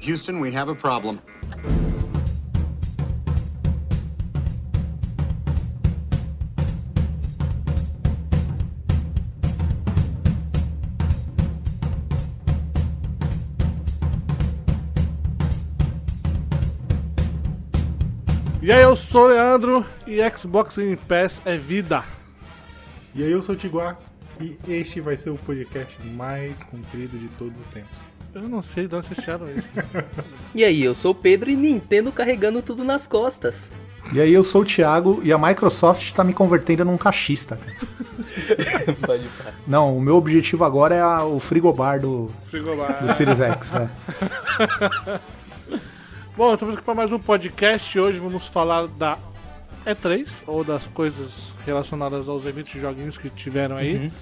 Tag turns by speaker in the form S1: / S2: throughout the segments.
S1: Houston, we have a problem.
S2: E aí, eu sou o Leandro e Xbox Game Pass é vida.
S3: E aí, eu sou o Tiguá e este vai ser o podcast mais comprido de todos os tempos.
S2: Eu não sei de onde vocês tiraram isso.
S4: E aí, eu sou o Pedro e Nintendo carregando tudo nas costas.
S5: E aí, eu sou o Thiago e a Microsoft tá me convertendo num cachista. cara.
S4: Pode parar.
S5: Não, o meu objetivo agora é a- o frigobar do,
S2: Frigobar.
S5: do Series X, né?
S2: Bom, estamos aqui para mais um podcast. Hoje vamos falar da E3, ou das coisas relacionadas aos eventos de joguinhos que tiveram aí.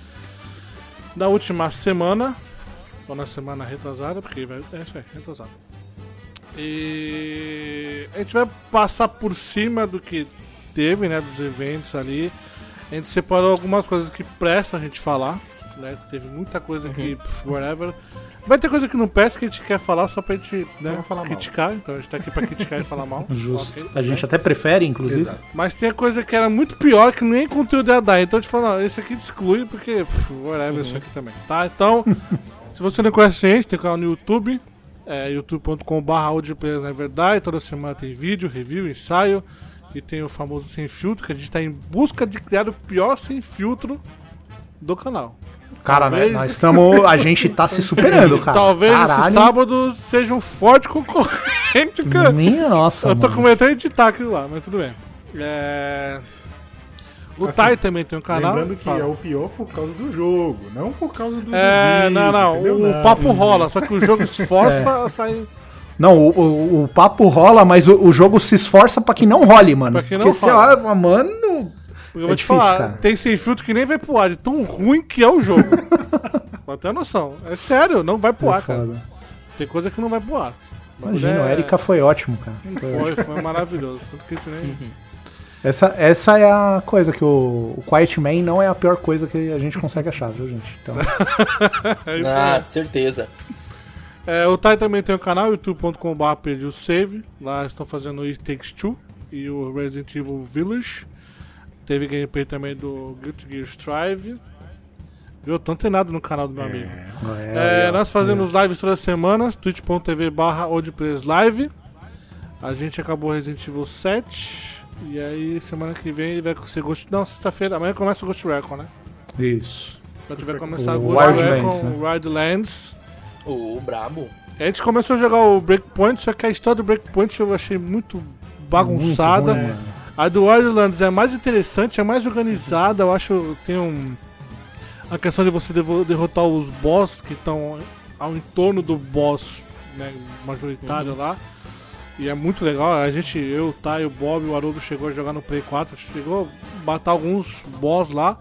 S2: Da última semana, ou na semana retrasada, porque vai- é isso aí, retrasada. E a gente vai passar por cima do que teve, né, dos eventos ali. A gente separou algumas coisas que prestam a gente falar, né? Teve muita coisa que, pff, whatever. Vai ter coisa que não presta que a gente quer falar só pra gente né,
S3: Vamos falar mal.
S2: criticar, então a gente tá aqui pra criticar e falar mal.
S5: Justo.
S2: Ok.
S5: A gente até prefere, inclusive.
S2: Mas tem a coisa que era muito pior que nem conteúdo ia dar. Então eu te falo, não, esse aqui te exclui, porque pff, whatever, isso aqui também. Tá? Então, se você não conhece a gente, tem canal no YouTube, é youtube.com.br na verdade. Toda semana tem vídeo, review, ensaio. E tem o famoso sem filtro, que a gente tá em busca de criar o pior sem filtro do canal.
S5: Cara, né,
S2: Talvez-
S5: nós estamos. A gente tá se superando, cara.
S2: Talvez esse
S5: Caralho. Hum.
S2: sábado seja um forte concorrente, cara.
S5: Minha nossa.
S3: Tá
S2: Eu tô
S5: mano.
S2: com medo até de editar aquilo lá, mas tudo bem. É... O
S3: Assim,
S2: Tai também tem um canal.
S3: Lembrando que
S2: Fala.
S3: é o pior por causa do jogo, não por causa do
S2: É,
S3: vídeo,
S2: não, não.
S3: entendeu?
S2: O
S3: Não. É.
S2: papo rola, só que o jogo esforça a sair.
S5: Não, o, o- o papo rola, mas o, o jogo se esforça pra que não role, mano.
S2: Pra que não
S5: Porque você
S2: rola.
S5: olha, mano.
S2: Eu
S5: É
S2: vou te
S5: difícil,
S2: falar,
S5: cara.
S2: tem sem filtro que nem vai pro ar, de tão ruim que é o jogo. pra ter noção. É sério, não vai pro ar, cara.
S5: Foda.
S2: Tem coisa que não vai pro ar.
S5: Imagina,
S2: Mas
S5: o
S2: é-
S5: Erika foi ótimo, cara. Foi ótimo.
S2: Foi, foi maravilhoso. Tanto que a gente nem...
S5: Essa, essa é a coisa que o, o Quiet Man não é a pior coisa que a gente consegue achar, viu, gente? Então,
S2: É isso aí.
S4: Ah, certeza.
S2: É, o Tai também tem um canal, youtube.com.br perdi o save. Lá estão fazendo o It Takes Two e o Resident Evil Village. Teve gameplay também do Guilty Gear Strive. Viu? Tô antenado no canal do meu amigo. É, nós fazemos lives todas as semanas, twitch.tv barra Live. A gente acabou Resident Evil 7. E aí semana que vem vai ser Ghost... Não, sexta-feira, amanhã começa o Ghost Recon, né?
S5: É. Isso.
S2: Quando tiver começar o né?
S5: O
S2: Ghost
S5: Wildlands,
S2: Recon, Wildlands...
S4: O brabo.
S2: A gente começou a jogar o Breakpoint, só que a história do Breakpoint eu achei muito bagunçada.
S5: Muito bom, né?
S2: a do Wildlands é mais interessante, é mais organizada, eu acho tem um a questão de você devo- derrotar os bosses que estão ao entorno do boss, né, majoritário
S5: Uhum.
S2: lá. E é muito legal, a gente, eu, o Thay, o Bob, o Haroldo chegou a jogar no Play 4, a gente chegou a matar alguns boss lá.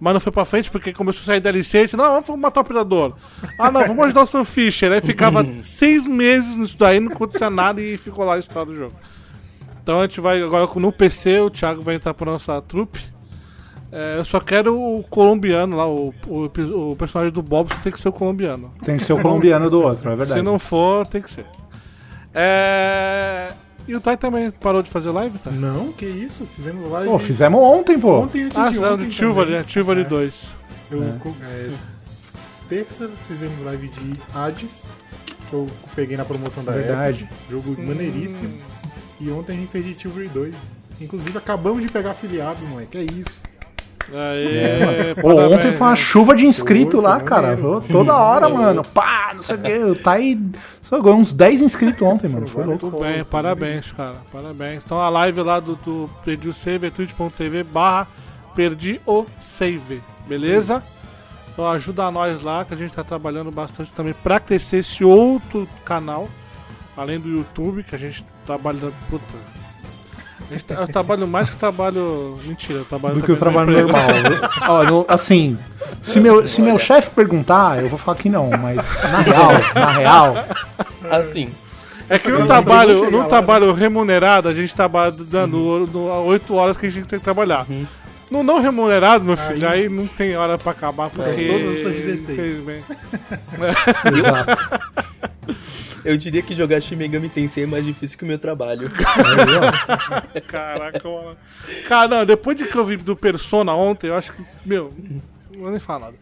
S2: Mas não foi pra frente porque começou a sair DLC. A gente, não, vamos matar o predador. Ah, não, vamos ajudar o Sam Fisher. Aí ficava seis meses nisso daí, não acontecia nada e ficou lá a história do jogo. Então a gente vai agora no PC, o Thiago vai entrar pra nossa trupe. É, eu só quero o colombiano lá, o, o, epi- o personagem do Bob tem que ser o colombiano.
S5: Tem que ser o colombiano do outro, é verdade.
S2: Se não for, tem que ser. É... E o Tai também parou de fazer live, tá?
S3: Não, que isso? Fizemos live
S5: Pô, fizemos ontem, pô.
S3: ontem antes
S2: Ah,
S3: de
S2: você tá
S3: ontem
S2: no Tilvary,
S3: também.
S2: né? Tilvary
S3: É.
S2: 2.
S3: Eu, co- é, terça fizemos live de Hades, que eu peguei na promoção da
S5: Verdade.
S3: Epic, jogo maneiríssimo. E ontem a gente fez de Tilbury 2. Inclusive, acabamos de pegar afiliado, moleque. É isso.
S2: Aê,
S5: Pô, É. ontem foi uma
S2: parabéns.
S5: chuva de inscrito
S3: Foi,
S5: lá,
S3: foi
S5: cara.
S3: maneiro.
S5: Pô, Toda hora, mano. Pá, não sei o quê. Tá aí. Só ganhou uns 10 inscritos ontem, mano. Foi louco.
S2: Muito bem, parabéns, cara. Parabéns. Então a live lá do, do Perdi o Save é twitch.tv barra Perdi o Save. Beleza? Então ajuda nós lá, que a gente tá trabalhando bastante também pra crescer esse outro canal, além do YouTube, que a gente trabalha. Puta. A gente tá- Eu trabalho mais que trabalho. Mentira, eu trabalho
S5: Do que o
S2: também numa
S5: trabalho
S2: empresa.
S5: normal. viu? Ó, no- assim, se meu, se meu chefe perguntar, eu vou falar que não, mas na real, na real,
S4: Assim,
S2: É que
S3: Eu
S2: no
S3: não sei
S2: trabalho,
S3: como
S2: no
S3: chegar lá,
S2: trabalho remunerado, a gente trabalha dando o- no- a oito horas que a gente tem que trabalhar. No não remunerado, meu filho, aí, não tem hora pra acabar, porque.
S3: todas as outras 16.
S2: infelizmente.
S5: exato.
S4: Eu diria que jogar Shin Megami Tensei é mais difícil que o meu trabalho.
S2: Caraca, mano. Cara, não, depois de que eu vi do Persona ontem, eu acho que. Meu, não vou nem falar nada.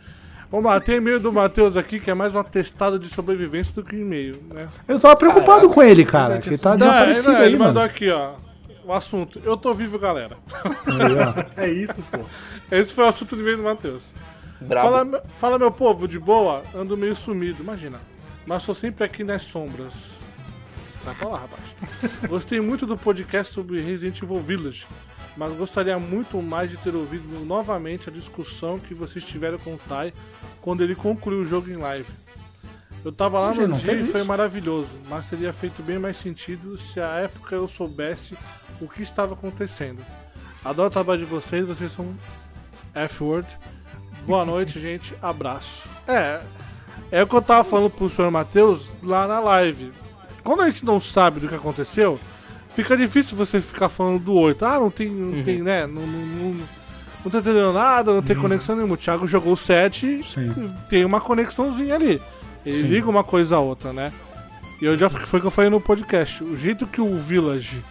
S2: Vamos lá, tem e-mail do Matheus aqui, que é mais um atestado de sobrevivência do que e-mail, né?
S5: Eu tava preocupado com ele, cara. Que ele tá
S2: Não, é,
S5: desaparecido
S2: não,
S5: aí,
S2: ele
S5: mano.
S2: mandou aqui, ó. O assunto. Eu tô vivo, galera.
S3: É
S5: Aí,
S3: isso, pô.
S2: Esse foi o assunto do e-mail do Matheus.
S4: Brabo.
S2: Fala, me- fala, meu povo, de boa? Ando meio sumido, imagina. Mas sou sempre aqui nas sombras. Sai pra lá, rapaz. Gostei muito do podcast sobre Resident Evil Village, mas gostaria muito mais de ter ouvido novamente a discussão que vocês tiveram com o Tai quando ele concluiu o jogo em live. Eu tava lá
S5: Mas
S2: no
S5: não
S2: dia
S5: teve
S2: e foi
S5: isso?
S2: maravilhoso, mas teria feito bem mais sentido se à época eu soubesse o que estava acontecendo. Adoro o trabalho de vocês, vocês são F-word. Boa noite, gente. Abraço. É, é o que eu tava falando pro senhor Matheus lá na live. Quando a gente não sabe do que aconteceu, fica difícil você ficar falando do 8. Ah, não tem, não tem, né? Não, não, não, não tá entendendo nada, não tem conexão nenhuma. O Thiago jogou o 7
S5: Uhum. Sim.
S2: tem uma conexãozinha ali. Ele
S5: Sim.
S2: liga uma coisa a outra, né? E eu já foi o que eu falei no podcast. O jeito que o Village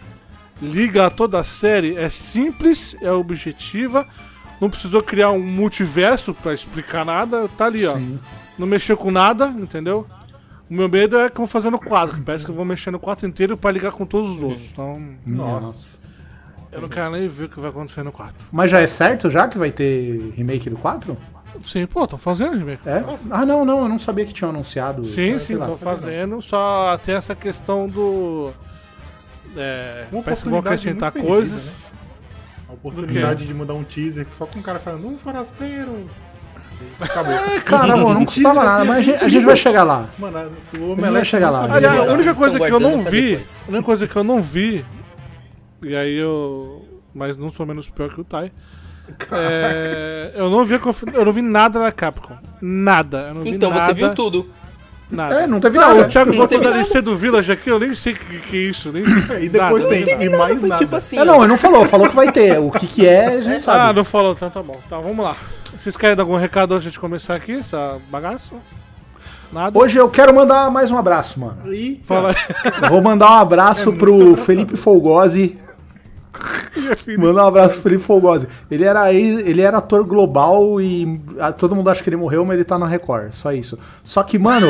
S2: liga a toda a série é simples, é objetiva. Não precisou criar um multiverso pra explicar nada. Tá ali, ó.
S5: Sim.
S2: Não mexeu com nada, entendeu? O meu medo é que eu vou fazer no quadro. que Parece que eu vou mexer no quadro inteiro pra ligar com todos os outros. Então,
S3: Nossa.
S2: eu não quero nem ver o que vai acontecer no quadro.
S5: Mas já é certo já que vai ter remake do 4?
S2: Sim, pô, tô fazendo, remake.
S5: É? Ah, não, não, eu não sabia que tinham anunciado.
S2: Sim,
S5: Ah,
S2: sim,
S5: sei lá.
S2: tô fazendo. Só tem essa questão do. É,
S3: Uma
S2: parece que vão
S3: oportunidade
S2: acrescentar
S3: muito perdida, né?
S2: coisas.
S3: A oportunidade de mandar um teaser só com um cara falando, um forasteiro. Acabou.
S5: É, Cara, mano, não custava nada, mas a gente, a gente vai chegar lá.
S3: Mano, o
S5: Ele vai
S3: Omelete
S5: chegar
S3: não
S5: lá,
S3: sabia.
S5: ele vai
S2: Aliás, a única
S4: Eles
S2: coisa que
S4: estão
S2: eu não
S4: guardando pra
S2: vi.
S4: depois.
S2: A única coisa que eu não vi. E aí eu. Mas não sou menos pior que o Tai. É, eu não vi a conf- eu não vi nada da Capcom. Nada. Eu não vi
S4: Então
S2: nada,
S4: você viu tudo.
S2: Nada.
S5: É, não teve
S2: Ah, o
S5: nada.
S2: Thiago botou
S4: teve
S2: da
S4: nada.
S2: DLC do Village aqui, eu nem sei o que, que é isso, nem sei.
S3: E depois
S2: Nada.
S3: tem, e mais
S4: Foi
S3: nada.
S4: tipo assim.
S5: É,
S4: ó.
S5: não, ele não falou, falou que vai ter. O que que é, a gente não
S2: Ah,
S5: sabe.
S2: não falou, então tá bom. Então vamos lá. Vocês querem dar algum recado antes de começar aqui, essa bagaça? Nada?
S5: Hoje eu quero mandar mais um abraço, mano.
S3: E
S2: Fala
S5: Eu Vou mandar um abraço pro Felipe Folgosi. Mandar um abraço pro Felipe Folgosi. Ele era, ex- ele era ator global e ah, todo mundo acha que ele morreu, mas ele tá na Record. Só isso. Só que, mano,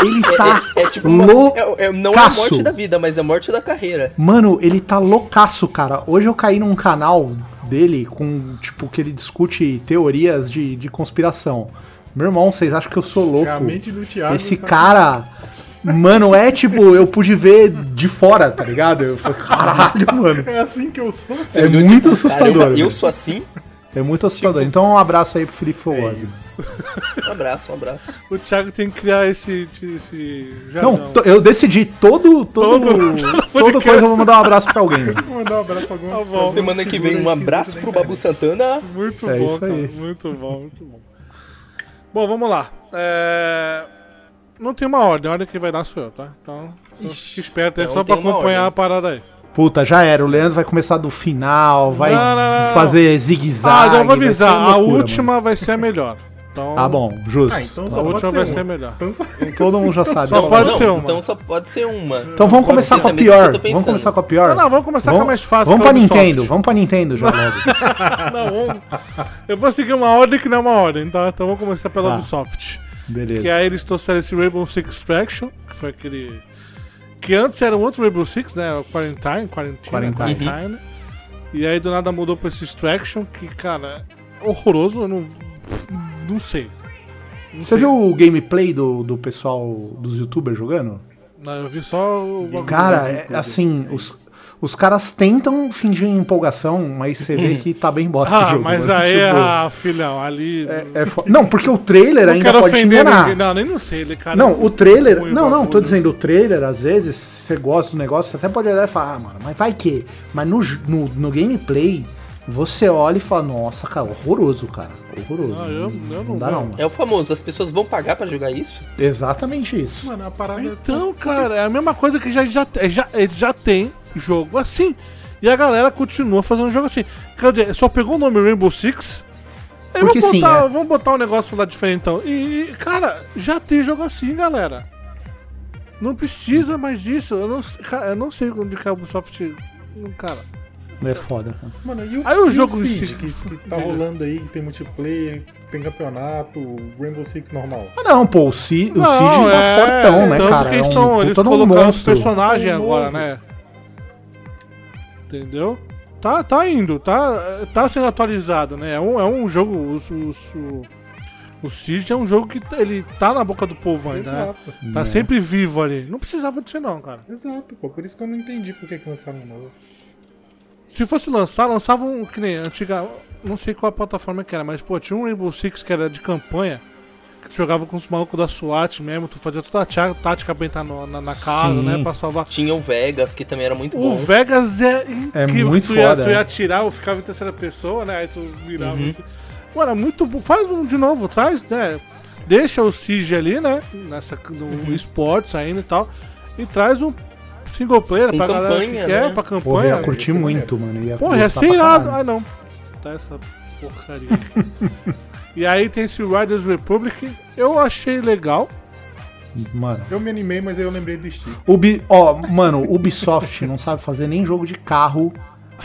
S5: ele tá
S4: É tipo uma-
S5: loucaço.
S4: é- é- não é a morte da vida, mas é a morte da carreira.
S5: Mano, ele tá loucaço, cara. Hoje eu caí num canal dele com, tipo, que ele discute teorias de, de conspiração. Meu irmão, vocês acham que eu sou louco?
S3: É a mente do Thiago.
S5: Esse
S3: sabe?
S5: cara, mano, é tipo, eu pude ver de fora, tá ligado? Eu falei, caralho, mano.
S3: É assim que eu sou.
S5: É muito assustador.
S4: Caramba, eu
S5: velho.
S4: sou assim.
S5: É muito assustador.
S2: Tipo,
S5: Então um abraço aí pro Felipe
S3: É
S5: Fogosi.
S3: isso.
S4: Um abraço, um abraço.
S2: o Thiago tem que criar esse. esse jargão.
S5: não, tá- to- eu decidi todo. Todo.
S2: Todo-
S5: toda
S2: podcast.
S5: coisa eu vou mandar um abraço pra alguém.
S3: Vou mandar um abraço pra
S2: Tá
S3: alguma
S2: bom. Ah, então
S3: alguma
S4: Semana que vem, um
S3: figura
S4: abraço pro
S3: esquisita
S4: Babu Santana.
S2: Muito
S5: É
S2: bom,
S5: isso
S2: cara.
S5: aí.
S2: Muito bom, muito bom. Bom, vamos lá. É, Não tem uma ordem, a ordem que vai dar sou eu, tá? Então, fique esperto aí,
S4: então
S2: só pra
S4: tem uma
S2: acompanhar
S4: ordem.
S2: a parada aí.
S5: Puta, já era. O Leandro vai começar do final, vai
S2: Não, não, não, não.
S5: fazer zigue-zague.
S2: ah, então eu vou
S5: vai ser
S2: avisar,
S5: uma
S2: a
S5: loucura,
S2: última vai ser a melhor. Então,
S5: mano. Ah, bom, justo.
S3: Ah, então
S2: a
S3: só
S2: última vai
S3: pode
S2: ser
S3: ser
S2: a
S3: um.
S2: melhor.
S3: Então só-
S5: Todo mundo já sabe.
S2: Só
S5: Então,
S2: pode
S5: vamos-
S2: ser uma. Tá.
S4: Então só pode ser uma.
S5: Então vamos começar
S4: ser
S5: com a
S4: a mesma que eu
S5: pior.
S4: tô pensando.
S5: Vamos começar com a pior.
S2: Não, não, vamos começar com a mais fácil,
S5: Vamos
S2: que é
S5: pra
S2: a Ubisoft.
S5: Nintendo, vamos pra Nintendo já logo.
S2: Não, vamos- eu vou seguir uma ordem que não é uma ordem, tá? Então vamos começar pela
S5: Tá.
S2: Ubisoft.
S5: Beleza.
S2: Que é, aí eles trouxeram esse Rainbow Six Faction, que foi aquele. Que antes era um outro Rainbow Six, né? O Quarantine, Quarantine,
S5: Quarantine.
S2: Quarantine. E aí do nada mudou pra esse Extraction, que, cara, é horroroso, eu não. Não sei. Não
S5: Você
S2: sei.
S5: viu o gameplay do, do pessoal, dos youtubers jogando?
S2: Não, eu vi só o. bagulho.
S5: Cara, é, assim, os, os caras tentam fingir empolgação, mas você vê que tá bem bosta o
S2: Ah,
S5: jogo.
S2: mas
S5: mano.
S2: aí,
S5: Tipo,
S2: ah, filhão, ali.
S5: é, é fo- Não, porque o trailer
S2: não
S5: ainda
S2: quero
S5: pode te
S2: ofender ninguém.
S5: enganar.
S2: Não, nem no trailer, cara.
S5: Não, o trailer.
S2: Ruim
S5: Não, não, tô
S2: bagulho.
S5: dizendo, o trailer, às vezes, se você gosta do negócio, você até pode olhar e falar, ah, mano, mas vai que. Mas no, j- no, no gameplay, você olha e fala, nossa, cara, horroroso, cara. Horroroso.
S2: Não, Ah, eu- eu não
S5: dá, não,
S2: gosto.
S5: mano.
S4: É o famoso, as pessoas vão pagar pra jogar isso?
S5: Exatamente isso.
S3: Mano, a parada
S2: Então, cara, é a mesma coisa que já, já, já, eles já tem jogo assim. E a galera continua fazendo jogo assim. Quer dizer, só pegou o nome Rainbow Six. Aí
S5: Porque
S2: vamos
S5: sim,
S2: botar,
S5: é.
S2: então. vamos botar um negócio lá diferentão. E, e, cara, já tem jogo assim, galera. Não precisa mais disso. Eu não, cara, eu não sei onde que a Ubisoft. Cara.
S5: É foda. cara.
S3: Mano, e o,
S2: Aí o
S3: e
S2: jogo em
S3: Siege
S2: si-
S3: que, que tá
S2: Diga.
S3: rolando aí, que tem multiplayer, tem campeonato, Rainbow Six normal.
S5: Ah, não, pô, o, Si- o Siege tá
S2: é,
S5: fortão, né,
S2: tanto
S5: cara?
S2: que
S5: É um
S2: estão, eles
S5: puta de um
S2: colocaram os
S5: monstro.
S2: personagens
S3: É um
S2: agora,
S3: novo.
S2: né? Entendeu? Tá, tá indo, tá, tá sendo atualizado, né? É um, é um jogo. os- os- o, o Siege é um jogo que t- ele tá na boca do povo ainda, né?
S3: Exato,
S2: Tá
S5: É.
S2: sempre vivo ali. Não precisava disso, não, cara.
S3: exato, pô. Por isso que eu não entendi por que, que lançaram um novo.
S2: Se fosse lançar, lançava um que nem antiga. Não sei qual a plataforma que era, mas pô, tinha um Rainbow Six que era de campanha. Que tu jogava com os malucos da SWAT mesmo, tu fazia toda a tia- tática pra entrar no- na, na casa,
S5: Sim.
S2: né? Pra salvar.
S4: Tinha o Vegas, que também era muito
S2: O
S4: bom.
S2: Vegas é incrível.
S5: É muito
S2: tu ia,
S5: foda,
S2: Tu ia
S5: é. Uhum.
S2: atirar, eu ficava em terceira pessoa, né? Aí tu mirava assim. Mano, é muito bom. Faz um de novo, traz, né? Deixa o Siege ali, né? Nessa, no
S5: Uhum.
S2: esportes ainda e tal. E traz um single player
S4: Com
S2: pra galera que
S4: campanha,
S2: quer,
S4: né?
S2: pra
S5: Porra, eu
S2: campanha.
S5: ia curtir
S3: isso é
S5: muito, mano. Ia
S2: Porra, ia
S5: gostar
S2: ser
S5: pra
S2: irado.
S5: caralho.
S2: Ah, não. Tá essa porcaria. e aí tem esse Riders Republic. Eu achei legal. Ah.
S5: Mano.
S3: Eu me animei, mas aí eu lembrei do Steve.
S5: Ubi... Ó, mano, Ubisoft não sabe fazer nem jogo de carro.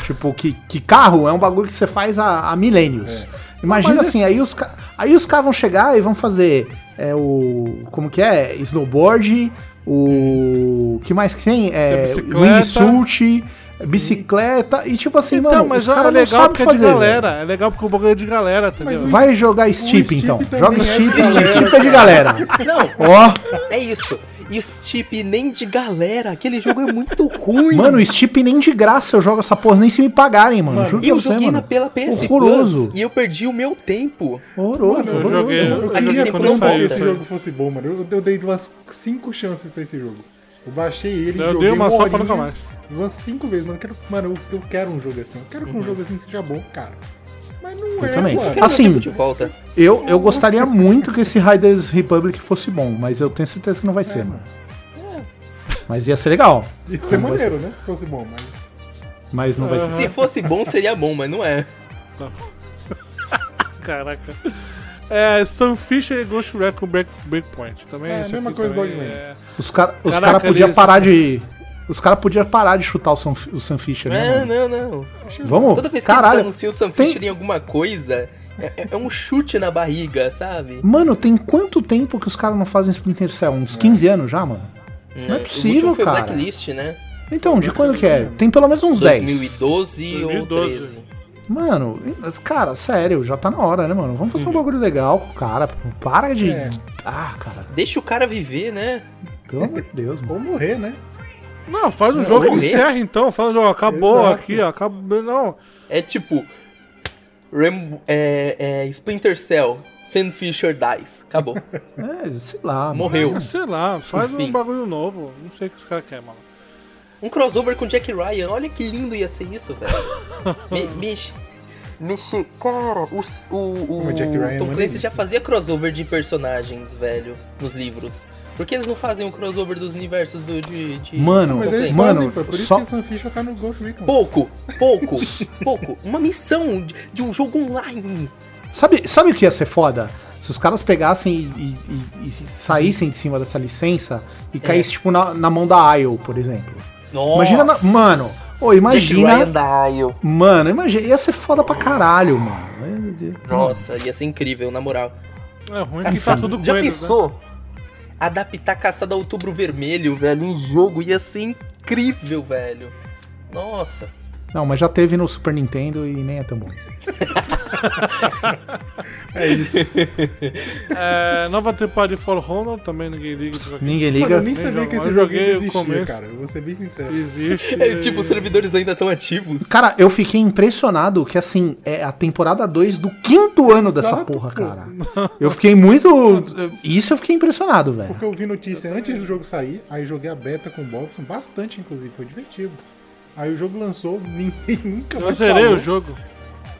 S5: Tipo, que, que carro é um bagulho que você faz há, há milênios. Imagina
S2: É. Mas
S5: assim, aí os, ca- aí os caras vão chegar e vão fazer é, o. Como que é? Snowboard, o. que mais que tem?
S2: Tem
S5: É,
S2: bicicleta.
S5: wingsuit, bicicleta. E tipo assim,
S2: então,
S5: mano,
S2: mas
S5: os
S2: é
S5: caras não
S2: legal
S5: sabem
S2: porque é
S5: fazer.
S2: de galera. É legal porque o bagulho é de galera, entendeu?
S5: velho. Vai jogar Steep,
S3: Steep
S5: então.
S3: também
S5: Joga
S3: é de
S5: Steep,
S3: galera.
S5: Steep, Steep é de galera.
S4: Não,
S5: Ó,
S4: é isso. Steep nem de galera. Aquele jogo é muito ruim.
S5: mano, Steep nem de graça eu jogo essa porra, nem se me pagarem, mano. Juro pra
S4: eu
S5: você,
S4: joguei
S5: mano.
S4: na pela PS
S5: Horroroso.
S4: Plus e eu perdi o meu tempo.
S5: Horroroso,
S3: Mano, eu
S5: horroroso.
S2: joguei-
S5: mano.
S2: eu
S3: Eu
S4: Aquele
S3: queria
S4: tempo
S3: tanto
S4: não
S3: que
S4: volta.
S3: assim, um esse jogo fosse bom, mano. Eu, eu dei umas 5 chances pra esse jogo. Eu baixei ele
S2: Eu
S3: joguei
S2: dei
S3: um
S2: uma só pra
S3: horinha,
S2: nunca mais.
S3: Umas 5 vezes, mano. Eu quero, mano, eu, eu quero um jogo assim. Eu quero que um jogo assim seja bom, cara. Mas não é,
S5: também.
S3: mano.
S4: Quero meu
S5: Assim,
S4: tempo de volta.
S5: Eu, eu gostaria muito que esse Riders Republic fosse bom, mas eu tenho certeza que não vai ser, mano. Mas ia ser legal.
S3: Ia ser maneiro, né? Se fosse bom, mas...
S5: Mas não vai ser.
S4: Se fosse bom, seria bom, mas não é.
S2: Caraca. É, Sunfisher e Ghost Recon Break, Breakpoint. Também
S3: É,
S2: esse
S3: mesma
S2: aqui
S3: coisa do
S2: também
S3: Dogland.
S2: é-
S5: Os caras os
S2: Caraca,
S5: cara podiam
S2: eles-
S5: parar de. Os caras podiam parar de chutar o Sam, o Sam Fisher, né?
S4: É,
S5: mano?
S4: não, não.
S5: Vamos?
S4: Toda vez que eles
S5: Caralho.
S4: anunciam o Sam
S5: tem-
S4: Fisher em alguma coisa, é, é um chute na barriga, sabe?
S5: Mano, tem quanto tempo que os caras não fazem Splinter Cell? Uns 15 anos já, mano? Não é
S4: É. o
S5: possível,
S4: último foi
S5: cara.
S4: o Blacklist, né?
S5: Então, de quando que é? Tem pelo menos uns 10.
S4: 2012, ou
S2: 2012.
S4: 13.
S5: Mano, mas, cara, sério, já tá na hora, né, mano? Vamos fazer um bagulho legal com o cara. pô. Para de.
S3: É.
S5: Ah, cara,
S4: Deixa o cara viver, né?
S5: pelo amor de Deus, mano.
S3: Ou morrer, né?
S2: Não, faz um jogo que
S4: morrer.
S2: encerra então. Faz um jogo, acabou
S3: Exato.
S2: aqui, ó, acabou. Não.
S4: É tipo. Ram- é, é, Splinter Cell, Sam Fisher dies. Acabou.
S5: É, sei lá. mano.
S4: Morreu.
S2: Sei lá, faz um
S4: Enfim.
S2: bagulho novo. Não sei o que os caras querem, mano.
S4: Um crossover com Jack Ryan. Olha que lindo ia ser isso, velho. Me- Bicho. Bicho, cara, o, o, o,
S3: Mas Jack Ryan
S4: Tom
S3: manda
S4: Clancy já
S3: nisso.
S4: fazia crossover de personagens, velho, nos livros. Por que eles não fazem um crossover dos universos do, de, de-
S5: Mano,
S4: do
S3: Mas
S4: Tom
S3: eles
S4: Clancy?
S5: mano,
S3: fazem, pô. Por isso
S5: só-
S3: que o Sam Fisher tá no Ghost Recon.
S4: Pouco, pouco, pouco. Uma missão de, de um jogo online.
S5: Sabe, sabe o que ia ser foda? Se os caras pegassem e, e- e- e se saíssem de cima dessa licença
S4: É.
S5: e caísse, tipo, na, na mão da IO, por exemplo.
S4: Nossa.
S5: Imagina. na- mano,
S4: Jack
S5: ô,
S4: Ryan
S5: imagina.
S4: da IO.
S5: Mano, imagina. Ia ser foda pra caralho, mano.
S4: Nossa, ia ser incrível, na moral.
S2: É ruim que tá
S4: Caçada.
S2: tudo
S4: Assim, Já
S2: com eles, né?
S4: pensou? Adaptar Caçada a Outubro Vermelho, velho, um jogo ia ser incrível, velho. Nossa.
S5: Não, mas já teve no Super Nintendo e nem é tão bom.
S2: É, nova temporada de For Honor, também ninguém liga pra quem
S5: Ninguém
S3: Mano, eu
S5: liga.
S3: nem
S2: Nem
S3: sabia
S2: jogo.
S3: que esse
S2: Eu
S3: jogo
S2: joguei o
S3: existia,
S2: começo.
S3: cara. Eu vou ser bem sincero.
S2: existe.
S4: É, tipo, os servidores ainda estão ativos.
S5: Cara, eu fiquei impressionado que, assim, é a temporada 2 do quinto ano dessa
S3: Exato,
S5: porra,
S3: pô.
S5: cara. Eu fiquei muito. Isso eu fiquei impressionado, velho.
S3: Porque eu vi notícia antes do jogo sair, aí joguei a beta com o Bobson, bastante inclusive, foi divertido. Aí o jogo lançou, ninguém nunca
S2: eu
S3: mais
S2: zerei
S3: falou.
S2: o jogo.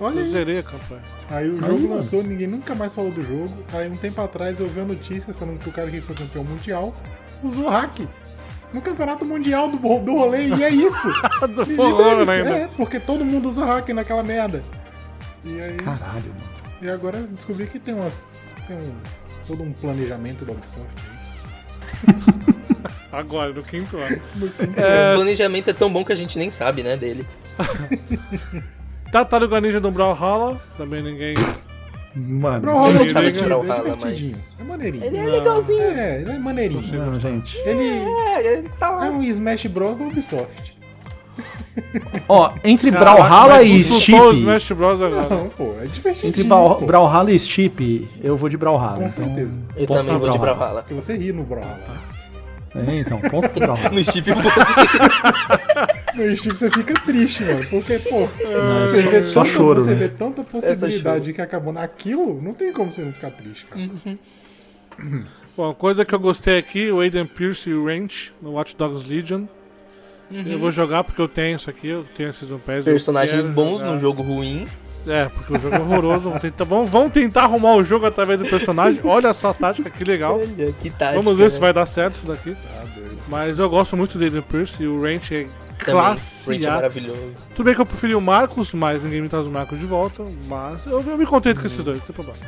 S3: Olha
S2: Eu
S3: aí.
S2: zerei a campanha.
S3: Aí o
S5: Aí,
S3: jogo
S5: mano.
S3: lançou, ninguém nunca mais falou do jogo. Aí um tempo atrás eu vi a notícia falando que o cara que foi campeão mundial usou hack no campeonato mundial do, bo- do rolê, e é isso.
S2: Do
S3: E
S2: For
S3: dane-se,
S2: Honor ainda.
S3: É, porque todo mundo usa hack naquela merda. E aí,
S5: Caralho, mano.
S3: e agora eu descobri que tem uma. Tem um. todo um planejamento da Ubisoft aí.
S2: Agora, no quinto ano.
S4: O planejamento é tão bom que a gente nem sabe, né, dele.
S2: Tartaruga Ninja do Brawlhalla, também ninguém...
S5: Mano.
S3: Brawlhalla é
S4: Ele sabe
S3: divertido,
S4: que
S3: é
S4: Brawlhalla, mas-
S3: divertidinho. É maneirinho.
S4: Ele é
S2: Não.
S4: legalzinho.
S3: É, ele é maneirinho.
S5: Não, gente.
S3: Ele
S4: É, ele tá
S3: é
S4: lá.
S3: um Smash Bros da Ubisoft.
S5: Ó, entre Brawlhalla e
S2: Insultou o
S3: né,
S5: Steep.
S2: Smash Bros agora.
S3: Não, pô, é divertidinho.
S5: Entre Brau-
S3: pô.
S5: Brawlhalla e Steep, eu vou de Brawlhalla.
S3: Com
S5: então-
S3: certeza.
S4: Eu
S5: Ponto
S4: também
S5: pra
S4: vou de
S5: Brawlhalla.
S4: Brawlhalla.
S3: Porque você ri no né? Brawlhalla.
S5: É, então, ponto pro Brawlhalla.
S4: No chip fosse.
S3: No Steam tipo você fica triste, mano. Porque, pô,
S5: Não,
S3: você,
S5: só-
S3: vê
S5: só
S3: tanta,
S5: choro,
S3: É, você
S5: né?
S3: vê tanta
S4: É só
S3: possibilidade que acabou naquilo, não tem como você não ficar triste, cara.
S5: Então,
S2: Bom, uma coisa que eu gostei aqui, o Aiden Pierce e o Ranch no Watch Dogs Legion. Eu vou jogar porque eu tenho isso aqui, eu tenho esses Season Pass. eu
S4: Personagens
S2: quero
S4: bons
S2: jogar.
S4: num jogo ruim.
S2: É, porque o jogo é horroroso. Vão tentar, vão, vão tentar arrumar o jogo através do personagem. Olha só a tática, que legal.
S4: Olha, que tática.
S2: Vamos ver se
S4: né?
S2: vai dar certo isso daqui. Mas eu gosto muito do Aiden Pierce e o Ranch é
S4: Também,
S2: classe
S4: Ranch é
S2: A.
S4: maravilhoso.
S2: Tudo bem que eu preferi o Marcos, mas ninguém me traz o Marcos de volta. Mas eu, eu me contento com esses dois, não tem problema.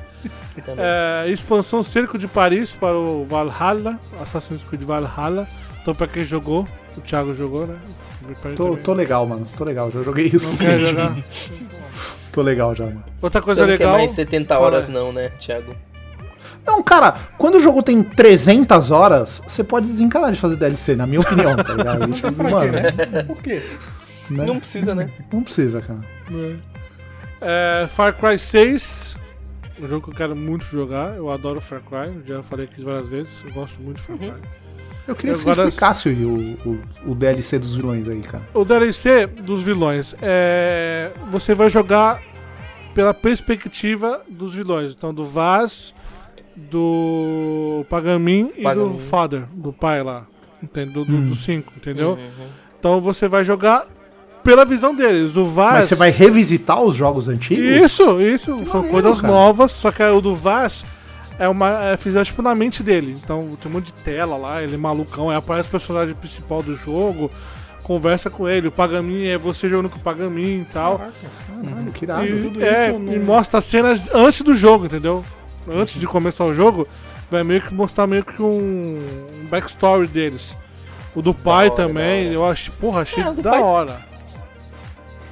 S4: Também.
S2: É, expansão Cerco de Paris para o Valhalla, Assassin's Creed Valhalla. Então, pra quem jogou, o Thiago jogou, né? Me perdi
S5: Tô,
S2: também.
S5: tô legal, mano. Tô legal, já joguei isso.
S2: Não quer jogar.
S5: Tô legal já, mano.
S2: Outra coisa
S4: Então não quer
S2: legal.
S4: mais 70
S2: Fala.
S4: horas não, né, Thiago?
S5: Não, cara, quando o jogo tem 300 horas, você pode desencarar de fazer DLC, na minha opinião, tá ligado?
S3: Não tem
S5: Tipo,
S3: pra quê,
S5: mano,
S3: né? Por quê?
S5: né?
S4: Não precisa, né?
S5: não precisa, cara.
S2: É, Far Cry 6, um jogo que eu quero muito jogar. Eu adoro Far Cry, já falei aqui várias vezes. Eu gosto muito de Far Cry.
S5: Eu queria que você
S2: Agora-
S5: explicasse o, o, o DLC dos vilões aí, cara.
S2: O DLC dos vilões é. Você vai jogar pela perspectiva dos vilões. Então, do Vaz, do Pagamin e do
S4: Pagamin.
S2: Father, do pai lá. Entende? Do 5,
S5: Hum.
S2: entendeu? Então você vai jogar pela visão deles. O Vaz.
S5: Mas você vai revisitar os jogos antigos?
S2: Ah, Isso, isso. São
S5: maneiro,
S2: coisas
S5: cara.
S2: novas, só que o do Vaz é uma. É, fizeram tipo na mente dele. Então tem um monte de tela lá, ele é malucão, aí aparece o personagem principal do jogo, conversa com ele, o Pagamin é você jogando com o Pagamin e tal.
S5: Caralho, que irado.
S2: e,
S3: tudo
S2: é,
S3: isso no-
S2: e mostra as cenas antes do jogo, entendeu? Antes de começar o jogo, vai meio que mostrar meio que um, um backstory deles. O do pai
S4: hora,
S2: também,
S4: da hora.
S2: eu acho, porra, achei
S4: É, o do
S2: da
S4: pai-
S2: hora.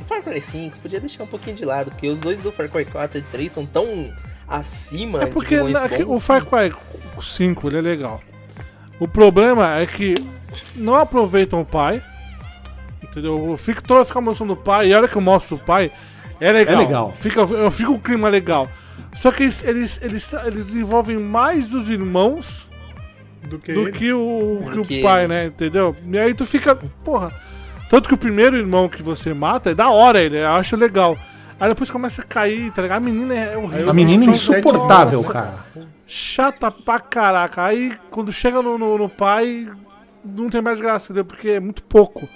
S4: Far Cry 5 podia deixar um pouquinho de lado, porque os dois do Far Cry 4 e 3 são tão acima
S2: É porque
S4: de vilões
S2: na- que-
S4: bons. né?
S2: o Far Cry 5 ele é legal. O problema é que não aproveitam o pai. Entendeu? Eu fico toda fica mostrando o pai e a hora que eu mostro o pai é legal.
S5: legal.
S2: Fica, eu fico um clima legal. Só que eles, eles, eles, eles envolvem mais os irmãos
S3: Do que,
S2: do
S3: ele?
S2: que o, que o
S4: que
S2: pai,
S4: ele.
S2: né? Entendeu? E aí tu fica, porra. Tanto que o primeiro irmão que você mata é da hora, ele eu acho legal. Aí depois começa a cair, tá ligado? A menina é horrível
S5: A menina é
S3: São sete
S5: insuportável,
S3: horas.
S5: cara.
S2: chata pra caraca. Aí quando chega no, no, no pai, não tem mais graça, entendeu? Porque é muito pouco.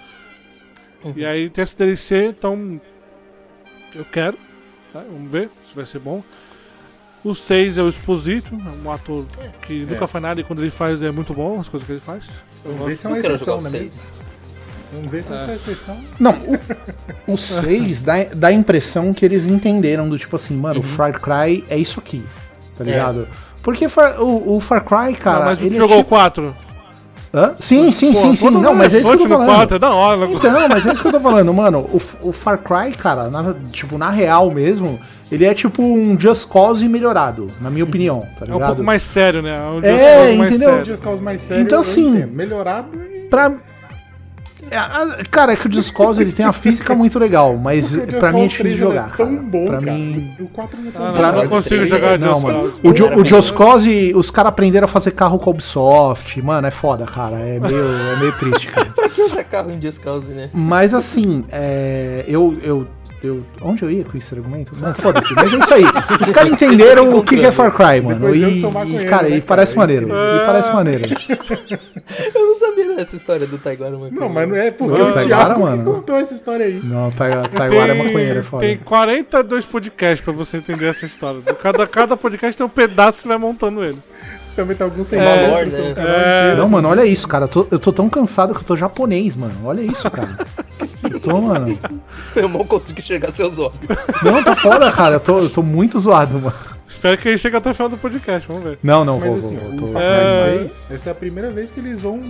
S2: E aí tem esse DLC, então. Eu quero. tá? Vamos ver se vai ser bom. O 6 é o Exposito, é um ator que nunca faz nada e quando ele faz é muito bom as coisas que ele faz.
S3: Vamos ver se é
S4: Eu
S3: uma
S4: quero jogar
S3: exceção,
S4: os
S3: né?
S4: seis.
S3: mesmo? Vamos ver se é uma exceção.
S5: Não, o, o 6 dá, dá a impressão que eles entenderam do tipo assim,
S2: Uhum.
S5: mano, o Far Cry é isso aqui, tá ligado? Porque Far- o, o Far Cry, cara.
S2: não, Ah, mas o que
S5: ele é
S2: jogou o
S5: tipo-
S2: 4?
S5: Hã? Sim, sim, sim, sim. Não, mas é isso que eu tô
S2: né? no
S5: falando.
S2: 4, é da hora.
S5: Então, mas é isso que eu tô falando, mano. O, F- o Far Cry, cara, na- tipo, na real mesmo, ele é tipo um Just Cause melhorado, na minha opinião, tá
S2: É um
S5: ligado?
S2: pouco mais sério, né? um
S5: É,
S2: jogo mais
S5: entendeu?
S2: sério.
S3: Dias Caos mais sério,
S5: Então,
S3: eu
S5: assim-
S3: entendo. melhorado e
S5: Pra... É, a- Cara, é que o Just Cause, ele tem a física muito legal, mas
S3: Just
S5: pra mim
S3: Cause
S5: é difícil de
S3: 3
S5: jogar.
S3: é
S5: cara.
S3: tão bom,
S5: pra
S3: cara.
S5: mim.
S3: O 4 não é tão
S2: Ah,
S3: bom.
S2: mas eu não
S4: Mas o
S2: consigo
S4: três
S2: jogar
S4: é-
S5: Não,
S2: Just
S5: mano.
S2: Cause.
S5: O, jo
S4: Era
S5: o
S4: bem-
S5: Just Cause, os caras aprenderam a fazer carro com a Ubisoft. Mano, é foda, cara. É meio, é meio triste, cara.
S4: Pra que usar carro em Just Cause, né?
S5: Mas assim, é, eu, eu, eu. Onde eu ia com esse argumento? Não, foda-se. Mas é isso aí. Os caras entenderam o que, que é Far Cry, mano.
S3: Depois eu que
S5: E,
S3: sou
S5: e,
S3: maconheiro,
S5: cara,
S3: né,
S5: e parece
S3: cara?
S5: maneiro. E parece maneiro.
S4: Eu não sabia dessa história do Taiguara Macaco.
S3: Não, mas não é porque
S5: Não,
S3: o
S5: agora,
S3: Thiago
S5: mano.
S3: que contou essa história aí.
S5: Não, Taiwara Taiwan é maconheiro, é foda.
S2: tem 42 podcasts pra você entender essa história. Cada, cada podcast tem um pedaço que você vai montando ele.
S3: Também tá algum sem
S4: É,
S3: valor,
S4: valor,
S3: então,
S4: né?
S3: cara,
S2: É,
S5: Não, mano, olha isso, cara. Eu tô, eu tô tão cansado que eu tô japonês, mano. Olha isso, cara. Eu tô, mano.
S4: Eu mal consigo enxergar seus olhos.
S5: Não, tá foda, cara. Eu tô, eu tô muito zoado, mano.
S2: espero que ele chegue até o final do podcast, vamos ver.
S5: Não, não, vou,
S3: Mas
S5: vou,
S3: assim,
S5: vou,
S3: o
S5: tô-
S3: Far Cry 6, essa é a primeira vez que eles vão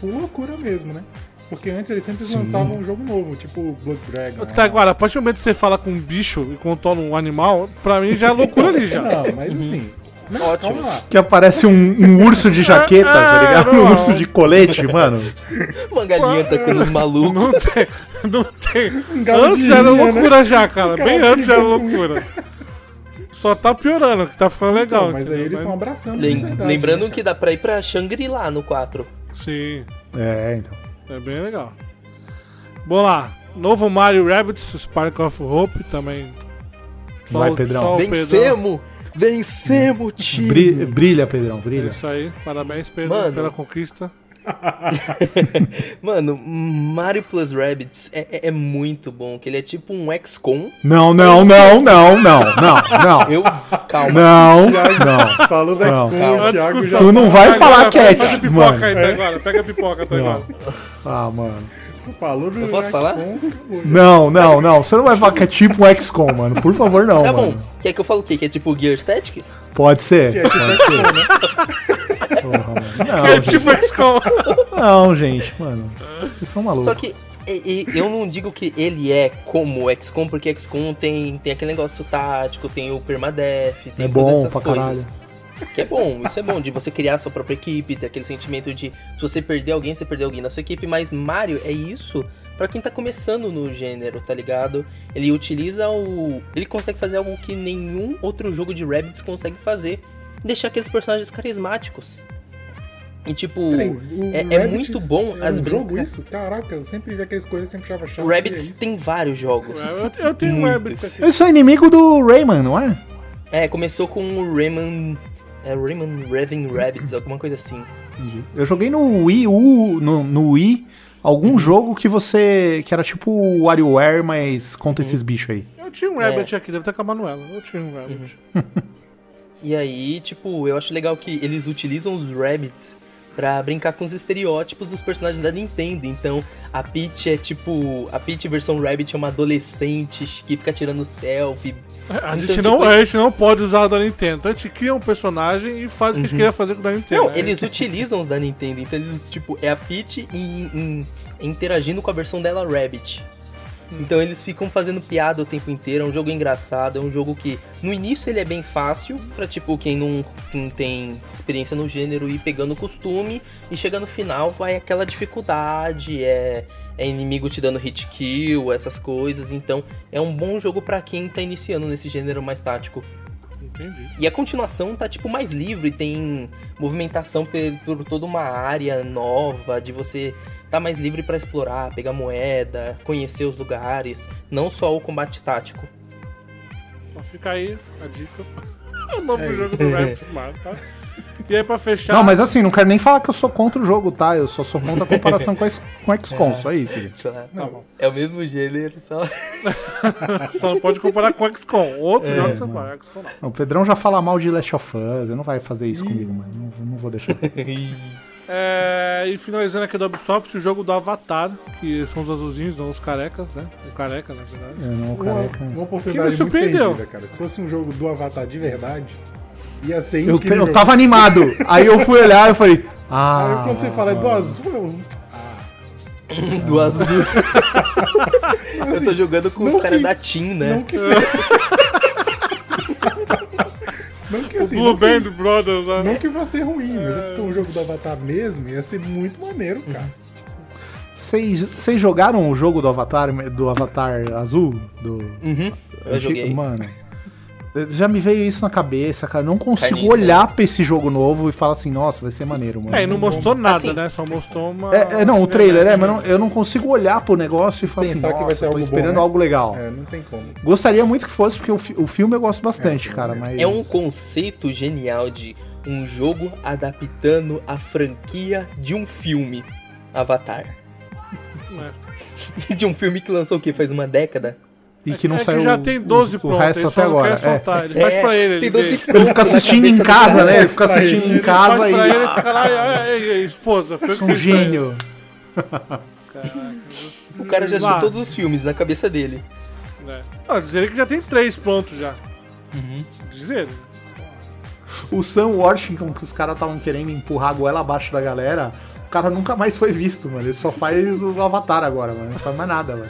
S3: por loucura mesmo, né? Porque antes eles sempre lançavam um jogo novo, tipo Blood Dragon.
S2: Tá, agora, a partir do momento que você fala com um bicho e controla um animal, pra mim já é loucura ali já.
S3: Não, mas assim. Não,
S4: Ótimo.
S3: Calma lá.
S5: Que aparece um, um urso de jaqueta,
S3: Ah,
S5: tá ligado? Um urso de colete, mano.
S4: Uma galinha atacando os malucos.
S3: tá
S2: Não tem, não tem.
S3: Um galo de
S2: antes era
S3: linha,
S2: loucura já, cara.
S3: cara
S2: Bem
S3: de
S2: antes era
S3: linha.
S2: loucura. Só tá piorando, que tá ficando legal.
S3: Não, mas aí
S2: entendeu?
S3: eles estão abraçando.
S4: Lem-
S3: de verdade,
S4: lembrando
S3: né,
S4: que dá pra ir pra Shangri-La no 4.
S2: Sim,
S5: É, então.
S2: é bem legal. Bom lá, novo Mario Rabbids, Spark of Hope também.
S5: Vai,
S2: o-
S5: Pedrão.
S2: o Pedrão.
S4: Vencemos! Vencemos, time!
S5: Bri- Brilha, Pedrão,
S2: É
S5: brilha.
S2: isso aí, parabéns Pedro
S4: Mano.
S2: pela conquista.
S4: Mano, Mario plus Rabbids é, é- é muito bom, que ele é tipo um XCOM.
S5: Não, não, não, não, não, não,
S4: Eu, calma.
S5: não. Não, não.
S3: cara? Falou da
S5: Não.
S3: XCOM, o Thiago já.
S5: Tu não vai falar que é,
S2: Faz a
S5: cara,
S2: pipoca
S5: mano.
S2: aí, tá agora. Pega a pipoca, tá
S5: Não.
S2: agora.
S5: Ah, mano.
S3: Falou do
S4: Eu posso falar?
S5: Não, não, não. Você não vai falar que é tipo um XCOM, mano. Por favor, não,
S4: Tá bom,
S5: mano.
S4: quer que eu fale o quê? Que é tipo Gear Tactics?
S5: Pode ser.
S3: É tipo XCOM, né?
S5: Porra, mano.
S2: É
S5: Não, gente.
S2: tipo a escola.
S5: Não, gente, mano. Vocês
S4: Só
S5: são malucos.
S4: que e- e- eu não digo que ele é como o XCOM, porque XCOM tem, tem aquele negócio tático, tem o permadeath, tem
S5: É
S4: todas
S5: bom
S4: essas
S5: pra
S4: coisas. Que é bom, isso é bom, de você criar a sua própria equipe, ter aquele sentimento de se você perder alguém, você perder alguém na sua equipe, mas Mario é isso pra quem tá começando no gênero, tá ligado? Ele utiliza o. Ele consegue fazer algo que nenhum outro jogo de Rabbids consegue fazer. Deixar aqueles personagens carismáticos. E tipo.
S3: Peraí, o
S4: é- é
S3: Rabbids
S4: muito bom
S3: é
S4: as
S3: um jogo
S4: brinca-
S3: isso? Caraca, eu sempre vi aqueles coisas, sempre achava chato.
S4: O Rabbids
S3: que é
S4: tem vários jogos.
S2: Eu, eu tenho um Rabbids aqui.
S5: Eu sou inimigo do Rayman, não é?
S4: É, começou com o Rayman. É, Rayman Raven Rabbids, alguma coisa assim.
S5: Entendi. Eu joguei no Wii U, no, no Wii, algum
S4: Uhum.
S5: jogo que você. que era tipo o WarioWare, mas
S4: Uhum.
S5: conta esses bichos aí.
S2: Eu tinha um Rabbit aqui, deve estar com a Manuela. Eu tinha um Rabbit.
S4: E aí, tipo, eu acho legal que eles utilizam os Rabbids pra brincar com os estereótipos dos personagens da Nintendo. Então, a Peach é tipo. A Peach versão Rabbit é uma adolescente que fica tirando selfie.
S2: A,
S4: Então,
S2: gente
S4: tipo,
S2: não,
S4: ele-
S2: a gente não pode usar o da Nintendo. Então a gente cria um personagem e faz o que a gente queria fazer com o da Nintendo.
S4: Não,
S2: né?
S4: eles utilizam os da Nintendo. Então, eles, tipo, é a Peach em- em- interagindo com a versão dela Rabbit.
S2: Hum.
S4: Então eles ficam fazendo piada o tempo inteiro, é um jogo engraçado, é um jogo que no início ele é bem fácil pra tipo quem não, não tem experiência no gênero ir pegando o costume e chega no final vai aquela dificuldade, é, é inimigo te dando hit kill, essas coisas, então é um bom jogo pra quem tá iniciando nesse gênero mais tático.
S2: Entendi.
S4: E a continuação tá tipo mais livre, tem movimentação pe- por toda uma área nova, de você tá mais livre pra explorar, pegar moeda, conhecer os lugares, não só o combate tático.
S2: Então fica aí a dica. o novo
S3: É
S2: jogo
S4: isso.
S2: do Rabbit Mario, tá? E aí pra fechar.
S5: Não, mas assim, não quero nem falar que eu sou contra o jogo, tá? Eu só sou contra a comparação com, a, com XCOM, só isso, gente.
S2: Tá bom.
S4: É o mesmo gênero, só.
S2: Só não pode comparar com XCOM.
S5: É.
S2: Outro jogo você compara, XCOM não.
S5: O Pedrão já fala mal de Last of Us, ele não vai fazer isso comigo, mano. Não, não vou deixar.
S2: É, e finalizando aqui do Ubisoft, o jogo do Avatar, que são os azulzinhos, não os carecas, né? O careca, na verdade.
S5: Eu não, é
S3: Uma,
S5: careca.
S3: uma
S2: Que
S3: oportunidade
S2: me
S3: muito
S2: surpreendeu.
S3: perdida, cara. Se fosse um jogo do Avatar de verdade, ia ser
S5: Eu, te-
S3: incrível.
S5: eu tava animado. Aí eu fui olhar e falei. Ah,
S3: Aí quando você fala é do azul, eu...
S4: Do azul. Eu tô jogando com os
S3: não
S4: caras
S3: que-
S4: da Team,
S3: não
S4: né?
S3: que seja... não que assim,
S2: Blue
S3: não que,
S2: Band Brothers, né?
S3: não que vá ser ruim, mas é porque um jogo do Avatar mesmo ia ser muito maneiro, cara.
S5: vocês vocês jogaram o jogo do Avatar, do Avatar azul? Do,
S4: Uhum, eu
S5: Antigo-
S4: joguei.
S5: Mano, já me veio isso na cabeça, cara. Eu Não consigo
S4: Carniça.
S5: olhar pra esse jogo novo e falar assim, nossa, vai ser maneiro, mano.
S2: É, e não mostrou nada,
S4: Assim-
S2: né? Só mostrou uma.
S3: Ah,
S5: É, é, não, o trailer, é,
S2: cinemática.
S5: mas não- eu não consigo olhar pro negócio e falar
S3: Pensar
S5: assim,
S3: que vai
S5: nossa,
S3: ser
S5: eu tô
S3: algo bom,
S5: esperando
S3: né?
S5: algo legal.
S3: É, não tem como.
S5: Gostaria muito que fosse, porque o, fi- o filme eu gosto bastante, cara, mas...
S4: É um conceito genial de um jogo adaptando a franquia de um filme. Avatar. de um filme que lançou o quê? Faz uma década?
S5: E que não
S2: é
S5: saiu
S2: que já tem 12
S5: o, o
S2: pronto,
S5: resto
S2: ele
S5: até
S2: só não
S5: agora.
S2: quer
S5: É.
S2: soltar. Ele faz pra ele. ele
S4: Tem 12
S2: vê.
S5: Ele fica
S4: pontos na
S5: assistindo em
S4: cabeça do
S5: casa,
S4: cara.
S5: né? Ele fica
S3: Faz pra
S5: assistindo
S3: ele,
S5: em
S2: Ele
S5: casa
S2: faz pra ele,
S5: e...
S2: ele fica lá, "Ah, ei, ei, esposa, foi o que
S5: Sou um
S2: fez pra ele."
S5: gênio.
S4: O cara já
S2: Lá.
S4: assistiu todos os filmes na cabeça dele.
S2: É. Não, diz ele que já tem 3 prontos já.
S5: Uhum.
S2: Diz ele.
S5: O Sam Washington, que os caras estavam querendo empurrar a goela abaixo da galera, O cara nunca mais foi visto, mano. Ele só faz o Avatar agora, mano. Ele não faz mais nada, mano.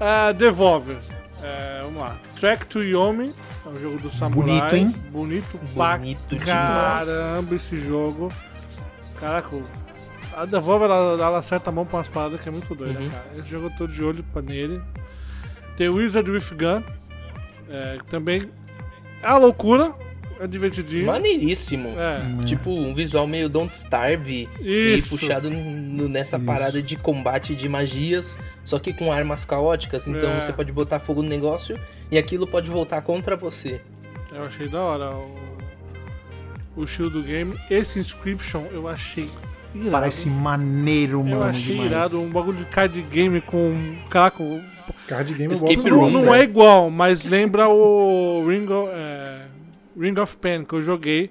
S2: Ah, Devolver. É, vamos lá. Track to Yomi. É um jogo do samurai.
S5: Bonito, hein?
S2: Bonito pra
S4: Bonito demais.
S2: caramba esse jogo. Caraca, o- a Devolver ela, ela acerta a mão com umas paradas que é muito doida,
S4: Uhum.
S2: cara. Esse jogo eu tô de olho pra nele. Tem Wizard with Gun. É, que também é a loucura. É divertidinho.
S4: Maneiríssimo.
S2: É.
S4: Tipo, um visual meio Don't Starve. E
S2: Isso.
S4: puxado no- nessa parada de combate de magias, só que com armas caóticas. Então
S2: É.
S4: você pode botar fogo no negócio e aquilo pode voltar contra você.
S2: Eu achei da hora o, o estilo do game. Esse Inscription eu achei irado.
S5: Parece maneiro,
S2: Eu
S5: mano.
S2: achei
S5: demais.
S2: irado um bagulho de card game com. um Caraca, o-
S3: Card game eu
S4: Escape
S2: não,
S3: gosto
S4: room,
S3: muito, né?
S2: não
S3: velho.
S2: é igual, mas lembra o Ring of, é, Ring of Pen que eu joguei.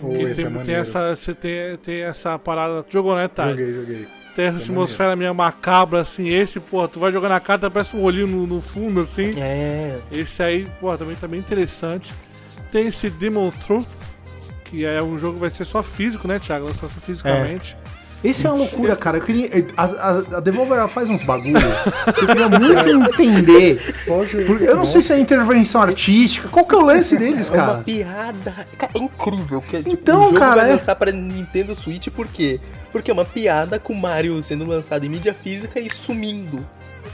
S3: Ô,
S2: que
S3: esse
S2: tem,
S3: é
S2: tem
S3: maneiro.
S2: essa, você tem, tem essa parada. Jogou, né, Thay?
S3: Joguei, é joguei.
S2: Tem essa atmosfera meio macabra, assim. Esse, porra, tu vai jogando a carta, parece um olhinho no, no fundo, assim.
S4: É.
S2: Esse aí, porra, também tá bem interessante. Tem esse Demon Truth, que é um jogo que vai ser só físico, né, Thiago? Lançado só fisicamente.
S5: Esse é uma loucura, cara. Eu queria. A, a- a Devolver ela faz uns bagulho. que Eu queria muito entender.
S3: Só joguei.
S5: Porque eu não sei se é intervenção artística. Qual que é o lance deles,
S4: É uma
S5: cara?
S4: piada. Cara, é incrível. Que, tipo,
S5: Então,
S4: o jogo
S5: cara,
S4: vai
S5: é-
S4: lançar pra Nintendo Switch por quê? Porque é uma piada com o Mario sendo lançado em mídia física e sumindo.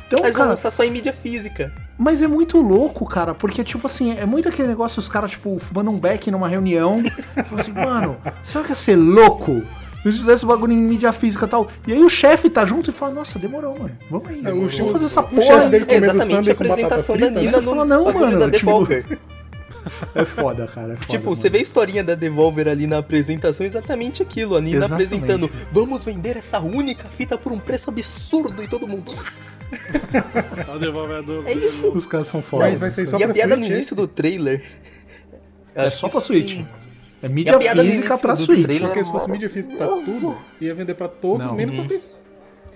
S5: Então,
S4: Mas vão
S5: cara,
S4: lançar só em mídia física.
S5: mas é muito louco, cara, porque, tipo assim, é muito aquele negócio, os caras, tipo, fumando um beck numa reunião, falando assim, mano, será que ia ser louco? Se eles fizessem bagulho em mídia física e tal. E aí o chefe tá junto e fala, nossa, demorou, mano. Vamos aí,
S3: É,
S5: mano.
S3: o
S5: vamos
S3: chefe-
S5: fazer essa
S3: o
S5: porra.
S3: chefe
S5: aí."
S3: dele-
S4: É
S3: comendo
S4: exatamente
S3: sanduíche
S4: a
S3: com batata
S4: apresentação da
S3: frita, né?
S4: Nina
S5: Você fala,
S4: no
S5: não,
S4: bagulho
S5: mano,
S4: da
S5: tipo-
S4: Devolver.
S5: É foda, cara. É foda,
S4: Tipo,
S5: mano.
S4: você vê a historinha da Devolver ali na apresentação, é exatamente aquilo. A Nina
S5: Exatamente.
S4: apresentando, vamos vender essa única fita por um preço absurdo e todo mundo.
S2: É. O devolvedor.
S4: É isso.
S5: Os caras são foda.
S3: Mas vai sair só
S4: e a
S3: pra
S4: piada
S3: Switch,
S4: no
S3: esse?
S4: início do trailer.
S5: É
S4: Acho
S5: só
S4: que
S5: pra Switch.
S4: sim.
S5: É
S4: E
S5: mídia
S4: a piada no
S5: física
S4: início
S5: pra
S4: do
S5: Switch.
S4: trailer
S3: Porque se fosse mídia física pra tudo, ia vender pra todos,
S5: Não.
S3: menos pra PC.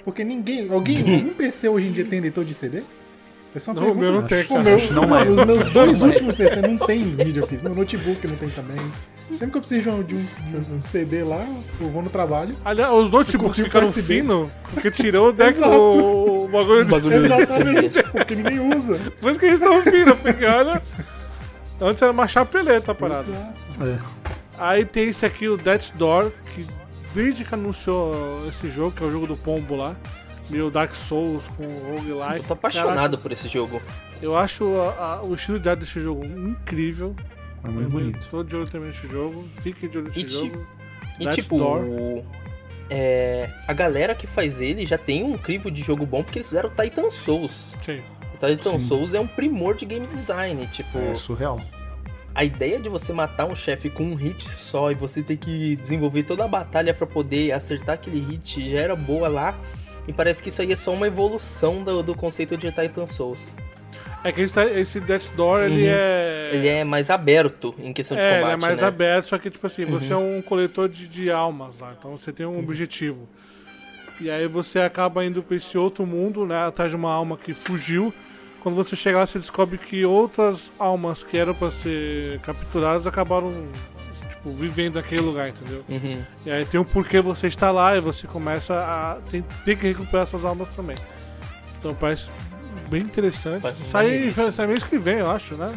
S3: Porque ninguém, alguém, algum PC hoje em dia tem leitor de CD? É só uma
S2: Não, o meu não
S3: pergunta.
S2: tem,
S3: O
S2: cara.
S3: meu-
S5: Acho que não
S3: mano,
S5: é.
S3: os meus dois últimos PC não tem mídia física. Meu notebook não tem também. Sempre que eu preciso de um, de um- de um CD lá, eu vou no trabalho.
S2: Aliás, os notebooks
S3: Curtiu o
S2: ficaram
S3: USB.
S2: finos porque tirou o deck
S3: Exato.
S2: o, o bagulho
S4: O bagulho
S2: de.
S3: Exatamente, porque ninguém usa.
S2: Por isso que eles estão finos, porque olha. Antes era uma chapeleta a parada.
S5: É.
S2: Aí tem esse aqui, o Death's Door, que desde que anunciou esse jogo, que é o jogo do pombo lá, meio Dark Souls com roguelike.
S4: Eu tô apaixonado por esse jogo.
S2: Caraca, eu acho a- a- o estilo de arte desse jogo incrível.
S5: É muito bonito.
S2: Tô de olho também nesse jogo. Fique de olho nesse
S4: E ti-
S2: jogo.
S4: E
S2: That's
S4: tipo,
S2: Door.
S4: o- é, a galera que faz ele já tem um crivo de jogo bom porque eles fizeram Titan Souls.
S2: Sim.
S4: O Titan Souls é um primor de game design, tipo.
S5: É surreal.
S4: A ideia de você matar um chefe com um hit só e você ter que desenvolver toda a batalha pra poder acertar aquele hit já era boa lá. E parece que isso aí é só uma evolução do, do conceito de Titan Souls.
S2: É que esse, esse Death's Door, ele
S4: Uhum.
S2: é...
S4: Ele é mais aberto em questão de
S2: É,
S4: combate,
S2: ele é mais
S4: né?
S2: aberto, só que, tipo assim, você é um coletor de, de almas lá, então você
S4: Uhum.
S2: tem um objetivo. E aí você acaba indo pra esse outro mundo, né, atrás de uma alma que fugiu. Quando você chega lá, você descobre que outras almas que eram pra ser capturadas acabaram, tipo, vivendo naquele lugar, entendeu?
S4: Uhum.
S2: E aí tem o porquê você está lá e você começa a tem, tem que recuperar essas almas também. Então parece bem interessante.
S4: Parece
S2: Sai,
S4: maneiríssimo.
S2: sai mês que vem, eu acho, né?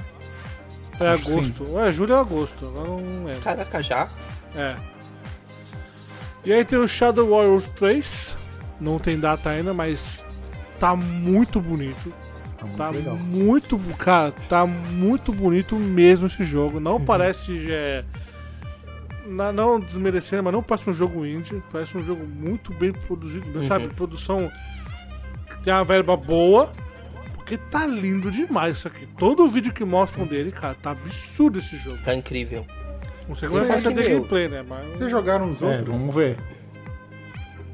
S2: É
S5: Acho que
S2: agosto. Ou é julho ou agosto, agora eu não lembro.
S4: Caraca, já.
S2: É. E aí tem o Shadow Warriors 3. Não tem data ainda, mas tá muito bonito.
S5: Tá muito
S2: Tá
S5: legal.
S2: muito, bu- cara, tá muito bonito mesmo esse jogo. Não
S5: Uhum.
S2: parece é, na- não desmerecendo, mas não parece um jogo indie, parece um jogo muito bem produzido,
S5: Uhum.
S2: sabe? Produção que tem uma verba boa, porque tá lindo demais isso aqui. Todo o vídeo que mostram dele, cara, tá absurdo esse jogo.
S4: Tá incrível.
S2: Não sei como é
S3: Será
S2: que vai
S3: que
S2: ser
S3: meu?
S2: gameplay, né? Mas
S3: Vocês jogaram os
S5: É,
S3: outros?
S5: vamos ver.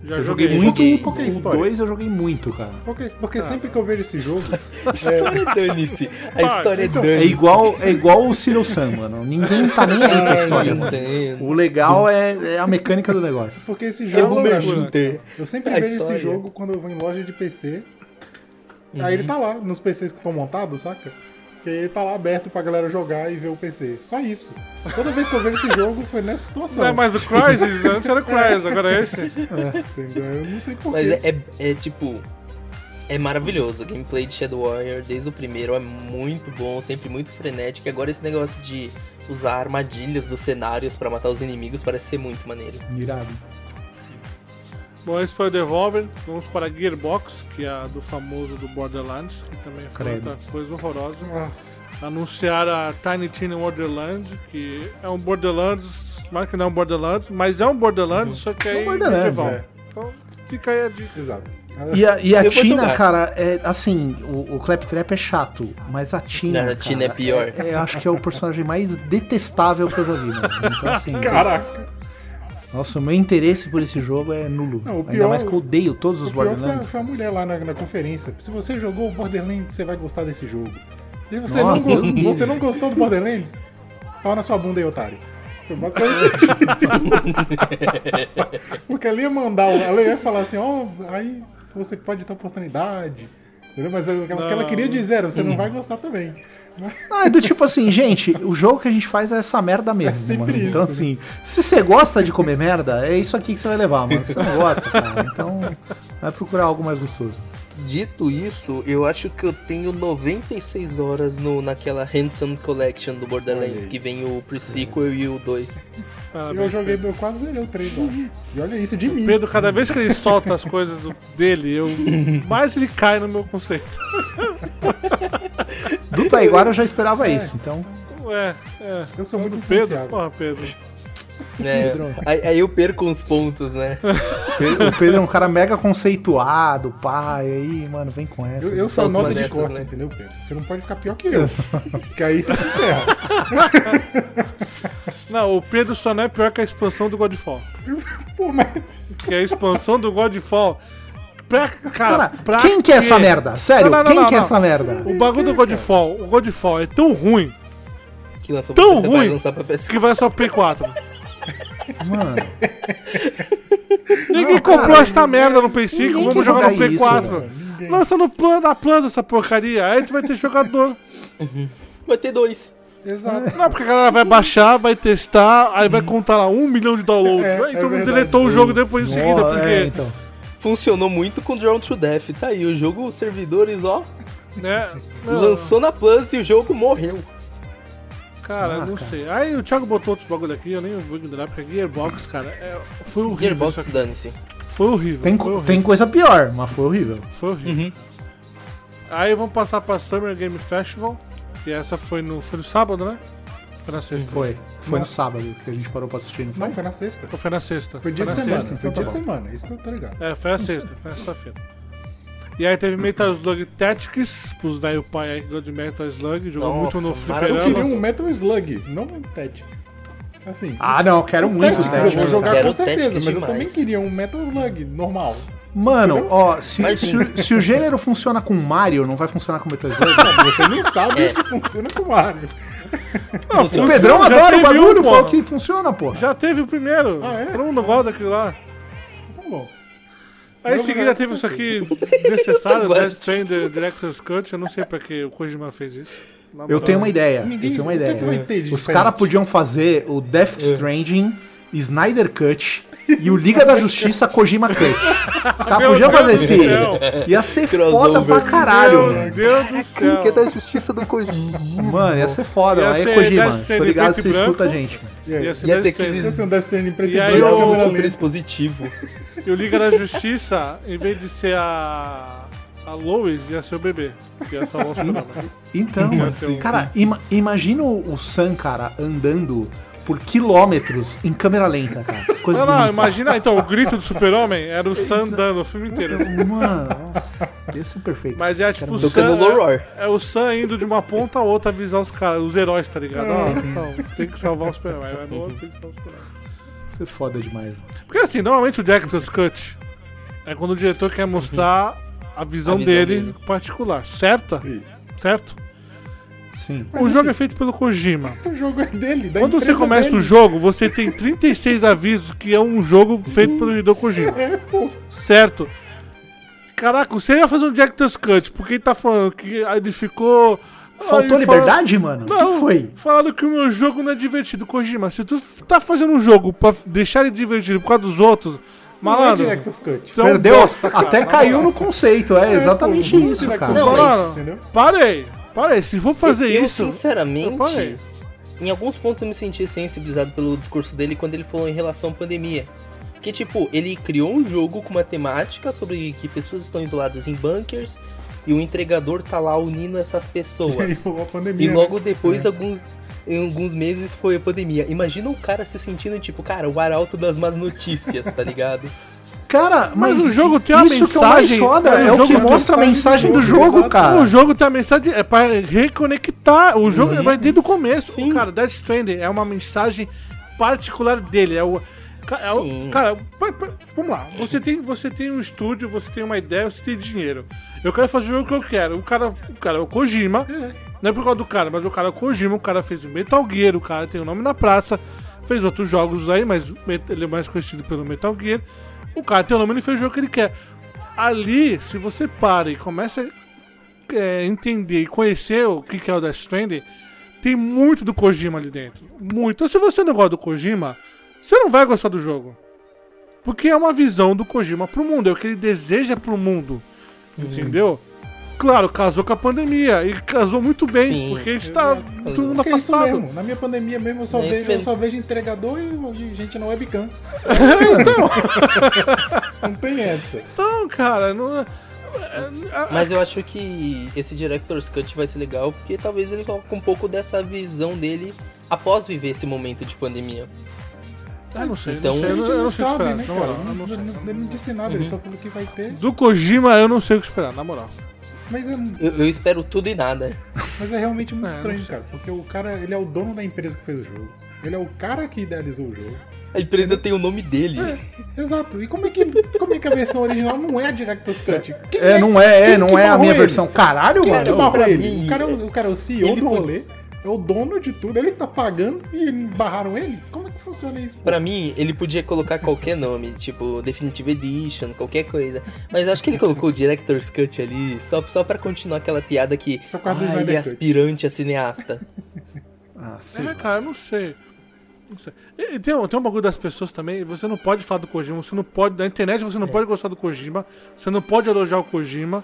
S2: já
S5: Eu joguei,
S4: joguei,
S5: muito.
S4: joguei.
S5: Qual que é a
S3: O
S5: história? O
S3: dois
S5: 2 eu joguei muito, cara.
S3: Porque, porque sempre que eu vejo esses jogos,
S2: Tá
S4: História é dane-se. A história é dane-se.
S5: É igual, é igual o Ciro Sam, mano. Ninguém tá nem aí com a
S4: Ai,
S5: história,
S4: meu
S5: mano.
S4: Deus.
S5: O legal é, é a mecânica do negócio.
S3: porque esse
S4: É
S3: jogo.
S4: Boomer
S3: cara,
S4: Shooter.
S3: Eu sempre
S4: A
S3: vejo
S4: história. Uhum.
S3: esse jogo quando eu vou em loja de PC. Aí ele tá lá, nos PCs que estão montados, saca? Que aí tá lá aberto pra galera jogar e ver o PC. Só isso. Toda vez que eu vejo esse jogo foi nessa situação.
S2: Não é mais o Crysis? Antes era o Crysis, agora é esse.
S3: Entendeu? Eu não sei porquê.
S4: Mas é, é- é, tipo. É maravilhoso. O gameplay de Shadow Warrior desde o primeiro é muito bom, sempre muito frenético. E agora esse negócio de usar armadilhas dos cenários pra matar os inimigos parece ser muito maneiro.
S5: Irado.
S2: Bom, esse foi o Devolver. Vamos para a Gearbox, que é a do famoso do Borderlands, que também foi
S5: Credo.
S2: outra coisa horrorosa.
S4: é-
S3: Nossa.
S2: Anunciaram a Tiny Tina Wonderland, que é um Borderlands, mas que não é um Borderlands, mas é um Borderlands, só que
S5: um
S2: é
S5: Borderlands,
S2: medieval.
S3: é.
S2: Então fica aí a dica.
S3: Exato.
S5: E a, e a
S4: Eu vou
S5: Tina,
S4: jogar.
S5: cara, é assim, o, o Claptrap é chato, mas a Tina.
S4: Não, a Tina
S5: cara,
S4: é pior.
S5: é- é- acho que é o personagem mais detestável que eu já vi, mano. Então, assim,
S3: Caraca.
S5: nossa, o meu interesse por esse jogo é nulo.
S3: Não, o
S5: Ainda
S3: pior-
S5: mais que eu odeio todos os
S3: O pior foi a,
S5: Borderlands.
S3: foi a mulher lá na, na conferência. Se você jogou o Borderlands, você vai gostar desse jogo. E você,
S5: Nossa,
S3: não, gos-
S5: Deus me
S3: você
S5: livre.
S3: não gostou do Borderlands? Pau na sua bunda aí, otário. Foi basicamente isso. Porque ela ia mandar, o- ela ia falar assim, ó, aí você pode ter oportunidade. Entendeu? Mas o que ela- o que ela queria dizer era, você não vai gostar também.
S2: Tá
S5: Ah, é do tipo assim, gente, o jogo que a gente faz é essa merda mesmo.
S3: sempre
S5: mano. Então,
S3: isso,
S5: assim, se você gosta de comer merda, é isso aqui que você vai levar, mano. Se você não gosta, cara, então vai procurar algo mais gostoso.
S4: Dito isso, eu acho que eu tenho 96 horas no, naquela Handsome Collection do Borderlands,
S3: Olha aí.
S4: que vem o pre-sequel e o 2.
S3: eu
S2: Parabéns,
S3: joguei, eu quase zerei o 3 lá. E olha isso de mim.
S2: Pedro, cada vez que ele solta as coisas do- dele, eu mais ele cai no meu conceito.
S5: Do Taiguara eu já esperava isso, então.
S2: É, é.
S3: Eu sou muito
S2: Pedro,
S3: influenciado.
S2: porra, Pedro.
S4: É,
S5: Pedro.
S4: aí, aí eu perco uns pontos, né?
S5: Pe- O Pedro é um cara mega conceituado, pá, e aí, mano, vem com essa.
S3: Eu, eu sou
S4: Solta uma
S3: nota de
S4: dessas,
S3: corte,
S4: né?
S3: entendeu, Pedro? Você não pode ficar pior que eu. que aí você se ferra.
S2: Não, o Pedro só não é pior que a expansão do Godfall.
S3: Pô, mas
S2: Que é a expansão do Godfall. Pra, cara,
S5: Cara,
S2: pra
S5: quem que é
S2: quê?
S5: essa merda? Sério,
S2: Não, não, não,
S5: quem
S2: não,
S5: que é
S2: não.
S5: essa merda?
S2: O bagulho do Godfall, o Godfall é tão ruim
S4: Que lançou
S2: Tão
S4: pra,
S2: ruim.
S4: Vai lançar pra PS4.
S2: que vai só Play 4.
S5: Mano,
S2: Ninguém
S5: Não,
S2: comprou
S5: cara,
S2: esta merda no Play 5,
S5: ninguém
S2: vamos
S5: quer
S2: jogar no
S5: jogar
S2: Play
S5: isso,
S2: 4.
S5: velho.
S2: Lança no plano da planta essa porcaria, aí tu vai ter jogador.
S4: Vai ter dois.
S3: Exato.
S2: Não, porque a galera vai baixar, vai testar, aí vai contar lá um milhão de downloads.
S3: É,
S2: aí
S3: é
S2: todo mundo
S3: verdade.
S2: deletou o jogo depois em seguida,
S5: nossa,
S2: porque.
S5: é, então.
S4: Funcionou muito com Drown to Death. Tá aí, o jogo, os servidores, ó,
S2: né?
S4: lançou na Plus e o jogo morreu.
S3: Ah,
S2: Cara, eu não sei. Aí o Thiago botou outros bagulho aqui, eu nem vou ignorar, porque Gearbox, cara, é- foi horrível.
S4: Gearbox,
S2: isso aqui.
S4: dane-se.
S2: Foi horrível.
S5: Tem,
S2: foi
S5: co-
S2: horrível.
S5: tem coisa pior, mas foi horrível.
S2: Foi horrível.
S4: Uhum.
S2: Aí vamos passar pra Summer Game Festival, que essa foi no, foi no sábado, né? Foi na sexta.
S5: Foi. Foi no sábado que a gente parou pra assistir, não foi?
S3: Não, foi na sexta.
S2: Ou foi na sexta?
S3: Foi dia
S2: na
S3: de semana.
S2: sexta,
S3: Foi
S2: então
S3: dia
S2: tá
S3: de semana. Isso que eu tô ligado.
S2: bom. É, foi na sexta, foi na sexta-feira. E aí teve Metal Slug Tactics, pros velho pai aí que gosta de Metal Slug, jogou
S4: Nossa,
S2: muito no
S3: Eu
S4: maravilhoso.
S2: fliperama.
S3: queria um Metal Slug, não um Tactics. Assim.
S5: Ah, não, eu quero muito
S3: Tactics eu vou
S5: Tactics,
S3: jogar
S5: cara.
S4: Quero
S3: com certeza, mas
S4: Tactics
S3: eu também
S4: demais.
S3: queria um Metal Slug normal.
S5: Mano, ó, se,
S4: Mas-
S5: se o- se o gênero funciona com Mario, não vai funcionar com Metal Slug?
S3: Você nem
S5: É.
S3: sabe se funciona com o Mario.
S2: Não,
S5: O
S2: funciona,
S5: Pedrão
S2: já
S5: adora o
S2: teve
S5: bagulho,
S2: um,
S5: falou
S2: porra.
S5: que funciona, pô.
S2: Já teve o primeiro.
S3: Ah, é?
S2: Bruno gosta daquilo lá.
S3: Tá bom.
S2: Aí em
S3: Não,
S2: seguida
S3: não,
S2: teve isso
S3: não
S2: aqui desnecessário,
S4: Agora-
S2: Death Train The Director's Cut. Eu não sei pra que o Kojima fez isso. Na
S5: Eu
S2: moral.
S5: tenho um uma ideia.
S3: Ninguém-
S5: eu tenho uma
S3: o que é
S5: ideia.
S3: que vai ter de
S5: Os
S3: diferente?
S5: caras podiam fazer o Death
S2: É.
S5: Stranding, Snyder Cut e o Liga da Justiça Kojima Cut. Os caras
S2: Meu
S5: podiam
S2: Deus
S5: fazer
S2: do
S5: esse.
S2: céu.
S5: Ia ser foda
S4: Crossover.
S5: pra caralho,
S2: Meu
S5: mano.
S2: Deus do céu.
S4: é da justiça do Kojima.
S5: Mano, ia ser foda.
S2: Ia
S5: Aí,
S2: ser
S5: Kojima,
S2: Death Stranding
S5: tô ligado que
S2: preto
S5: você
S2: e branco.
S5: escuta a gente. mano.
S3: E aí?
S2: Ia ser
S4: Ia
S2: Death
S4: ter que
S2: Stranding.
S4: eles-
S3: Esse é um Death Stranding preto
S2: assim, E
S3: e
S2: aí
S3: branco,
S2: eu-
S4: Tirar um
S3: câmera
S4: super
S3: lenta.
S4: expositivo.
S2: E o Liga da Justiça, em vez de ser a. A Lois ia ser o bebê. Que ia salvar os programas.
S5: Então, mano,
S2: sim,
S5: cara, ima- imagina o Sam, cara, andando por quilômetros em câmera lenta, cara. Coisa
S2: Não, não,
S5: bonita.
S2: imagina. Então, o grito do super-homem era o Sam dando o filme inteiro.
S5: Mano, nossa, ia ser perfeito.
S2: Mas é tipo o
S4: Tocando
S2: Sam.
S4: Low Roar.
S2: É, é o Sam indo de uma ponta a outra avisar os caras, os heróis, tá ligado? Ó, então, tem que salvar os super-homem. Vai no outro, tem que salvar os super-homem.
S5: Ia ser é foda demais. mano.
S2: Porque assim, normalmente o director's cut é quando o diretor quer mostrar a visão,
S4: A visão
S2: dele,
S4: dele.
S2: particular, certa?
S3: Isso.
S2: Certo?
S5: Sim.
S2: o jogo é feito pelo Kojima.
S3: O jogo é dele. da
S2: Quando você
S3: empresa
S2: começa
S3: dele.
S2: o jogo, você tem 36 avisos que é um jogo feito pelo Hideo Kojima.
S3: É, pô.
S2: Certo? Caraca, você ia fazer um director's cut, porque ele tá falando que ele ficou
S5: Faltou
S2: Aí fala-
S5: liberdade, mano? O que foi?
S2: Falaram que o meu jogo não é divertido. Kojima, se tu tá fazendo um jogo pra deixar ele divertido por causa dos outros,
S3: Não é
S2: malandro.
S3: Director's Cut.
S2: tu é um
S5: Perdeu?
S2: bosta, cara.
S5: Até caiu no conceito, é exatamente
S3: pô, muito
S5: isso,
S3: Director's
S5: cara.
S4: Não,
S3: Cut,
S4: mas-
S3: entendeu?
S2: Parei, parei. Se for fazer
S4: eu,
S2: é isso. é. eu parei.
S4: sinceramente, em alguns pontos eu me senti sensibilizado pelo discurso dele quando ele falou em relação à pandemia. Que tipo, ele criou um jogo com uma temática sobre que pessoas estão isoladas em bunkers e o entregador tá lá unindo essas
S3: Ele
S4: pessoas.
S3: falou a pandemia.
S4: e
S3: né?
S4: logo depois,
S3: É.
S4: alguns, em alguns meses, foi a pandemia. Imagina o cara se sentindo tipo, cara, o arauto das más notícias, tá ligado?
S5: Cara,
S2: Mas
S5: mas,
S2: o jogo tem a
S5: isso que é o mais
S2: mensagem,
S5: foda,
S2: cara, o
S5: é o
S2: jogo
S5: que
S2: tem a
S5: mostra a mensagem do jogo,
S3: exato.
S5: cara.
S2: O jogo tem a mensagem é pra reconectar. O jogo vai desde o começo.
S4: Sim.
S2: Cara, Death Stranding é uma mensagem particular dele. É o. ca- é o-
S4: Sim.
S2: cara, pa- pa- vamos lá. Você tem, você tem um estúdio, você tem uma ideia, você tem dinheiro. Eu quero fazer o jogo que eu quero. O cara, o cara é o Kojima. Não é por causa do cara, mas o cara é o Kojima. O cara fez o Metal Gear, o cara tem o nome na praça. Fez outros jogos aí, mas o Met- ele é mais conhecido pelo Metal Gear. O cara tem o nome, ele fez o jogo que ele quer. Ali, se você para e começa a é, entender e conhecer o que que é o Death Stranding, tem muito do Kojima ali dentro. Muito. Então, se você não gosta do Kojima, você não vai gostar do jogo. Porque é uma visão do Kojima pro mundo, é o que ele deseja pro mundo. Entendeu? Claro, casou com a pandemia e casou muito bem,
S4: Sim,
S2: porque está todo mundo
S3: Porque é isso
S2: afastado.
S3: mesmo. Na minha pandemia mesmo, eu só,
S4: É isso
S3: vejo, eu
S4: mesmo.
S3: só vejo entregador e um gente na webcam. Não tem essa.
S2: Então, cara, não é-
S3: Ah,
S4: Mas eu acho que esse Director's Cut vai ser legal, porque talvez ele coloque um pouco dessa visão dele após viver esse momento de pandemia.
S2: eu não sei,
S4: Então,
S2: não
S4: a
S2: sei, eu não, eu não sei o que esperar.
S3: né,
S2: na
S3: cara?
S2: moral,
S3: Não-
S2: eu não sei.
S3: não- Ele não disse nada, ele só falou que vai ter.
S2: Do Kojima eu não sei o que esperar, na moral.
S3: Mas é,
S4: Eu, eu espero tudo e nada.
S3: mas é realmente muito
S2: É, não
S3: estranho,
S2: sei.
S3: cara. Porque o cara, ele é o dono da empresa que fez o jogo. Ele é o cara que idealizou o jogo.
S4: A empresa tem o nome dele.
S3: Exato. E como é que, como é que a versão original não é a Director's Cut? Quem
S5: É, não é, é,
S3: quem
S5: não
S3: que
S5: é a
S3: barrou
S5: minha
S3: ele?
S5: versão. Caralho,
S3: Quem é que
S5: mano.
S3: barrou
S4: pra
S3: ele?
S4: mim,
S3: o, cara, é o- o cara é o CEO
S4: ele
S3: do
S4: foi-
S3: rolê, é o dono de tudo, ele que tá pagando e barraram ele? Como é que funciona isso? pô?
S4: Pra mim, ele podia colocar qualquer nome, tipo Definitive Edition, qualquer coisa. Mas eu acho que ele colocou o Director's Cut ali só, só pra continuar aquela piada que.
S3: Só por causa do
S4: Ah, ele é
S3: Snyder Cut."
S4: aspirante a cineasta.
S5: Ah, sim.
S2: É, cara, eu não sei. Não sei. E- e tem, um- tem um bagulho das pessoas também, você não pode falar do Kojima, você não pode. Na internet você não pode gostar do Kojima, você não pode elogiar o Kojima.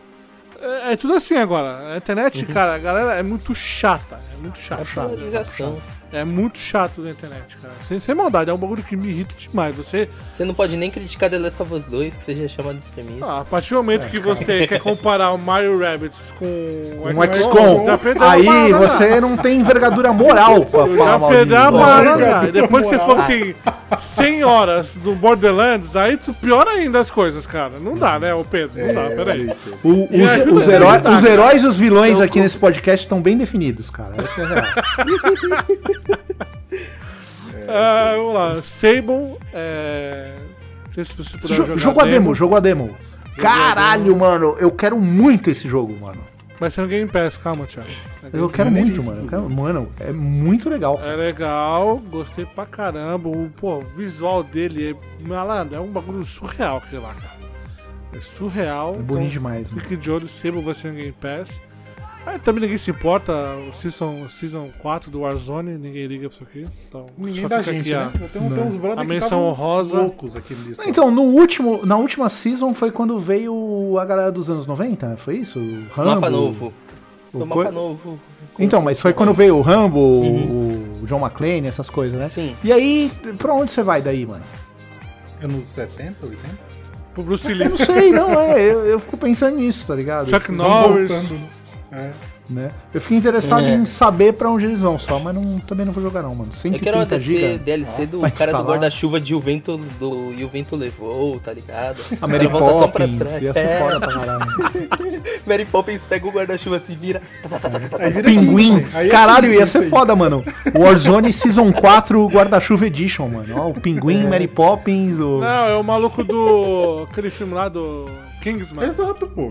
S2: É, é tudo assim agora. A internet, cara, a galera é muito chata. É muito chata.
S4: Valorização.
S2: É muito chato na internet, cara. Sem, sem maldade, é um bagulho que me irrita demais. Você.
S4: Você não pode nem criticar The Last of Us 2, que seja chamado de extremista.
S2: ah, a partir do momento que você quer comparar o Mario Rabbits com o
S5: Um
S2: XCOM,
S5: XCOM.
S2: já perdeu a
S5: Aí
S2: parada.
S5: você não tem envergadura moral pra falar
S2: Já
S5: mal
S2: perdeu a
S5: de
S2: barra,
S5: jogo.
S2: cara. E Depois que você
S3: Moral.
S2: falou que tem 100 horas do Borderlands, aí tu piora ainda as coisas, cara. Não dá, né, ô Pedro? Não dá, peraí.
S5: O- os,
S2: ajuda
S5: os
S2: a
S5: herói-
S2: ajudar,
S5: os
S2: cara.
S5: heróis e os vilões aqui nesse podcast estão bem definidos, cara. Essa é a real.
S2: Ah, vamos lá. Sable, é... Não sei se você puder
S5: Jo-
S2: jogar
S5: jogo a demo, jogo a demo. Caralho, mano, eu quero muito esse jogo, mano.
S2: Mas você não Game Pass, calma, Thiago. É
S5: Eu
S2: Game-
S5: quero muito,
S3: maneiríssimo,
S5: mano. Eu quero- mano, é muito legal.
S2: É legal, gostei pra caramba. O, pô, o visual dele é malandro, é um bagulho surreal aquele lá, cara. É surreal. Então,
S5: É bonito demais, mano.
S2: Fique de olho, Sable vai ser um Game Pass. Aí também ninguém se importa, o Season, o season 4 do Warzone, ninguém liga pra isso aqui. Então,
S3: Ninguém
S2: só
S3: da
S2: fica
S3: gente,
S2: aqui
S3: né?
S2: a-
S3: Eu tenho, tenho uns brothers
S2: A menção honrosa.
S3: loucos aqui no Discord.
S5: Então, no último, na última season foi quando veio a galera dos anos 90, foi isso? O Rambo,
S4: um mapa novo.
S5: o
S4: Foi um
S5: coi-
S4: mapa novo. Com-
S5: Então, mas foi quando veio o Rambo, o John McClane, essas coisas, né?
S4: Sim.
S5: E aí, pra onde você vai daí, mano?
S3: Anos 70, 80?
S2: Pro Bruce
S5: Eu
S2: Lee.
S5: não sei, não, é. Eu, eu fico pensando nisso, tá ligado?
S2: Chuck
S5: Tipo,
S2: Norris.
S3: Voltando. É.
S5: né? Eu fiquei interessado
S4: É.
S5: em saber pra onde eles vão só, mas não, também não vou jogar, não, mano.
S4: Eu quero
S5: 130
S4: agradecer
S5: GB.
S4: DLC do
S5: Vai
S4: cara do
S5: instalar.
S4: guarda-chuva de o vento do e o vento levou, tá ligado?
S5: A Mary
S4: O cara volta tão
S5: Poppins, ia ser
S4: É,
S5: foda pra caralho.
S4: Mary Poppins pega o guarda-chuva assim, vira. tá.
S3: Aí vira
S5: Pinguim.
S3: pinguim. Aí é
S5: Caralho,
S3: pinguim
S5: ia
S3: isso
S5: ser
S3: aí.
S5: foda, mano. Warzone Season 4 Guarda-Chuva Edition, mano. Ó, o Pinguim, Mary Poppins, o...
S2: Não, é o maluco do. aquele filme lá do Kingsman.
S3: Exato, pô.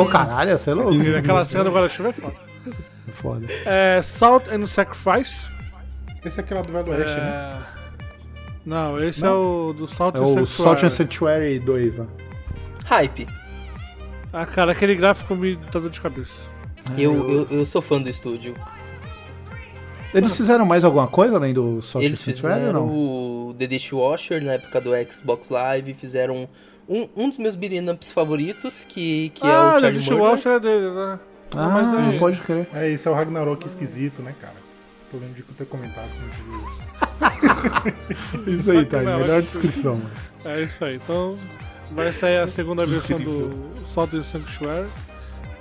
S5: Oh, caralho, você é louco.
S2: Aquela cena do guarda-chuva é foda.
S5: Foda.
S2: É, Salt and Sacrifice.
S3: Esse é aquele lá do Velho Oeste, né?
S2: Não, esse é o do Salt
S5: É
S2: and
S5: o
S2: Sacrifice.
S5: Salt and Sanctuary né? 2, lá.
S4: Hype.
S2: Ah, cara, aquele gráfico me tá dando de cabeça.
S4: Eu, eu, eu sou fã do estúdio.
S5: Eles fizeram mais alguma coisa além do Soft
S4: Eles
S5: Street Fighter ou
S4: fizeram
S5: é não?
S4: o The Dishwasher na época do Xbox Live, fizeram um, um dos meus beat'em ups favoritos, que, que é
S2: ah,
S4: o
S2: The
S4: Charlie Murder.
S2: Dishwasher é dele, né?
S5: Ah,
S2: mas aí-
S5: não pode crer.
S3: É, isso é o Ragnarok esquisito, né, cara? Eu lembro de ter comentado assim, com o
S5: Isso aí, tá. aí,
S2: Não,
S5: Melhor
S2: acho-
S5: descrição. mano.
S2: É isso aí. Então vai sair a segunda versão do Salt and Sanctuary,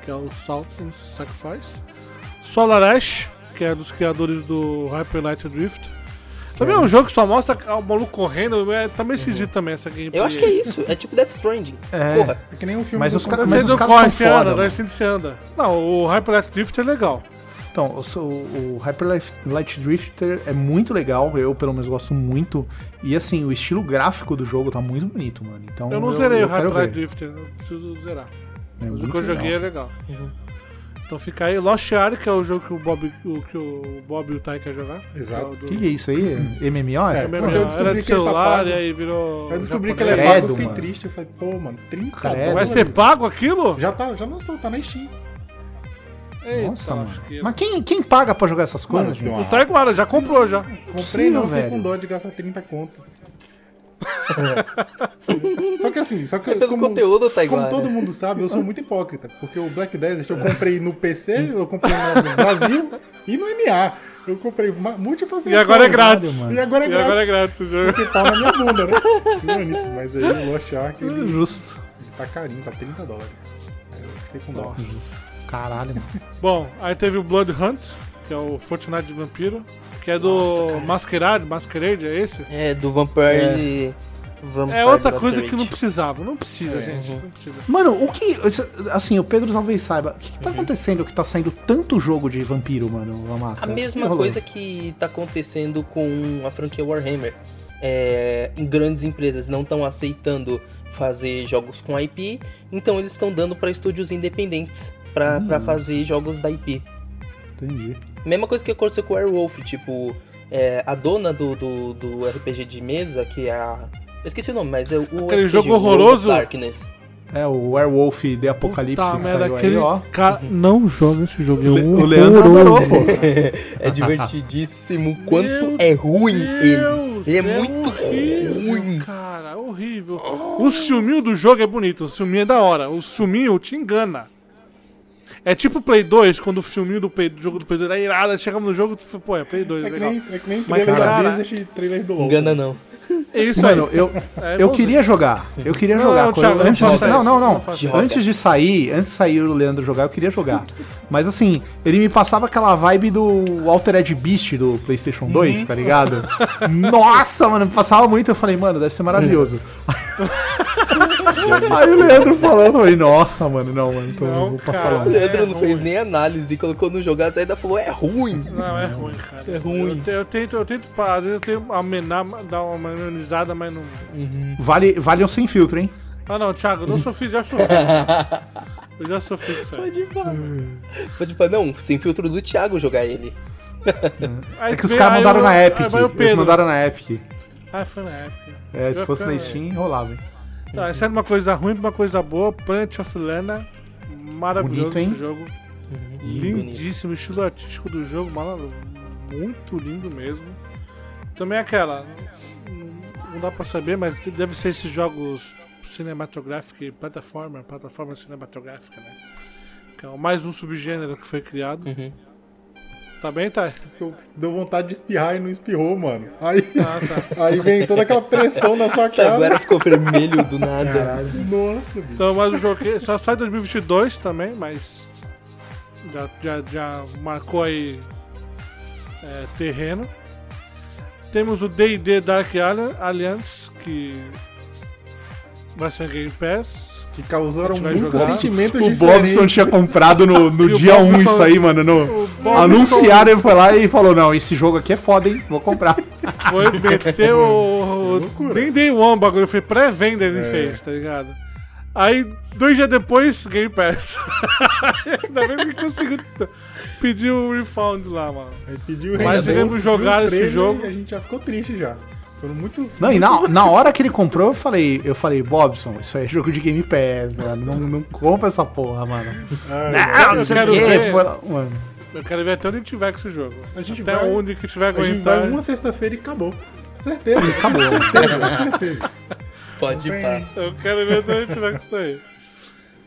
S2: que é o Salt and Sacrifice. Solar Ash, que é dos criadores do Hyper Light Drift. Também é um jogo que só mostra o maluco correndo, é, tá meio esquisito também essa gameplay.
S4: Eu acho que é isso, é tipo Death Stranding.
S5: É.
S4: Porra,
S3: É que nem um filme
S5: Mas
S3: do
S5: os ca-
S3: Fantasma.
S5: mas
S2: Mas
S5: os
S2: não
S5: caras
S2: corre,
S5: são
S2: você
S5: foda,
S2: anda,
S5: mano.
S2: daí sim você anda. Não, o Hyper Light Drift é legal.
S5: Então, o, seu- o Hyper Life- Light Drifter é muito legal, eu pelo menos gosto muito. E assim, o estilo gráfico do jogo tá muito bonito, mano. Então,
S2: Eu não zerei o
S5: quero
S2: Hyper Light
S5: ver.
S2: Drift, eu preciso zerar.
S5: É
S2: Mas o
S5: muito
S2: que eu joguei é
S5: legal.
S2: legal.
S4: Uhum.
S2: Então fica aí, Lost Ark, que é o jogo que o Bob, o, que o Bob e o Tai quer jogar.
S3: Exato.
S2: É o do-
S5: O que, que é isso aí? MMO?
S3: É,
S5: essa
S3: MMO.
S5: porra?
S2: Era,
S3: eu descobri
S2: era
S3: que
S2: de
S3: ele tá
S2: celular
S3: pago.
S2: e aí virou.
S3: Eu descobri que ele
S2: japonês.
S3: é pago,
S5: Credo,
S3: eu fiquei
S5: mano.
S3: triste. Eu falei, pô, mano, 30
S5: Credo.
S2: Vai
S3: dólares.
S2: ser pago aquilo?
S3: Já tá, já lançou, tá na Steam.
S2: Eita,
S5: Nossa, mano.
S2: lasqueira.
S5: Mas quem, quem paga pra jogar essas coisas?
S3: Mano,
S5: gente?
S2: O Taiguara já comprou já.
S3: Comprei
S5: Sim,
S3: não, fiquei
S5: velho.
S3: com dó de gastar 30 conto. só que assim, só que
S4: É pelo conteúdo, né? Taiguara.
S3: Como todo mundo sabe, eu sou muito hipócrita, porque o Black Desert eu comprei no PC, eu comprei no Brasil e no MA. Eu comprei ma- múltiplas
S2: E agora é grátis.
S5: mano.
S3: E agora é
S2: E agora é
S3: grátis.
S2: grátis o jogo.
S3: Porque tá na minha bunda, né? Não é isso, mas aí eu vou achar que ele
S5: Justo.
S3: tá carinho, tá 30 dólares. Aí eu fiquei com dó.
S5: Caralho, mano.
S2: Bom, aí teve o Blood Hunt, que é o Fortnite de Vampiro, que é do Masquerade, Masquerade, é esse?
S4: É, do Vampire... Vampire
S2: É outra
S4: Masquerade.
S2: coisa que não precisava. Não precisa,
S5: É.
S2: gente. Não precisa.
S5: Mano, o que. Assim, o Pedro talvez saiba. O que, que tá acontecendo que tá saindo tanto jogo de vampiro, mano? A,
S4: A
S5: máscara?
S4: mesma
S5: Que
S4: coisa que tá acontecendo com a franquia Warhammer. É, em grandes empresas não estão aceitando fazer jogos com IP, então eles estão dando pra estúdios independentes pra pra fazer jogos da IP.
S5: rolou? Entendi.
S4: Mesma coisa que aconteceu com o Werewolf, tipo, é, a dona do, do, do RPG de mesa, que é a. Eu esqueci o nome, mas é o.
S2: Aquele
S4: RPG,
S2: jogo
S4: World of
S2: horroroso.
S4: Darkness.
S5: É, o Werewolf The Apocalipse
S2: Puta
S5: que
S2: merda,
S5: saiu
S2: aquele
S5: aí, ó.
S2: cara não joga esse jogo. é
S5: Le-
S2: um
S5: o Leandro
S2: horror.
S5: adorou, pô.
S4: É divertidíssimo o quanto
S2: Meu
S4: é ruim
S2: Deus,
S4: ele. Ele é, muito
S2: horrível,
S4: ruim.
S2: Cara, é horrível. O filminho do jogo é bonito, o filminho é da hora. O filminho te engana. É tipo Play 2, quando o filminho do, Play- do jogo do Play 2 era irado, aí chegamos no jogo, tu fala, pô, é Play 2, é
S3: É que
S2: legal.
S3: nem, é que nem
S2: Mas,
S3: trailer da
S2: cara,
S3: Blizzard e trailer do LoL.
S4: Engana não.
S2: É isso aí.
S5: Mano, eu,
S2: É
S5: eu
S2: bonzinho.
S5: queria jogar. Eu queria
S2: Não,
S5: jogar.
S2: não,
S5: quando eu-
S2: Thiago, não
S5: antes
S2: faça
S5: de, não,
S2: isso,
S5: não,
S2: não
S5: não.
S2: faça
S4: isso.
S5: Antes de sair, antes de sair o Leandro jogar, eu queria jogar. Mas assim, ele me passava aquela vibe do Altered Beast do PlayStation
S2: Uhum.
S5: 2, tá ligado? Nossa, mano, me passava muito. Eu falei, mano, deve ser maravilhoso. Aí o Leandro falando, eu falei, nossa, mano, não, mano, então
S2: Não,
S5: vou passar
S2: cara.
S5: lá.
S4: O Leandro não
S2: ruim.
S4: fez nem análise, colocou no jogado e ainda falou, é ruim.
S2: Não, é ruim, cara.
S4: É ruim.
S2: Eu, te- eu tento, eu tento, pá, às vezes eu tento amenar, dar uma amenizada, mas não.
S5: Vale, vale um sem filtro, hein?
S2: Ah, não, Thiago, eu não sofri, já sofri. eu já sofri com isso aí.
S4: Pode falar.
S2: Hum.
S4: Pode falar, Tipo, não, sem filtro do Thiago jogar ele.
S2: Aí
S5: É que os
S2: vem-
S5: caras
S2: aí
S5: mandaram
S2: eu-
S5: na
S2: Aí
S5: Epic.
S2: vai o
S5: Eles
S2: Pedro.
S5: mandaram na Epic.
S2: Ah, foi na Epic.
S5: É, se
S2: Eu
S5: fosse na
S2: quero-
S5: Steam, enrolava, hein?
S2: Tá, é sério uma coisa ruim pra uma coisa boa. Planet of Lana, maravilhoso
S5: Bonito, hein?
S2: esse jogo. Lindíssimo, estilo artístico do jogo, malandro. Muito lindo mesmo. Também aquela. Não dá pra saber, mas deve ser esses jogos cinematográficos, e plataforma, plataforma cinematográfica, né? Que é o mais um subgênero que foi criado.
S4: Uhum.
S2: Tá bem, Thay?
S3: Eu- Deu vontade de espirrar e não espirrou, mano. Aí,
S2: Ah, tá.
S3: aí vem toda aquela pressão na sua
S4: Tá,
S3: cara.
S4: agora ficou vermelho do nada.
S3: Nossa, bicho.
S2: Então, mas o jogo que- só sai em 2022 também, mas já, já, já marcou aí é, terreno. Temos o D&D Dark Alli- Alliance, que vai ser Game Pass.
S3: Que causaram
S2: A gente vai
S3: muitos
S2: jogar.
S3: sentimentos
S5: O
S3: diferentes.
S5: Bobson tinha comprado no, no
S2: E o
S5: dia 1
S2: Bobson-
S5: isso aí, mano. No...
S2: O Bobson
S5: Anunciaram, ele foi lá e falou: Não, esse jogo aqui é foda, hein? Vou comprar.
S2: Foi meter o... o- Nem Day One o bagulho, foi pré-venda ele fez, tá ligado? Aí, dois dias depois, Game Pass. Ainda bem que conseguiu t- pedir o refund lá, mano.
S3: Aí pediu
S2: Mas
S3: reembolso,
S2: iremos
S3: viu
S2: jogar
S3: o
S2: esse
S3: trailer
S2: jogo.
S3: E a gente já ficou triste já. Foram muitos.
S5: Não, e na, na hora que ele comprou, eu falei, eu falei, Bobson, isso aí é jogo de Game Pass, mano. Não, não compra essa porra, mano.
S3: Ah,
S5: Não,
S2: É, eu
S5: sei
S2: quero
S5: o quê,
S2: ver.
S5: foi- mano.
S2: Eu quero ver até onde tiver com esse jogo.
S3: A gente
S2: até
S3: vai-
S2: onde que tiver
S3: a gente vai
S2: aguentar.
S3: uma sexta-feira e acabou. Certeza.
S5: Acabou.
S4: Pode ir pra.
S2: Eu quero ver até onde tiver com isso aí.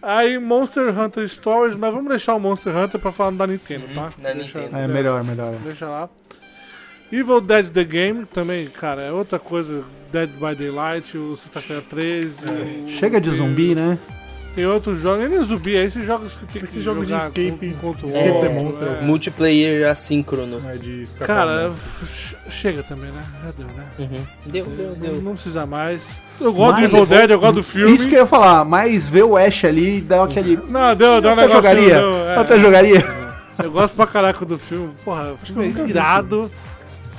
S2: Aí, Monster Hunter Stories, mas vamos deixar o Monster Hunter pra falar da Nintendo, tá?
S4: Uhum. da
S2: Deixa-
S4: Nintendo.
S5: É melhor, melhor.
S2: Deixa lá. Evil Dead The Game também, cara, é outra coisa. Dead by Daylight, o Sexta-feira 13. o-
S3: É.
S5: Chega de zumbi, né?
S2: Tem outros jogos, nem zumbi, é esses jogos que tem que
S3: Esse jogo de
S2: jogar
S3: escape,
S2: um contra o
S3: escape
S2: outro,
S4: the
S3: monster.
S2: é.
S4: Multiplayer assíncrono.
S3: É de escapar
S2: Cara,
S3: mesmo.
S2: f- chega também, né? Já deu, né?
S4: Uhum. Deu, deu,
S2: Não,
S4: deu.
S2: não precisa mais. Eu gosto
S5: Mas-
S2: do Evil Dead, eu gosto do filme.
S5: Isso que eu ia falar, mas ver o Ash ali dá aquele.
S2: Não, deu, deu
S5: Eu
S2: um
S5: até
S2: negócio.
S5: jogaria. Eu até jogaria.
S2: Eu gosto pra caraca do filme. Porra, o filme é irado.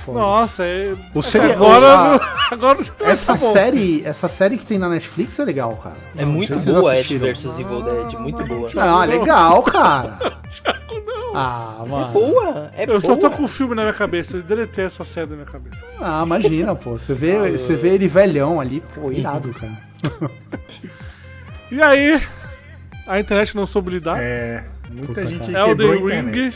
S2: Nossa, é...
S5: O
S2: Essa
S5: seriado- ah,
S2: agora, agora não sei se vai
S5: Essa
S2: tá bom.
S5: série, essa série que tem na Netflix é legal, cara.
S4: É muito
S5: sei se vocês
S4: boa Ash
S5: assistiram.
S4: vs Evil Dead, muito boa.
S5: Não, é
S2: não.
S5: legal, cara. Ah, mano.
S4: Boa, é
S2: Eu
S4: boa.
S2: só tô com o filme na minha cabeça. Eu deletei essa série da minha cabeça.
S5: Ah, imagina, pô. Você vê, você vê ele velhão ali, pô, irado, cara.
S2: E aí, a internet não soube lidar.
S3: É. Muita
S5: Puta,
S3: gente
S2: É o The
S3: quebrou a internet.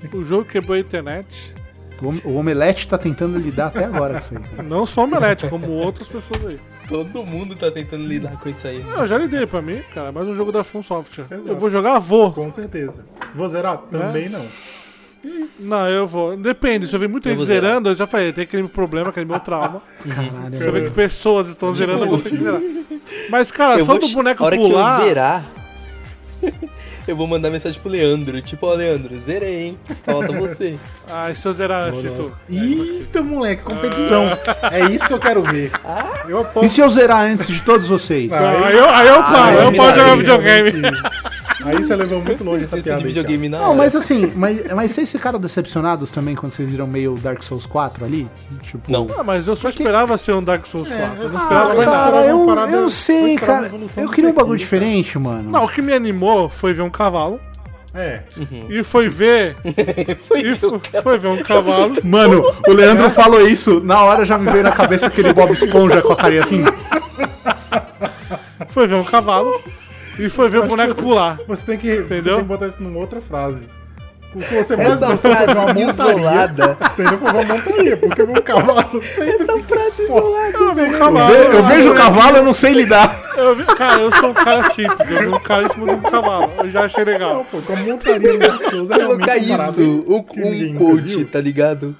S2: Ring. O jogo quebrou a internet.
S5: O om- O Omelete tá tentando lidar até agora com isso aí. cara.
S2: Não só o Omelete, como outras pessoas aí.
S4: Todo mundo tá tentando lidar com isso aí.
S2: Não, eu já lidei pra mim, cara. Mas um jogo da From Software.
S3: Exato.
S2: Eu vou jogar, vou.
S3: Com certeza. Vou zerar? Também
S2: É?
S3: não.
S2: Não, eu vou. Depende. Se eu ver muita
S4: Eu
S2: gente
S4: vou zerar.
S2: zerando, eu já falei, tem aquele problema, aquele meu trauma. Se eu
S5: Caralho.
S2: ver que pessoas estão zerando, eu vou ter que zerar. Mas, cara,
S4: eu
S2: só
S4: vou,
S2: do
S4: che-
S2: boneco
S4: a hora
S2: pular.
S4: que eu zerar, eu vou mandar mensagem pro Leandro. Tipo, ó, Leandro, zerei, hein? Tá Falta você.
S2: Ah, e se eu zerar, Chito?
S3: Eita, Então, moleque, competição.
S2: Ah.
S3: É isso que eu quero ver. Eu
S5: E
S3: aposto.
S5: se eu zerar antes de todos vocês?
S3: Ah,
S2: Aí eu, aí eu paro,
S3: aí
S2: eu
S3: me
S2: posso jogar
S3: daria,
S2: videogame.
S3: Aí você levou muito longe essa
S4: Precisa
S3: Tá piada.
S4: de
S3: aí,
S4: videogame na
S5: Não,
S4: hora.
S5: mas assim, mas, mas vocês ficaram decepcionados também quando vocês viram meio Dark Souls 4 ali? Tipo,
S4: Não.
S2: Ah, mas eu só esperava ser um Dark Souls 4. eu não
S5: Ah,
S2: esperava mais nada.
S5: cara,
S3: esperava
S5: eu,
S3: uma parada-
S5: eu
S3: eu
S5: sei,
S3: esperava uma
S5: cara.
S3: evolução
S5: Eu
S3: disso
S5: queria um bagulho
S3: aqui,
S5: diferente, mano.
S2: Não, o que me animou foi ver um cavalo.
S3: É.
S2: E foi ver.
S4: Hum. Foi
S2: e
S4: eu.
S2: fo- foi ver um cavalo.
S5: Mano, o Leandro falou isso, na hora já me veio na cabeça aquele Bob Esponja com a carinha assim.
S2: Foi ver um cavalo. E foi ver o boneco pular.
S3: Você tem que, você
S2: Entendeu?
S3: tem que botar isso numa outra frase. O que você mais
S4: Essa
S3: gostou foi ver uma
S4: frase
S3: montaria.
S4: isolada.
S3: Entendeu? Foi uma montaria, porque um cavalo sempre
S4: Essa frase isolada.
S2: Eu vi um cavalo.
S5: Eu, vejo o cavalo, eu não sei lidar.
S2: Eu vi- cara, eu sou um cara simples. Eu vi um cara em cima de um cavalo. Eu já achei legal.
S3: não, pô. Com a montaria em Dark Souls é
S4: Colocar
S3: realmente
S4: isso,
S3: comparável.
S4: o,
S3: Que
S4: um
S3: lindo,
S4: coach,
S3: viu?
S4: tá ligado?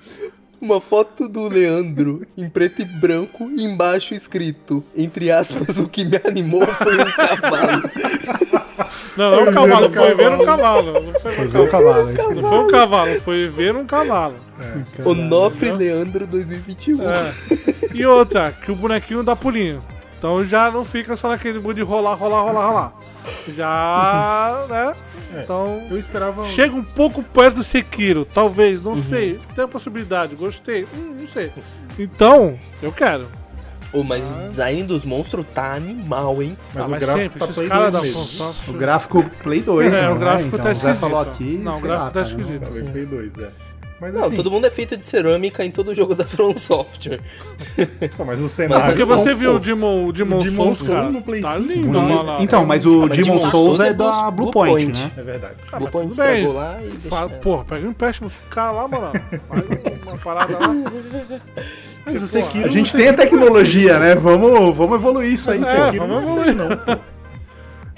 S4: Uma foto do Leandro em preto e branco, e embaixo escrito, entre aspas, o que me animou foi um cavalo.
S2: Não, não é um cavalo. Foi ver um cavalo. Não foi,
S3: um
S5: Foi o cavalo,
S2: não foi um cavalo. Foi ver um cavalo.
S4: Onofre Leandro 2021.
S2: É. E outra, que o bonequinho dá pulinho. Então já não fica só naquele mundo de rolar, rolar, rolar, rolar. Já,
S3: É.
S2: né? Então.
S3: Eu esperava.
S2: Chega um pouco perto do Sekiro, talvez,
S3: Uhum.
S2: não sei. Tem a possibilidade, gostei, hum, não sei. Então, eu quero.
S4: Ô, mas o design dos monstros tá animal, hein?
S3: Mas
S2: Ah,
S3: o gráfico
S2: sempre,
S3: tá
S2: esses
S3: Play
S2: caras
S3: 2
S2: da
S3: mesmo.
S5: O
S2: Funsoft.
S5: gráfico Play 2,
S2: É,
S5: né?
S2: o gráfico
S5: então,
S2: tá
S5: Zé falou
S2: esquisito.
S5: aqui.
S2: Não, o
S5: sei
S2: gráfico
S5: lá,
S2: tá
S5: cara,
S2: esquisito.
S5: não-
S3: Play 2, é. Mas
S4: Não,
S3: assim,
S4: todo mundo é feito de cerâmica em todo jogo da From Software.
S3: pô, mas o cenário.
S2: É Porque você viu o
S3: de
S2: Demon, o Demon,
S3: Demon
S2: Souls,
S3: Souls
S2: cara.
S3: no Play
S2: tá
S3: 5,
S2: lindo,
S5: Bonito.
S2: olha lá.
S5: Então, mas o
S4: mas
S5: Demon
S4: Demon
S5: Souls
S4: Souls
S5: é
S4: é
S5: da
S4: Blue-
S5: Blue
S4: Blue
S5: Point,
S4: Point.
S5: né?
S3: É verdade.
S2: Ah,
S4: Blue
S2: mas
S4: Point
S2: tudo bem.
S4: saiu lá e deixa-
S2: Fala, Pô, pega um empréstimo pro cara lá, mano. Faz uma parada lá.
S3: Mas você Sekiro.
S5: A gente tem a tecnologia, né? Vamos, vamos evoluir isso aí.
S2: É,
S5: Sekiro.
S3: Sekiro
S2: vamos
S3: não
S2: evoluir.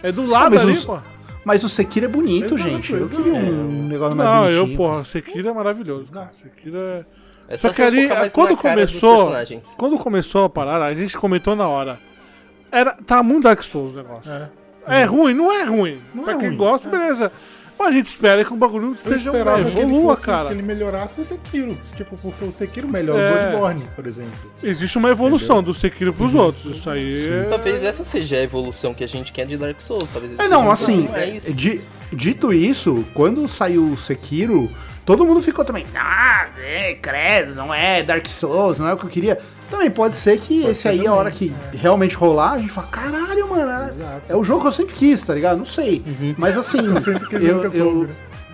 S2: É do lado
S5: Ah, mas
S2: ali,
S5: os-
S2: pô.
S5: Mas o Sekiro é bonito,
S3: Exato,
S5: gente. Eu
S3: exato.
S5: queria um negócio mais
S2: Não,
S5: bonitinho.
S2: eu, porra, Sekiro é maravilhoso. cara. Sekiro é.
S4: É
S2: Só
S4: se
S2: que ali,
S4: focar mais
S2: quando
S4: na cara dos
S2: começou,
S4: personagens.
S2: quando começou a parada, a gente comentou na hora. Era, tá muito Dark Souls o negócio. É, ruim? Não é ruim. pra
S3: é
S2: quem
S3: ruim,
S2: gosta, beleza. Mas a gente espera que o bagulho
S3: Eu
S2: seja
S3: esperava que ele,
S2: evolua,
S3: fosse,
S2: cara.
S3: que ele melhorasse o Sekiro. Tipo, porque o Sekiro melhora
S2: É.
S3: o Bloodborne, por exemplo.
S2: Existe uma evolução do Sekiro pros
S3: Uhum.
S2: outros. Isso aí é...
S4: Talvez essa seja a evolução que a gente quer de Dark Souls. Talvez
S5: É,
S4: esse
S5: não,
S4: seja
S5: assim,
S4: um mais-
S5: é, di- dito isso, quando saiu o Sekiro, todo mundo ficou também, ah, é, credo, não é Dark Souls, não é o que eu queria. Também pode ser é. que esse aí, a hora que realmente rolar, a gente fala, caralho, mano, é, é o jogo que eu sempre quis, tá ligado? Não sei. Mas assim,
S3: Sempre que
S5: eu,
S3: eu,
S5: eu-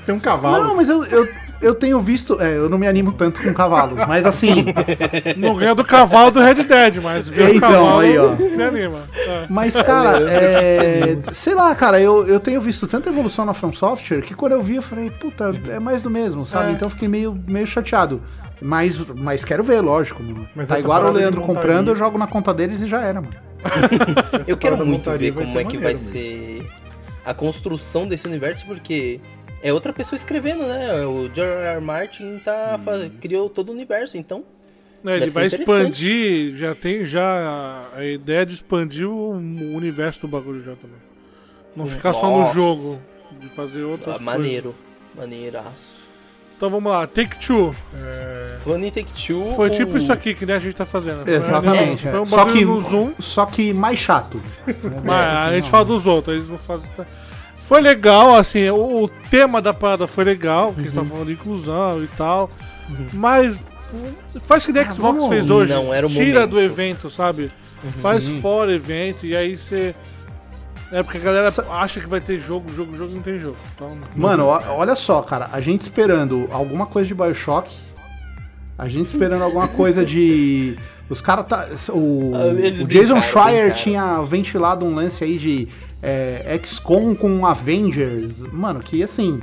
S3: Tem um
S5: Não,
S3: cavalo.
S5: mas eu, eu, eu tenho visto. É, eu não me animo tanto com cavalos, mas assim.
S2: Não ganha do cavalo do Red Dead, mas vê o
S5: Então,
S2: cavalo
S5: aí, ó.
S2: me anima. É.
S5: Mas, cara, é, sei lá, cara, eu, eu tenho visto tanta evolução na From Software que quando eu vi, eu falei, puta, é mais do mesmo, sabe? Então eu fiquei meio, meio chateado. Mas, mas quero ver, lógico. Mano.
S3: Mas
S5: tá
S3: essa
S5: igual o
S3: parada de
S5: Leandro
S3: montaria-
S5: comprando, eu jogo na conta deles e já era, mano.
S4: Eu quero
S3: parada
S4: muito
S3: montaria vai
S4: ver como
S3: ser
S4: é que
S3: maneiro
S4: vai
S3: mesmo.
S4: ser a construção desse universo, porque é outra pessoa escrevendo, né? O George R. R. Martin tá, fa- criou todo o universo, então.
S2: Né, ele
S4: Deve
S2: vai
S4: ser interessante.
S2: expandir, já tem já a ideia de expandir o universo do bagulho já também. Não ficar só no
S4: Hum. Nossa.
S2: jogo, de fazer outras
S4: ah, maneiro. Maneiraço.
S2: coisas. Então vamos lá, Take Two.
S4: Funny Take Two.
S2: Foi
S4: com-
S2: tipo isso aqui que né, a gente tá fazendo. Foi, né,
S5: Exatamente.
S2: Foi
S5: é.
S2: um
S5: só,
S2: bagulho
S5: que,
S2: no Zoom,
S5: só que mais chato.
S2: mas
S5: assim,
S2: a gente
S5: não.
S2: fala dos outros, eles não fazem. tá? Foi legal, assim, o, o tema da parada foi legal, porque eles
S5: Uhum.
S2: tá falando de inclusão e tal. Mas hum, faz que a Xbox
S5: vamos-
S2: fez hoje.
S4: Não, era o
S2: Tira
S4: momento.
S2: do evento, sabe?
S5: Uhum.
S2: Faz fora evento e aí você. É porque a galera
S5: Sa-
S2: acha que vai ter jogo, jogo, jogo e não tem jogo. Então,
S5: Mano, ó- olha só, cara, a gente esperando alguma coisa de Bioshock, a gente esperando alguma coisa de. Os caras tá. O,
S4: Ah, eles
S5: o Jason
S4: brincaram,
S5: Schreier
S4: brincaram.
S5: tinha ventilado um lance aí de é, XCOM com Avengers. Mano, que assim.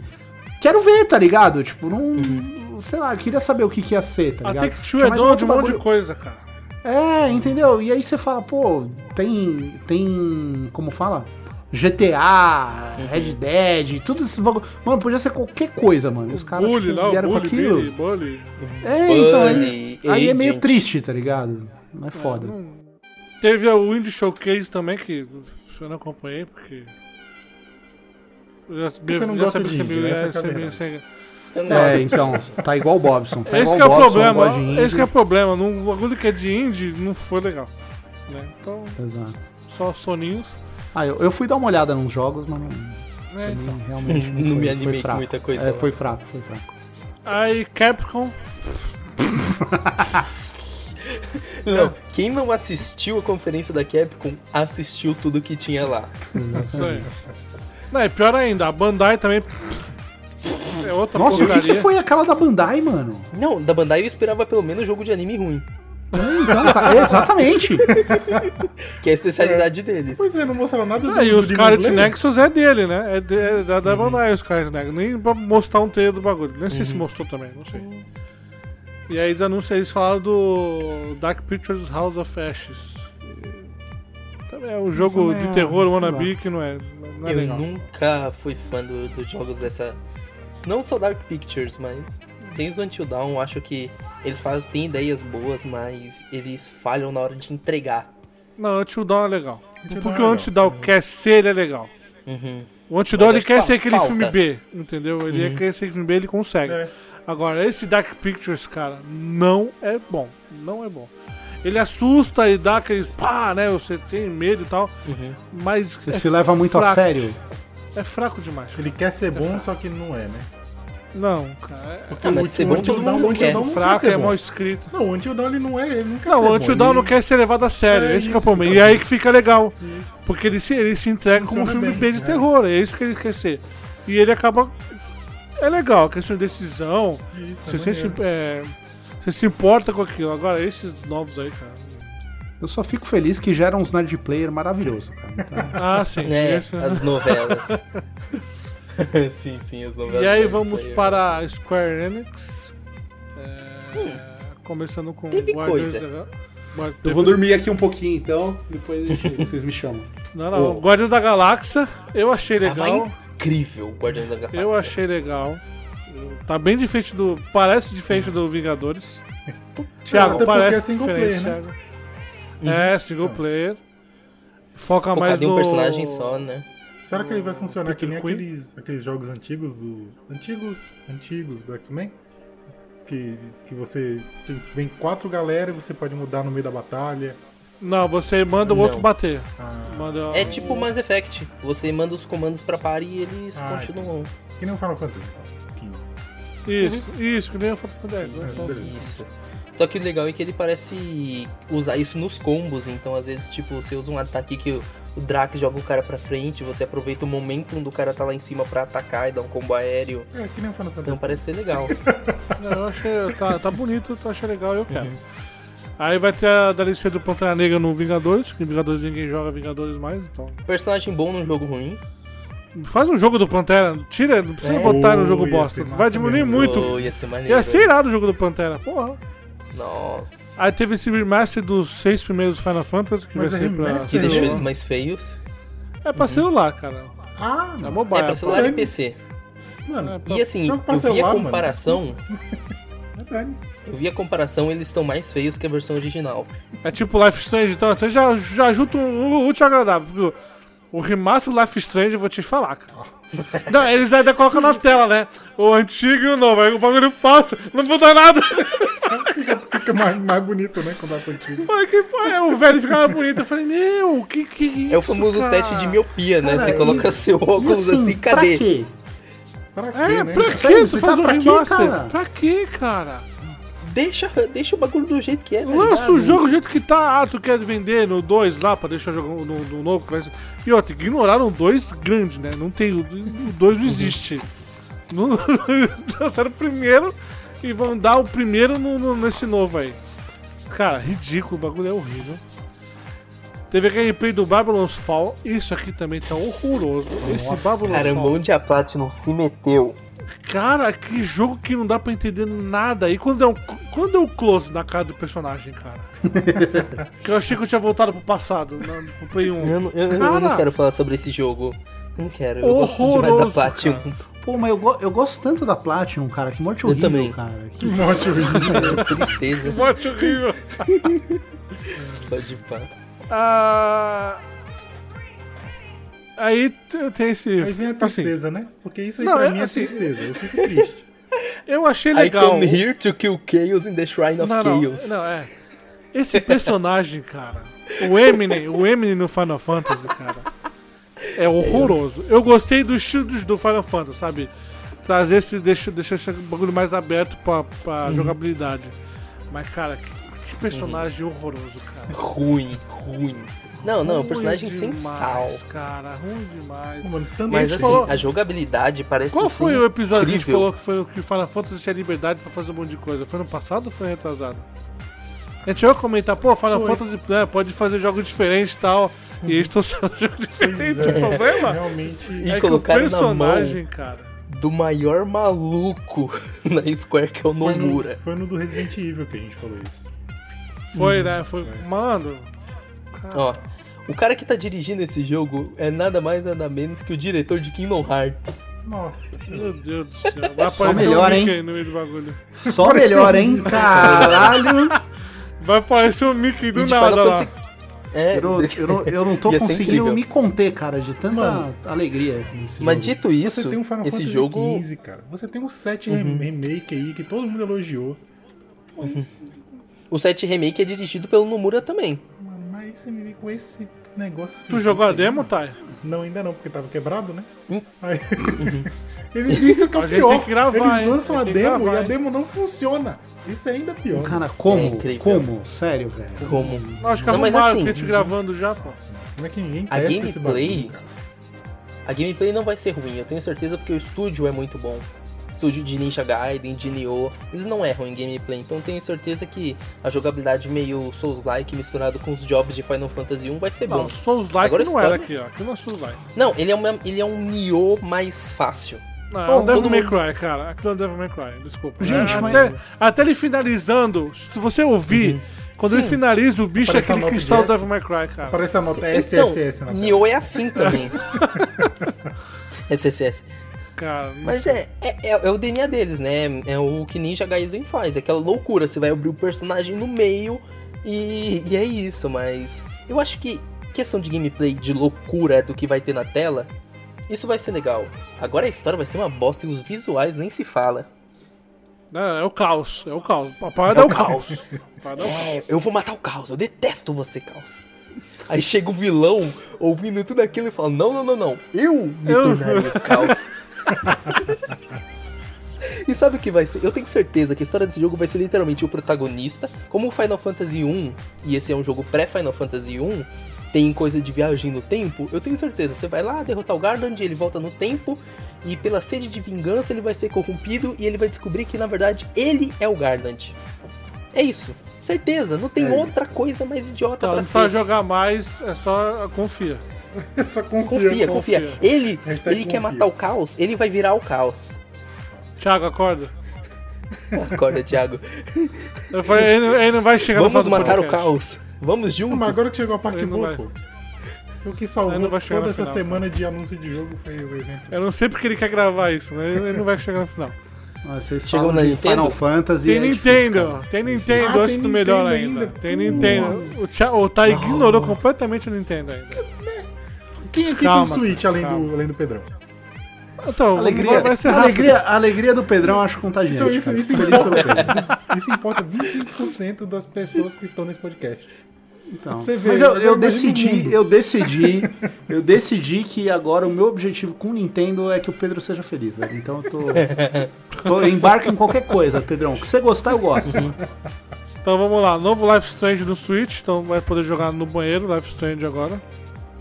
S5: Quero ver, tá ligado? Tipo, não. Sei lá, queria saber o que, que ia ser, tá
S2: Hum. a
S5: ligado?
S2: Take Two é
S5: Mas
S2: dona de
S5: outro
S2: um monte de
S5: bagulho-
S2: coisa, cara.
S5: é, entendeu? E aí você fala, pô, tem. Tem. Como fala? GTA,
S4: Uhum.
S5: Red Dead, tudo esses bagulho. Mano, podia ser qualquer coisa, mano. Os caras
S2: bully
S5: tipo,
S2: lá, o
S5: vieram com
S2: bully,
S5: aquilo.
S2: Billy, bully.
S5: É, então aí,
S4: Bully,
S5: aí é meio
S4: Agent.
S5: triste, tá ligado? Não é foda.
S2: Teve o Indie Showcase também, que eu não acompanhei, porque.
S3: você não gosta de indie, né? Essa que é a verdade.
S4: Então,
S5: É, então, tá igual o Bobson. Tá
S2: esse
S5: igual
S2: que é o
S5: Bobson, não
S2: problema,
S5: gosta de
S2: esse
S5: indie.
S2: que é o problema. Num o bagulho que é de indie não foi legal. né? Então,
S5: Exato.
S2: só soninhos.
S5: Ah, eu, eu fui dar uma olhada nos jogos, mas não,
S2: Né?
S5: pra mim, realmente não,
S4: Não
S5: foi-
S4: me
S5: foi
S4: animei com
S5: fraco.
S4: muita coisa
S5: É,
S4: lá.
S5: foi fraco, foi fraco.
S2: Aí Capcom.
S4: não, quem não assistiu a conferência da Capcom, assistiu tudo que tinha lá.
S2: Isso aí. Não, é pior ainda, a Bandai também. É outra
S5: Nossa, o que
S2: porcaria.
S5: você foi aquela da Bandai, mano?
S4: Não, da Bandai eu esperava pelo menos jogo de anime ruim,
S5: Então, tá- exatamente.
S4: que é a especialidade deles.
S3: Pois é, não mostraram nada
S2: Ah, e os
S3: Demon
S2: Scarlet
S3: Slayer.
S2: Nexus é dele, né? É, de- é da, da Bandai os Scarlet Nexus. Nem pra mostrar um trailer do bagulho. Nem sei se mostrou também, não sei. E aí eles anunciam, eles falaram do Dark Pictures House of Ashes. Também é um jogo
S5: Também é,
S2: de terror
S5: sei
S2: wannabe que não é, não é
S4: eu
S2: legal.
S4: nunca fui fã do- dos jogos dessa. Não só Dark Pictures, mas. Desde o Until Dawn, eu acho que eles fazem, têm ideias boas, mas eles falham na hora de entregar.
S2: Não, o Until Dawn é legal. Porque
S3: Dawn é
S2: o Until Dawn quer ser, ele é legal.
S4: Uhum.
S2: O Antidão
S4: Mas
S2: ele
S4: acho
S2: quer
S4: que
S2: ser aquele
S4: falta. Uhum.
S2: filme B, entendeu? Ele quer ser filme B, ele consegue.
S3: É.
S2: Agora, esse Dark Pictures, cara, não é bom. Não é bom. Ele assusta e dá aqueles pá, né? Você tem medo e tal.
S4: Uhum.
S2: Mas.
S5: Você se leva muito a
S2: É fraco.
S5: sério.
S2: É fraco demais.
S3: Ele quer ser bom, só que não é, né?
S2: Não, cara.
S4: Ah, mas ser bom todo mundo
S3: Until
S4: quer.
S3: Dawn
S2: É
S3: não
S2: fraco,
S3: quer ser
S2: é
S3: bom.
S2: mal escrito.
S3: Não, o Until Dawn ele não é, ele não quer
S2: Não,
S3: ser
S2: o
S3: bom,
S2: Until Dawn
S3: ele-
S2: não quer ser levado a sério.
S3: É
S2: esse que é o
S3: isso,
S2: problema. E
S3: tá
S2: aí que fica legal.
S3: Isso.
S2: Porque ele se, ele se entrega como um
S3: Funciona
S2: filme
S3: bem,
S2: B de
S3: é.
S2: terror. É isso que ele quer ser. E ele acaba. É legal, a questão de decisão.
S3: Isso,
S2: Você,
S3: é
S2: sente,
S3: maneiro.
S2: é, você se importa com aquilo. Agora, esses novos aí, cara.
S5: Eu só fico feliz que gera uns nerd player maravilhoso, cara. Então,
S2: Ah, sim.
S4: É,
S2: esse-
S4: as novelas. sim, sim, as novelas.
S2: E aí
S4: do
S2: vamos
S4: Player.
S2: para a Square Enix. É, Começando com
S4: Teve
S2: Guardiões
S4: coisa.
S2: da Ga- Guar-
S5: eu vou dormir aqui um pouquinho, então. Depois vocês me chamam.
S2: Não, não.
S4: Oh.
S2: Guardiões da Galáxia, eu achei
S4: Tava
S2: legal.
S4: incrível o Guardiões da Galáxia.
S2: Eu achei legal. Eu- Tá bem diferente do. Parece diferente
S4: Hum.
S2: do Vingadores. Thiago,
S3: Até porque
S2: parece
S3: é single
S2: diferente,
S3: player, né?
S2: Thiago. É, single player. Foca
S3: Ah,
S2: mais
S4: Focado em
S2: no.
S4: um personagem só, né?
S3: Será que ele vai funcionar que nem
S2: Peter Quill?
S3: aqueles, aqueles jogos antigos do. Antigos? Antigos do X-Men? Que, que você. Tem, vem quatro galera e você pode mudar no meio da batalha.
S2: Não, você manda o outro
S4: Não.
S2: bater.
S3: Ah,
S2: Manda... um-
S4: É tipo Mass Effect. Você manda os comandos pra par e eles
S3: Ah,
S4: continuam.
S3: que nem o Final Fantasy. 15.
S4: tipo
S2: Isso, isso, que nem a foto do 10. né?
S3: É, beleza.
S4: Então, Isso. Só que o legal é que ele parece usar isso nos combos, então às vezes, tipo, você usa um ataque que o, o Drax joga o cara pra frente, você aproveita o momentum do cara tá lá em cima pra atacar e dar um combo aéreo.
S3: É, que nem o Final Fantasy.
S4: Então parece ser legal.
S2: Eu achei, tá, tá bonito, eu achei legal, eu
S3: Uhum.
S2: quero. Aí vai ter a DLC do Pantera Negra no Vingadores, que Vingadores ninguém joga Vingadores mais, então.
S4: Personagem bom num jogo ruim.
S2: Faz um jogo do Pantera, tira, não precisa
S4: É.
S2: botar no
S3: Oh,
S2: jogo
S3: ia
S2: bosta.
S3: ser massa
S2: Vai diminuir
S3: mesmo.
S2: muito.
S4: Oh, ia ser maneiro.
S2: Ia ser irado o jogo do Pantera, porra.
S4: Nossa.
S2: Aí teve esse remaster dos seis primeiros Final Fantasy, que
S3: Mas
S2: vai
S3: é
S2: ser pra.
S3: remaster?
S4: Que deixou
S3: Entendeu?
S4: eles mais feios.
S2: É pra celular, cara.
S3: Ah,
S2: É
S3: mano.
S2: mobile.
S4: Uhum. é, pra celular
S3: pô.
S4: e PC.
S3: mano. então,
S2: É,
S4: E assim,
S3: Jogo pra
S4: eu vi a
S3: celular, mano. É,
S4: comparação,
S3: dane-se.
S4: eu vi a comparação, eles estão mais feios que a versão original.
S2: É tipo Life Strange, então então já, já junto o útil ao agradável. Porque o o remaster do Life Strange eu vou te falar, cara. Não, eles ainda colocam na tela, né? O antigo e o novo. Aí o bagulho passa, não muda nada.
S3: Fica mais, mais bonito, né? Quando é contigo.
S2: Falei, que porra é? O velho ficava bonito. Eu falei, meu, que que isso,
S4: É o famoso
S2: cara?
S4: teste de miopia, né?
S5: Cara,
S4: Você coloca seu óculos assim,
S5: pra
S4: cadê?
S5: quê?
S3: Pra quê,
S2: É,
S3: né?
S2: pra
S3: cara?
S2: que tu
S5: Você
S2: faz
S5: tá
S2: um
S5: pra quê,
S2: remaster?
S5: cara?
S2: Pra que, cara?
S4: Deixa, deixa o bagulho do jeito que é, tá
S2: Lança
S4: ligado?
S2: o jogo do jeito que tá. Ah, tu quer vender no 2 lá pra deixar o jogo no, no novo. que vai ser- E outra, ignoraram o 2 grande, né? Não tem. O 2 não existe. Não, lançaram o primeiro e vão dar o primeiro no, no- nesse novo aí. Cara, ridículo, o bagulho é horrível. Teve a gameplay do Babylon's Fall. Isso aqui também tá horroroso. Esse Babylon's
S4: Caramba,
S2: Fall.
S4: onde a Platinum se meteu?
S2: Cara, que jogo que não dá pra entender nada. E quando é um, quando é um close na cara do personagem, cara? que eu achei que eu tinha voltado pro passado, na- pro Play 1.
S4: Eu, não- eu- eu
S2: Cara.
S4: não quero falar sobre esse jogo. Não quero, eu gosto demais da
S2: Horroroso,
S4: Platinum.
S5: Pô, mas eu, go- eu gosto tanto da Platinum, cara. Que morte
S4: Eu
S5: horrível,
S4: também.
S5: cara.
S3: Que
S5: Que
S3: morte horrível.
S4: Tristeza,
S2: Morte horrível.
S4: pode pá.
S2: Ah, Aí t- tem esse.
S3: Aí vem a
S2: assim,
S3: tristeza, né? Porque isso aí
S2: Não,
S3: pra
S2: é
S3: mim
S2: assim-
S3: é tristeza. Eu fico triste.
S2: eu achei
S4: I
S2: legal.
S4: come here to kill Chaos in the Shrine of
S2: não, não,
S4: Chaos.
S2: não, é. Esse personagem, cara. O Eminem, o Eminem no Final Fantasy, cara. É horroroso. Eu gostei do estilo dos- do Final Fantasy, sabe? Trazer esse. Deixa, deixar esse bagulho mais aberto pra, pra
S4: Uhum.
S2: jogabilidade. Mas, cara, que, que personagem horroroso, cara.
S4: Ruim, ruim. Não, não, é um personagem sem
S2: demais,
S4: sal.
S2: Cara, ruim demais.
S3: Pô, Mano, tanto
S4: Mas
S2: gente
S4: assim,
S2: falou-
S4: a jogabilidade parece
S2: Qual foi
S4: assim,
S2: o episódio que a gente
S4: incrível.
S2: falou que foi o que Final Fantasy tinha liberdade pra fazer um monte de coisa? Foi no passado ou foi retrasado? A gente ia comentar, pô, Final
S3: Foi.
S2: Fantasy né, pode fazer jogos diferentes e tal. E eles um estão sendo jogos diferentes, o problema?
S3: realmente.
S4: é.
S2: é
S4: E
S2: que o
S4: colocaram na mão
S2: personagem, cara.
S4: do maior maluco na Square que é
S3: Foi
S4: o
S3: no,
S4: Nomura.
S3: foi no do Resident Evil que a gente falou isso.
S2: Foi,
S4: Uhum.
S2: né? Foi. Mano,
S4: Ó, o cara que tá dirigindo esse jogo é nada mais nada menos que o diretor de Kingdom Hearts.
S3: Nossa.
S2: meu Deus do céu. Vai aparecer
S5: melhor,
S2: um Mickey
S5: hein?
S2: no meio do bagulho.
S5: Só melhor, hein? Caralho!
S2: Vai aparecer um Mickey do
S4: de
S2: nada
S4: Final
S2: lá.
S4: Fantasy- É,
S5: Eu não, eu não, eu não tô
S4: Ia ser
S5: conseguindo
S4: incrível.
S5: me conter, cara, de tanta
S3: Mano.
S5: alegria nesse
S4: Mas
S5: jogo.
S4: dito
S3: Você
S4: isso,
S3: tem um Final
S4: esse
S3: Fantasy
S4: jogo.
S3: 15, cara. Você tem um 7
S2: Uhum.
S3: rem- remake aí que todo mundo elogiou. Pô, isso-
S4: O 7 Remake é dirigido pelo Nomura também.
S3: Mano, mas aí você me vem com esse negócio.
S2: Tu jogou a
S3: esquisito aí,
S2: demo, Thay?
S3: mano. Não, ainda não, porque tava quebrado, né?
S4: Hum.
S3: Aí... Eles isso que é
S2: Uhum. A
S3: o
S2: gente
S3: pior.
S2: tem que gravar,
S3: Eles
S2: hein?
S3: lançam a
S2: Tem que
S3: demo
S2: gravar,
S3: e a
S2: hein?
S3: demo não funciona. Isso é ainda pior.
S5: Cara, como?
S4: É incrível.
S5: como? Sério, velho.
S4: Como?
S2: Acho que
S4: Não, mas
S2: arrumaram
S4: assim-
S2: o kit gravando já, pô.
S3: Como é que ninguém
S4: A
S3: testa esse
S4: gameplay-
S3: bagulho, cara?
S4: A gameplay não vai ser ruim, eu tenho certeza, porque o estúdio é muito bom. Estúdio de Ninja Gaiden, de Nioh, eles não erram em gameplay, então tenho certeza que a jogabilidade meio Souls-like misturado com os jobs de Final Fantasy 1 vai ser bom.
S2: Não, Souls Like
S4: Agora
S2: não era
S4: história-
S2: aqui, ó. Aqui não é Souls Like.
S4: Não, ele é, uma, ele é um Nioh mais fácil.
S2: Não,
S5: Bom,
S2: é o Devil
S5: todo
S2: May Cry, cara. Aquilo é o Devil May Cry, desculpa.
S5: Gente,
S2: É,
S5: mas-
S2: até, até ele finalizando, se você ouvir, quando ele
S4: Sim.
S2: finaliza o bicho,
S3: Aparece
S2: é aquele
S3: a nota
S2: cristal
S3: de
S2: do Devil May Cry, cara.
S3: Parece a nota SSS na
S4: então,
S3: tela.
S4: Nioh é assim também. SSS.
S2: Cara, não
S4: Mas é, é, é- é o DNA deles, né? É o que Ninja Gaiden faz. É aquela loucura, você vai abrir o personagem no meio e, e é isso, mas. Eu acho que questão de gameplay, de loucura do que vai ter na tela, isso vai ser legal. Agora a história vai ser uma bosta e os visuais nem se fala.
S2: Não, é o caos, é o caos. A parada é o caos. A parada é o caos.
S4: É, eu vou matar o Caos, eu detesto você, Caos. Aí chega o vilão, ouvindo tudo aquilo e fala: Não, não, não, não, eu me
S2: Eu-
S4: tornarei o Caos. E sabe o que vai ser? Eu tenho certeza que a história desse jogo vai ser literalmente o protagonista. Como o Final Fantasy 1, e esse é um jogo pré-Final Fantasy 1, tem coisa de viagem no tempo, eu tenho certeza. Você vai lá derrotar o Gardand, ele volta no tempo, e pela sede de vingança ele vai ser corrompido e ele vai descobrir que na verdade ele é o Gardand. É isso. Certeza, não tem
S3: É.
S4: outra coisa mais idiota
S2: Tá, Não
S4: pra
S2: precisa
S4: ser.
S2: Então, jogar mais, é só confia.
S3: Eu só confio.
S4: Confia, confia,
S2: confia.
S4: Ele,
S3: Hashtag
S4: ele quer
S3: confia.
S4: matar o caos, ele vai virar o caos.
S2: Thiago, acorda.
S4: Acorda, Thiago.
S2: Eu falei, ele, ele não vai chegar no
S4: Vamos
S2: final do
S4: matar o
S2: podcast.
S4: caos. Vamos juntos.
S3: Mas agora que chegou a parte
S2: Ele não
S3: boa,
S2: vai.
S3: pô. O que
S2: Ele não
S3: salvou
S2: vai chegar
S3: toda
S2: no
S3: essa
S2: final, tá?
S3: semana de anúncio de jogo foi o evento.
S2: Eu não sei porque ele quer gravar isso, mas ele ele não vai chegar no final.
S5: Ah, Vocês
S4: Chegou
S5: falam
S4: na
S5: de
S4: Nintendo?
S5: Final Fantasy.
S2: Tem
S5: é
S2: Nintendo,
S5: difícil, cara.
S2: tem Nintendo
S3: Ah,
S2: antes
S3: tem
S2: do melhor
S3: Nintendo
S2: ainda.
S3: ainda.
S2: Tem Nintendo. O, Thi- o Tai ignorou completamente o Nintendo ainda.
S3: Quem aqui
S2: Calma,
S3: tem um Switch além
S2: calma.
S3: do, além do Pedrão?
S2: Então,
S5: Alegria,
S2: vai ser rápido.
S5: alegria, a alegria do Pedrão acho contagiante.
S3: Então isso,
S5: cara.
S3: isso, importa, isso importa 25% das pessoas que estão nesse podcast. Tá
S5: Então.
S3: É Você né? vê,
S5: Mas eu,
S3: eu
S5: eu
S3: imagino o mundo.
S5: decidi, eu decidi, eu decidi que agora o meu objetivo com o Nintendo é que o Pedro seja feliz. né? Então eu tô, tô embarca em qualquer coisa, Pedrão. O que você gostar eu gosto.
S2: Uhum. Então vamos lá, novo Life Strange no Switch, então vai poder jogar no banheiro, Life Strange agora.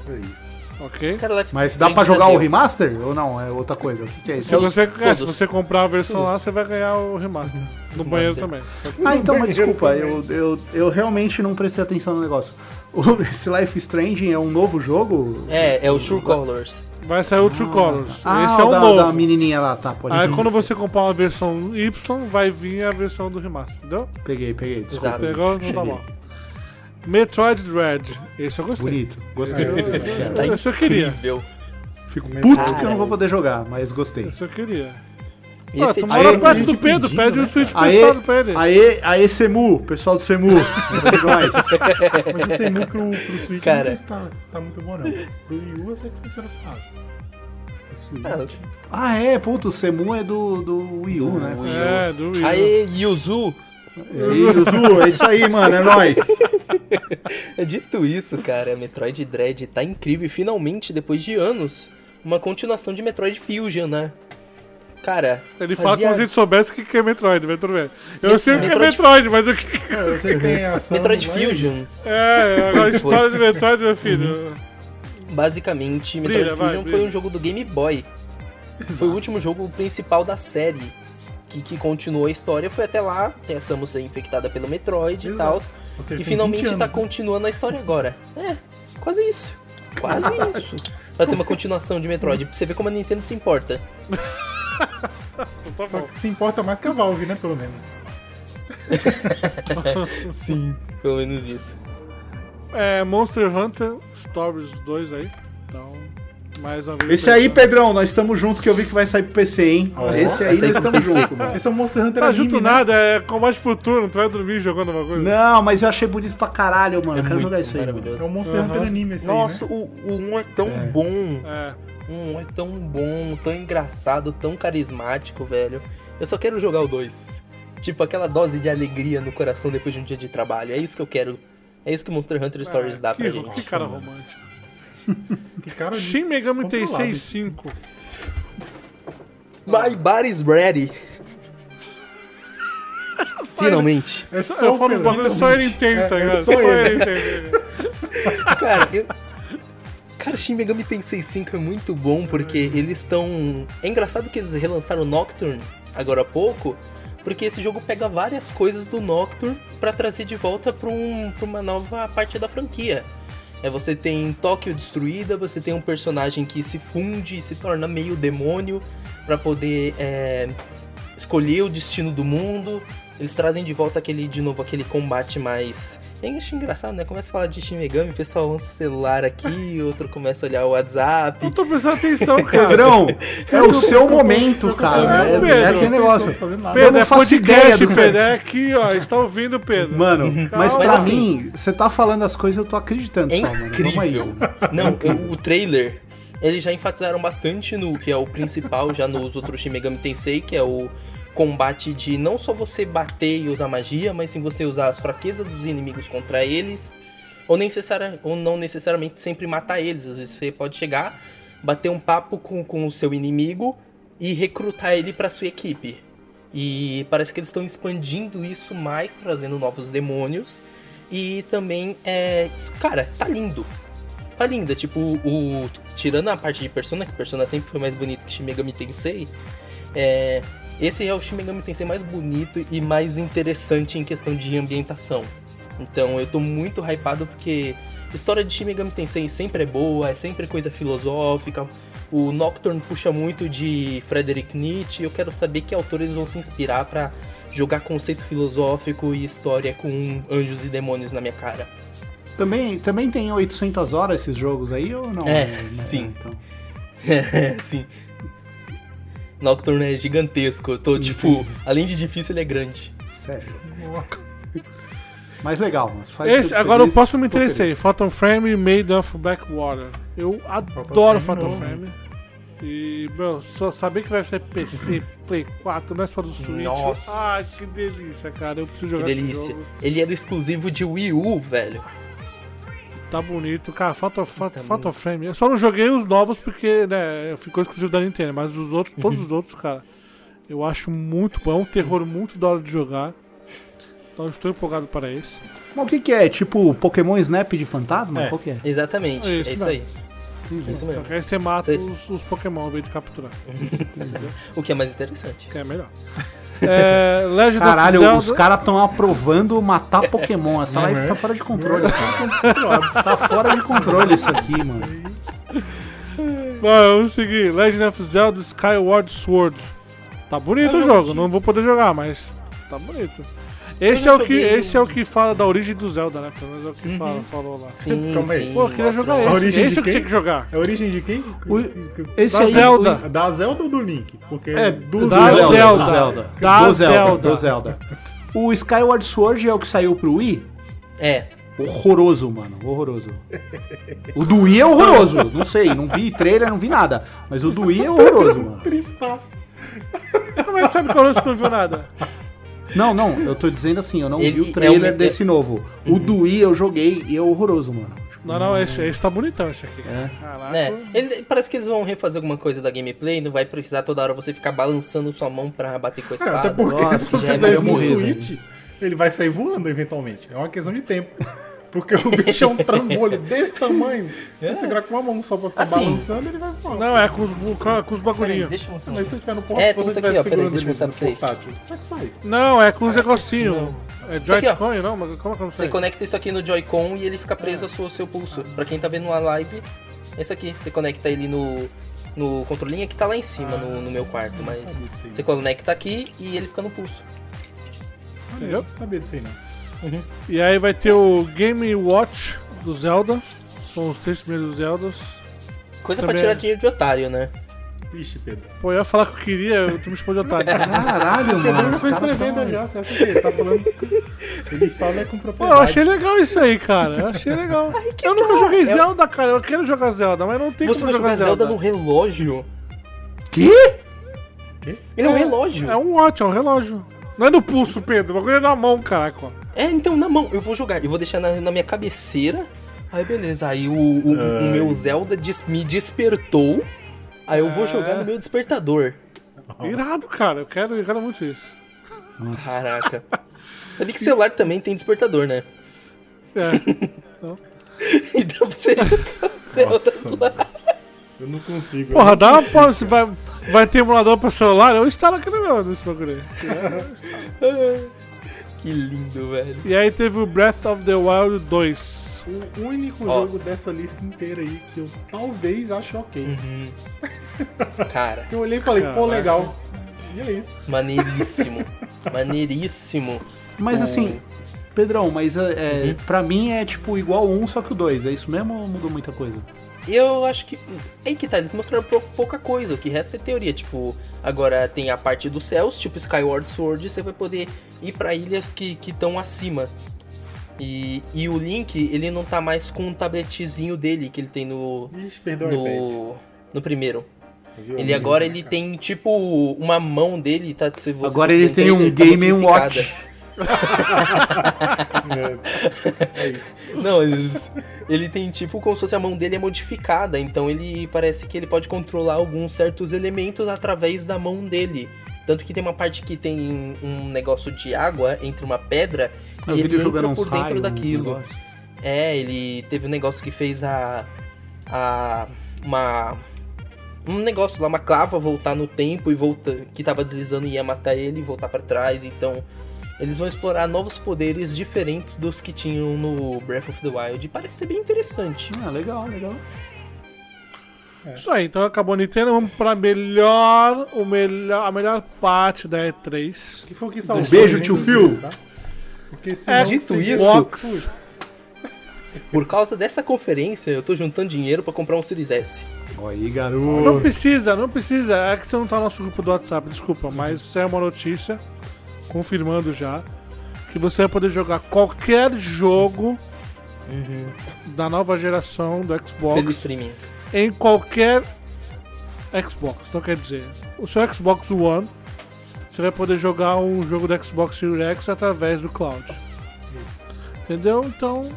S3: É isso.
S2: Ok.
S4: Cara, Life é
S5: Mas
S4: is
S5: dá
S4: Strange
S5: pra
S4: já
S5: jogar o
S4: deu.
S5: remaster ou não? É outra coisa. O que, que é isso?
S2: Se você, é, se
S4: todos.
S2: você comprar a versão lá, você vai ganhar o remaster. No banheiro também.
S5: Ah, então,
S3: banheiro
S5: mas desculpa,
S3: também.
S5: eu, eu, eu realmente não prestei atenção no negócio. O- Esse Life Strange é um novo jogo?
S4: É, é o True Colors.
S2: Vai sair o True Colors.
S5: Ah,
S2: Esse é
S5: o
S2: um
S5: da,
S2: novo.
S5: da menininha lá, tá, pode
S2: Aí
S5: vir.
S2: quando você comprar uma versão Y, vai vir a versão do remaster, entendeu?
S5: Peguei, peguei, desculpa.
S4: Exato.
S2: Pegou? Não tá
S5: Cheguei.
S2: bom. Metroid Dread. Esse eu gostei.
S5: Bonito, gostei.
S3: É, Eu-
S5: Quero.
S4: Tá
S2: Eu só queria.
S4: incrível.
S5: Fico
S3: Mas-
S5: puto que
S4: Cara,
S5: eu não vou poder jogar, mas gostei.
S2: Esse eu queria. Ah,
S4: Esse
S2: tu
S4: é
S2: mora
S5: aí-
S2: perto
S3: gente
S2: do Pedro,
S3: pedindo,
S2: pede o
S3: né,
S2: Switch
S5: Aê,
S2: prestado pra ele.
S5: aê, aê, Semu, pessoal do Semu. nós.
S3: Mas esse núcleo pro Switch
S4: Cara.
S3: não sei se tá, se tá muito bom, não. Pro Wii U eu sei que funciona suave. O Switch.
S4: tipo-
S5: Ah, é, puto, o Semu é do, do Wii U, né?
S2: É, do Will.
S4: Aê, Yuzu.
S5: E o Zu, é isso aí, mano, é nóis.
S4: É Dito isso, cara, Metroid Dread tá incrível e finalmente, depois de anos, uma continuação de Metroid Fusion, né? Cara,
S2: Ele fala como se
S4: fazia-
S2: ele soubesse o que que é Metroid, mas tudo bem. Eu sei o que é
S4: Metroid-
S2: Metroid, mas o que.
S3: É, eu sei que tem ação.
S4: Metroid
S3: mas-
S4: Fusion,
S2: É, agora a história de Metroid, meu
S4: Uhum.
S2: filho.
S4: basicamente,
S2: Brilha,
S4: Metroid
S2: vai,
S4: Fusion foi
S2: brilha.
S4: um jogo do Game Boy. Foi o último jogo principal da série que, que continuou a história. Foi até lá, tem a Samus é infectada pelo Metroid e
S3: Exato.
S4: tal.
S3: Ou seja,
S4: E
S3: tem
S4: finalmente
S3: 20
S4: tá
S3: anos, né?
S4: continuando a história agora. É, quase isso. Quase isso. Vai ter uma continuação de Metroid, pra você ver como a Nintendo se importa.
S2: Tá bom.
S3: Se importa mais que a Valve, né, pelo menos.
S4: Sim. Pelo menos isso.
S2: É, Monster Hunter Stories 2 aí. Então, mais uma vez.
S5: Esse aí, Pedrão, nós estamos juntos que eu vi que vai sair pro PC, hein? Esse aí
S4: Vai
S5: nós
S4: sair pro
S5: estamos
S4: PC.
S5: juntos, mano.
S3: Esse é o Monster Hunter
S2: Não tá
S3: anime,
S2: junto
S3: né?
S2: nada, é combate pro turno, tu vai dormir jogando uma coisa.
S5: Não, mas eu achei bonito pra caralho, mano. eu quero jogar isso aí. Mano.
S3: É o Monster
S2: Aham.
S3: Hunter anime esse
S4: Nossa,
S3: aí,
S4: o, o 1 é tão
S5: É.
S4: bom.
S2: É,
S4: O 1 é tão bom, tão engraçado, tão carismático, velho. Eu só quero jogar o 2. Tipo, aquela dose de alegria no coração depois de um dia de trabalho. É isso que eu quero. É isso que Monster Hunter Stories dá pra
S2: que,
S4: gente.
S2: que cara romântico.
S3: né? Que cara de-
S2: Shin Megami
S3: controlado.
S2: Tensei 5.
S4: My body's ready. Finalmente.
S3: É
S2: Se eu falo os
S3: Pedro.
S2: bagulhos, só ele entende, tá
S3: É, é
S2: ligado?
S3: só
S2: Só ele
S3: ele.
S2: entende.
S4: Cara, eu... Cara, Shin Megami Tensei 5 é muito bom porque eles estão... É engraçado que eles relançaram Nocturne agora há pouco, porque esse jogo pega várias coisas do Nocturne pra trazer de volta pra, um- pra uma nova parte da franquia. É, você tem Tóquio destruída, você tem um personagem que se funde e se torna meio demônio pra poder é, escolher o destino do mundo. Eles trazem de volta aquele, de novo, aquele combate mais. Eu acho engraçado, né? Começa a falar de Shin Megami, o pessoal lança o celular aqui, outro começa a olhar o
S2: Eu
S4: WhatsApp.
S2: tô prestando atenção, cara.
S5: Pedrão, é o seu momento, cara. É, é
S2: Pedro.
S5: aquele negócio.
S3: Fazendo nada.
S5: Eu
S2: Pedro,
S5: não
S2: é
S5: faço ideia
S2: podcast,
S5: do que-
S2: Pedro. É aqui, ó, a gente tá ouvindo, Pedro.
S5: Mano, Uhum. mas
S2: Calma.
S5: pra
S4: Mas assim-
S5: mim, você tá falando as coisas e eu tô acreditando
S4: É
S5: só, mano. Vamos aí.
S4: incrível. Não, eu- o trailer, eles já enfatizaram bastante no que é o principal, já nos outros Shin Megami Tensei, que é o combate de não só você bater e usar magia, mas sim você usar as fraquezas dos inimigos contra eles, ou, necessari- ou não necessariamente sempre matar eles. Às vezes você pode chegar, bater um papo com, com o seu inimigo e recrutar ele pra sua equipe. E parece que eles estão expandindo isso mais, trazendo novos demônios. E também é. isso, Cara, tá lindo. Tá linda. Tipo, o. Tirando a parte de Persona, que Persona sempre foi mais bonito que Shin Megami Tensei. É, esse é o Shin Megami Tensei mais bonito e mais interessante em questão de ambientação. Então eu tô muito hypado porque história de Shin Megami Tensei sempre é boa, é sempre coisa filosófica. O Nocturne puxa muito de Frederick Nietzsche. Eu quero saber que autor eles vão se inspirar pra jogar conceito filosófico e história com anjos e demônios na minha cara.
S5: Também, também tem 800 horas esses jogos aí ou não?
S4: É,
S5: né?
S4: sim.
S5: Então,
S4: Sim. Nocturne é gigantesco. Eu tô tipo, além de difícil, ele é grande.
S5: sério. Mas legal, mas faz
S2: Esse,
S5: tudo
S2: agora o
S5: feliz,
S2: próximo me
S5: tô
S2: interessei.
S5: feliz.
S2: Phantom Frame Made of Backwater. Eu adoro Phantom Frame. E, meu, só saber que vai ser PC, Play 4, não é só do Switch.
S4: Nossa.
S2: Ai, que delícia, cara. Eu preciso
S4: Que
S2: jogar esse
S4: delícia.
S2: jogo.
S4: Ele era exclusivo de Wii U, velho.
S2: Tá bonito. Cara, Phantom, Phantom, Phantom Frame. Eu só não joguei os novos porque, né, ficou exclusivo da Nintendo. Mas os outros, todos os outros, cara, eu acho muito bom. É um terror muito da hora de jogar. Então eu estou empolgado para esse.
S5: Mas o que, que é? Tipo Pokémon Snap de fantasma?
S3: É.
S5: Qual que é?
S4: Exatamente.
S2: É isso
S4: é isso aí.
S2: mesmo.
S4: É isso
S2: Só
S4: mesmo.
S2: que aí você mata
S4: Sei.
S2: os, os Pokémon ao invés de capturar.
S4: O que é mais interessante.
S2: Que é melhor. É, Legend
S5: Caralho,
S2: of Zelda.
S5: os caras estão aprovando matar Pokémon. Essa
S4: é?
S5: live tá fora de controle. cara. tá fora de controle isso aqui, mano.
S2: Não, vamos seguir. Legend of Zelda Skyward Sword. Tá bonito o jogo, não vou poder jogar, mas tá bonito. Esse é,
S4: não
S2: o que,
S4: joguei Uhum. o-
S2: esse é o que fala da origem do Zelda, né? Pelo menos é o que fala, falou lá.
S4: Sim,
S3: Calma aí.
S4: sim.
S2: Pô, eu queria
S4: mostra
S2: jogar
S4: lá.
S3: A
S2: esse.
S3: origem de
S2: Esse eu que
S3: quem?
S2: tinha que jogar.
S3: É a origem de quem?
S5: O-
S3: Esse
S2: Da
S5: aí-
S2: Zelda.
S3: Da Zelda ou do Link? Porque
S2: É,
S3: do
S2: da
S3: Zelda.
S2: Zelda.
S5: Do Zelda.
S2: Da
S5: Do Zelda.
S2: Zelda.
S5: do Zelda. O Skyward Sword é o que saiu pro Wii?
S4: É.
S5: Horroroso, mano. Horroroso. O do Wii é horroroso. Não sei, não vi trailer, não vi nada. Mas o do Wii é horroroso, mano.
S3: Tristaço.
S2: Como é que sabe que o Lúcio não viu nada?
S5: Não, não, eu tô dizendo assim, eu não vi
S4: Ele
S5: o trailer
S4: é um-
S5: desse novo. O do Wii eu joguei e é horroroso, mano.
S2: Não, não, esse, esse tá bonitão, esse aqui. Caraca.
S4: É, ele- parece que eles vão refazer alguma coisa da gameplay, não vai precisar toda hora você ficar balançando sua mão pra bater com a
S3: É,
S4: espada.
S3: até porque
S5: nossa,
S3: se
S5: já
S3: você
S5: é
S3: fizer
S5: melhor
S3: isso no
S5: morrer,
S3: Switch, ele vai sair voando eventualmente. É uma questão de tempo. Porque o bicho é um trambolho desse tamanho. Se você segurar com uma mão só pra ficar
S4: Assim.
S3: balançando, ele vai voar.
S2: Não, é com os, bu- com os
S4: Peraí,
S2: bagulhinhos.
S4: deixa eu mostrar.
S3: Mas se você tiver no portátil,
S4: É,
S3: se
S4: tem
S3: você
S4: isso aqui,
S3: estiver
S4: ó, peraí,
S3: segurando
S4: deixa eu
S3: ele
S4: mostrar
S3: no
S4: pra vocês.
S3: portátil, como é que faz?
S2: Não, é com os negocinhos. É
S4: Isso aqui, ó.
S2: Joy-Con, não? Mas como é que eu não
S4: Você
S2: sei?
S4: conecta isso aqui no Joy-Con e ele fica preso ao seu, ao seu pulso. Pra quem tá vendo a live, esse aqui. Você conecta ele no, no controlinho que tá lá em cima, no, no meu quarto. Mas
S3: sabia disso aí.
S4: você conecta aqui e ele fica no pulso.
S3: Olha,
S2: Entendeu?
S3: eu não sabia disso aí, não.
S2: E aí vai ter o Game Watch do Zelda. São os três primeiros Zeldas.
S4: Coisa pra
S2: Também
S4: tirar
S2: é.
S4: dinheiro de otário, né?
S3: Vixe, Pedro.
S2: Pô, eu ia falar que eu queria, tá. eu tu me expôs de
S4: É
S2: otário.
S5: Caralho,
S3: Pedro
S5: mano.
S3: não
S5: os
S3: foi
S5: caras
S3: escrevendo
S5: tão-
S3: já, você acha que ele tá falando... Ele fala é com
S2: Pô, eu
S3: propriedade.
S2: achei legal isso aí, cara. Eu achei legal. eu nunca joguei Zelda, cara. Eu quero jogar Zelda, mas não tem
S4: Você
S2: como
S4: vai
S2: jogar
S4: jogar
S2: Zelda.
S4: Zelda no relógio?
S5: Que?
S4: Ele é um relógio.
S2: É um watch, é um relógio. Não é no pulso, Pedro. O bagulho é na mão, caraca. ó.
S4: É, então na mão, eu vou jogar, eu vou deixar na, na minha cabeceira. Aí beleza, aí o, o- o meu Zelda des- me despertou. Aí eu vou jogar no meu despertador.
S2: Irado, cara. Eu quero, eu quero muito isso.
S4: Caraca. Sabia que celular também tem despertador, né?
S2: É.
S4: Então você jogar Zelda lá.
S3: Eu não consigo.
S2: Porra, dá uma pausa. Se vai, vai ter emulador pra celular, eu instalo aqui no meu nesse bagulho aí.
S4: Que lindo, velho.
S2: E aí teve o Breath of the Wild 2.
S3: O um único
S4: Ó.
S3: jogo dessa lista inteira aí que eu talvez ache ok.
S4: Uhum. Cara,
S3: Eu olhei e falei, pô,
S2: Caraca.
S3: legal. E é isso.
S4: maneiríssimo. Maneiríssimo.
S5: Mas
S4: O-
S5: assim, Pedrão, mas é, é,
S4: Uhum.
S5: pra mim é tipo igual um, só que o dois. É isso mesmo ou mudou muita coisa?
S4: Eu acho que. Aí que tá, eles mostraram pou- pouca coisa, o que resta é teoria. Tipo, agora tem a parte dos céus, tipo Skyward Sword, você vai poder ir pra ilhas que estão acima. E, e o Link, ele não tá mais com o tabletezinho dele que ele tem no.
S3: Ixi, perdeu o iPad.
S4: No, no primeiro.
S3: Viu?
S4: Ele agora ele tem tipo uma mão dele, tá? Se você
S5: Agora
S4: você
S5: ele tem um
S4: ele tá
S5: Game
S4: modificada.
S5: Watch.
S3: É, é isso.
S4: Não, eles- ele tem tipo como se fosse a mão dele é modificada, então ele parece que ele pode controlar alguns certos elementos através da mão dele. Tanto que tem uma parte que tem um negócio de água entre uma pedra
S5: Eu
S4: e
S5: vi
S4: ele
S5: ele jogando
S4: entra
S5: uns
S4: por dentro
S5: raios, uns
S4: daquilo.
S5: negócios.
S4: É, ele teve um negócio que fez a. a. uma. um negócio lá, uma clava voltar no tempo e voltar. que tava deslizando e ia matar ele e voltar pra trás. Então, eles vão explorar novos poderes diferentes dos que tinham no Breath of the Wild. E parece ser bem interessante.
S5: Ah, legal, legal.
S2: Isso aí, então acabou a Nintendo, vamos pra melhor, o melhor, a melhor parte da E3.
S3: Que foi o que salvou.
S5: beijo,
S3: o
S5: tio
S3: evento
S5: Phil.
S3: inteiro, Tá? Porque se
S2: É,
S3: não
S4: dito
S3: seria-
S4: isso-
S3: Putz,
S2: Xbox.
S4: Por causa dessa conferência, eu tô juntando dinheiro pra comprar um Series S.
S5: Aí,
S2: Não
S5: garoto.
S2: precisa, não precisa. É que você não tá no nosso grupo do WhatsApp, desculpa, mas isso é uma notícia, confirmando já, que você vai poder jogar qualquer jogo da nova geração do
S4: Pelo
S2: Xbox
S4: streaming.
S2: em qualquer Xbox. Então quer dizer, o seu Xbox One, você vai poder jogar um jogo do Xbox Series X através do cloud. Entendeu? Então,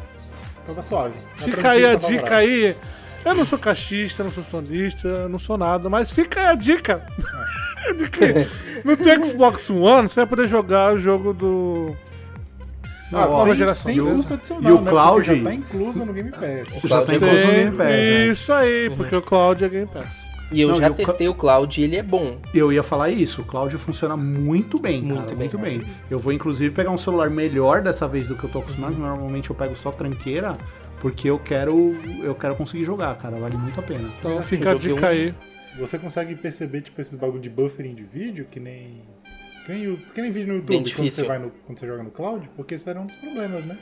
S3: Então tá suave. Tá
S2: Fica aí
S3: tranquilo,
S2: a
S3: tá
S2: dica
S3: favorável.
S2: aí. Eu não sou caixista, não sou sonista, eu não sou nada, mas fica aí a dica. De que no teu Xbox One você vai poder jogar o jogo do.
S3: Ah,
S2: nova
S3: sem,
S2: geração,
S3: sem
S2: né?
S3: custo adicional,
S5: E o
S3: né?
S5: Cloud?
S3: Porque Já tá incluso no Game Pass.
S5: Já
S4: Cloud
S5: tem
S4: é
S5: console
S2: Tem-
S5: Game Pass, né?
S2: Isso aí, porque o Cloud é Game Pass.
S4: E eu
S5: Não,
S4: já
S5: e o ca-
S4: testei o Cloud e ele é bom.
S5: Eu ia falar isso, o Cláudio funciona muito bem,
S4: Muito
S5: cara,
S4: bem.
S5: muito bem. Eu vou inclusive pegar um celular melhor dessa vez do que eu tô acostumado, que normalmente eu pego só tranqueira, porque eu quero eu quero conseguir jogar, cara, vale muito a pena.
S2: Então fica a
S4: joguei
S2: dica
S4: um-
S2: aí.
S3: Você consegue perceber, tipo, esses bagulho de buffering de vídeo, que nem. Que nem, o- que nem vídeo no YouTube
S4: Bem
S3: quando
S4: difícil.
S3: você, vai no- quando você joga no cloud, porque isso era um dos problemas, né?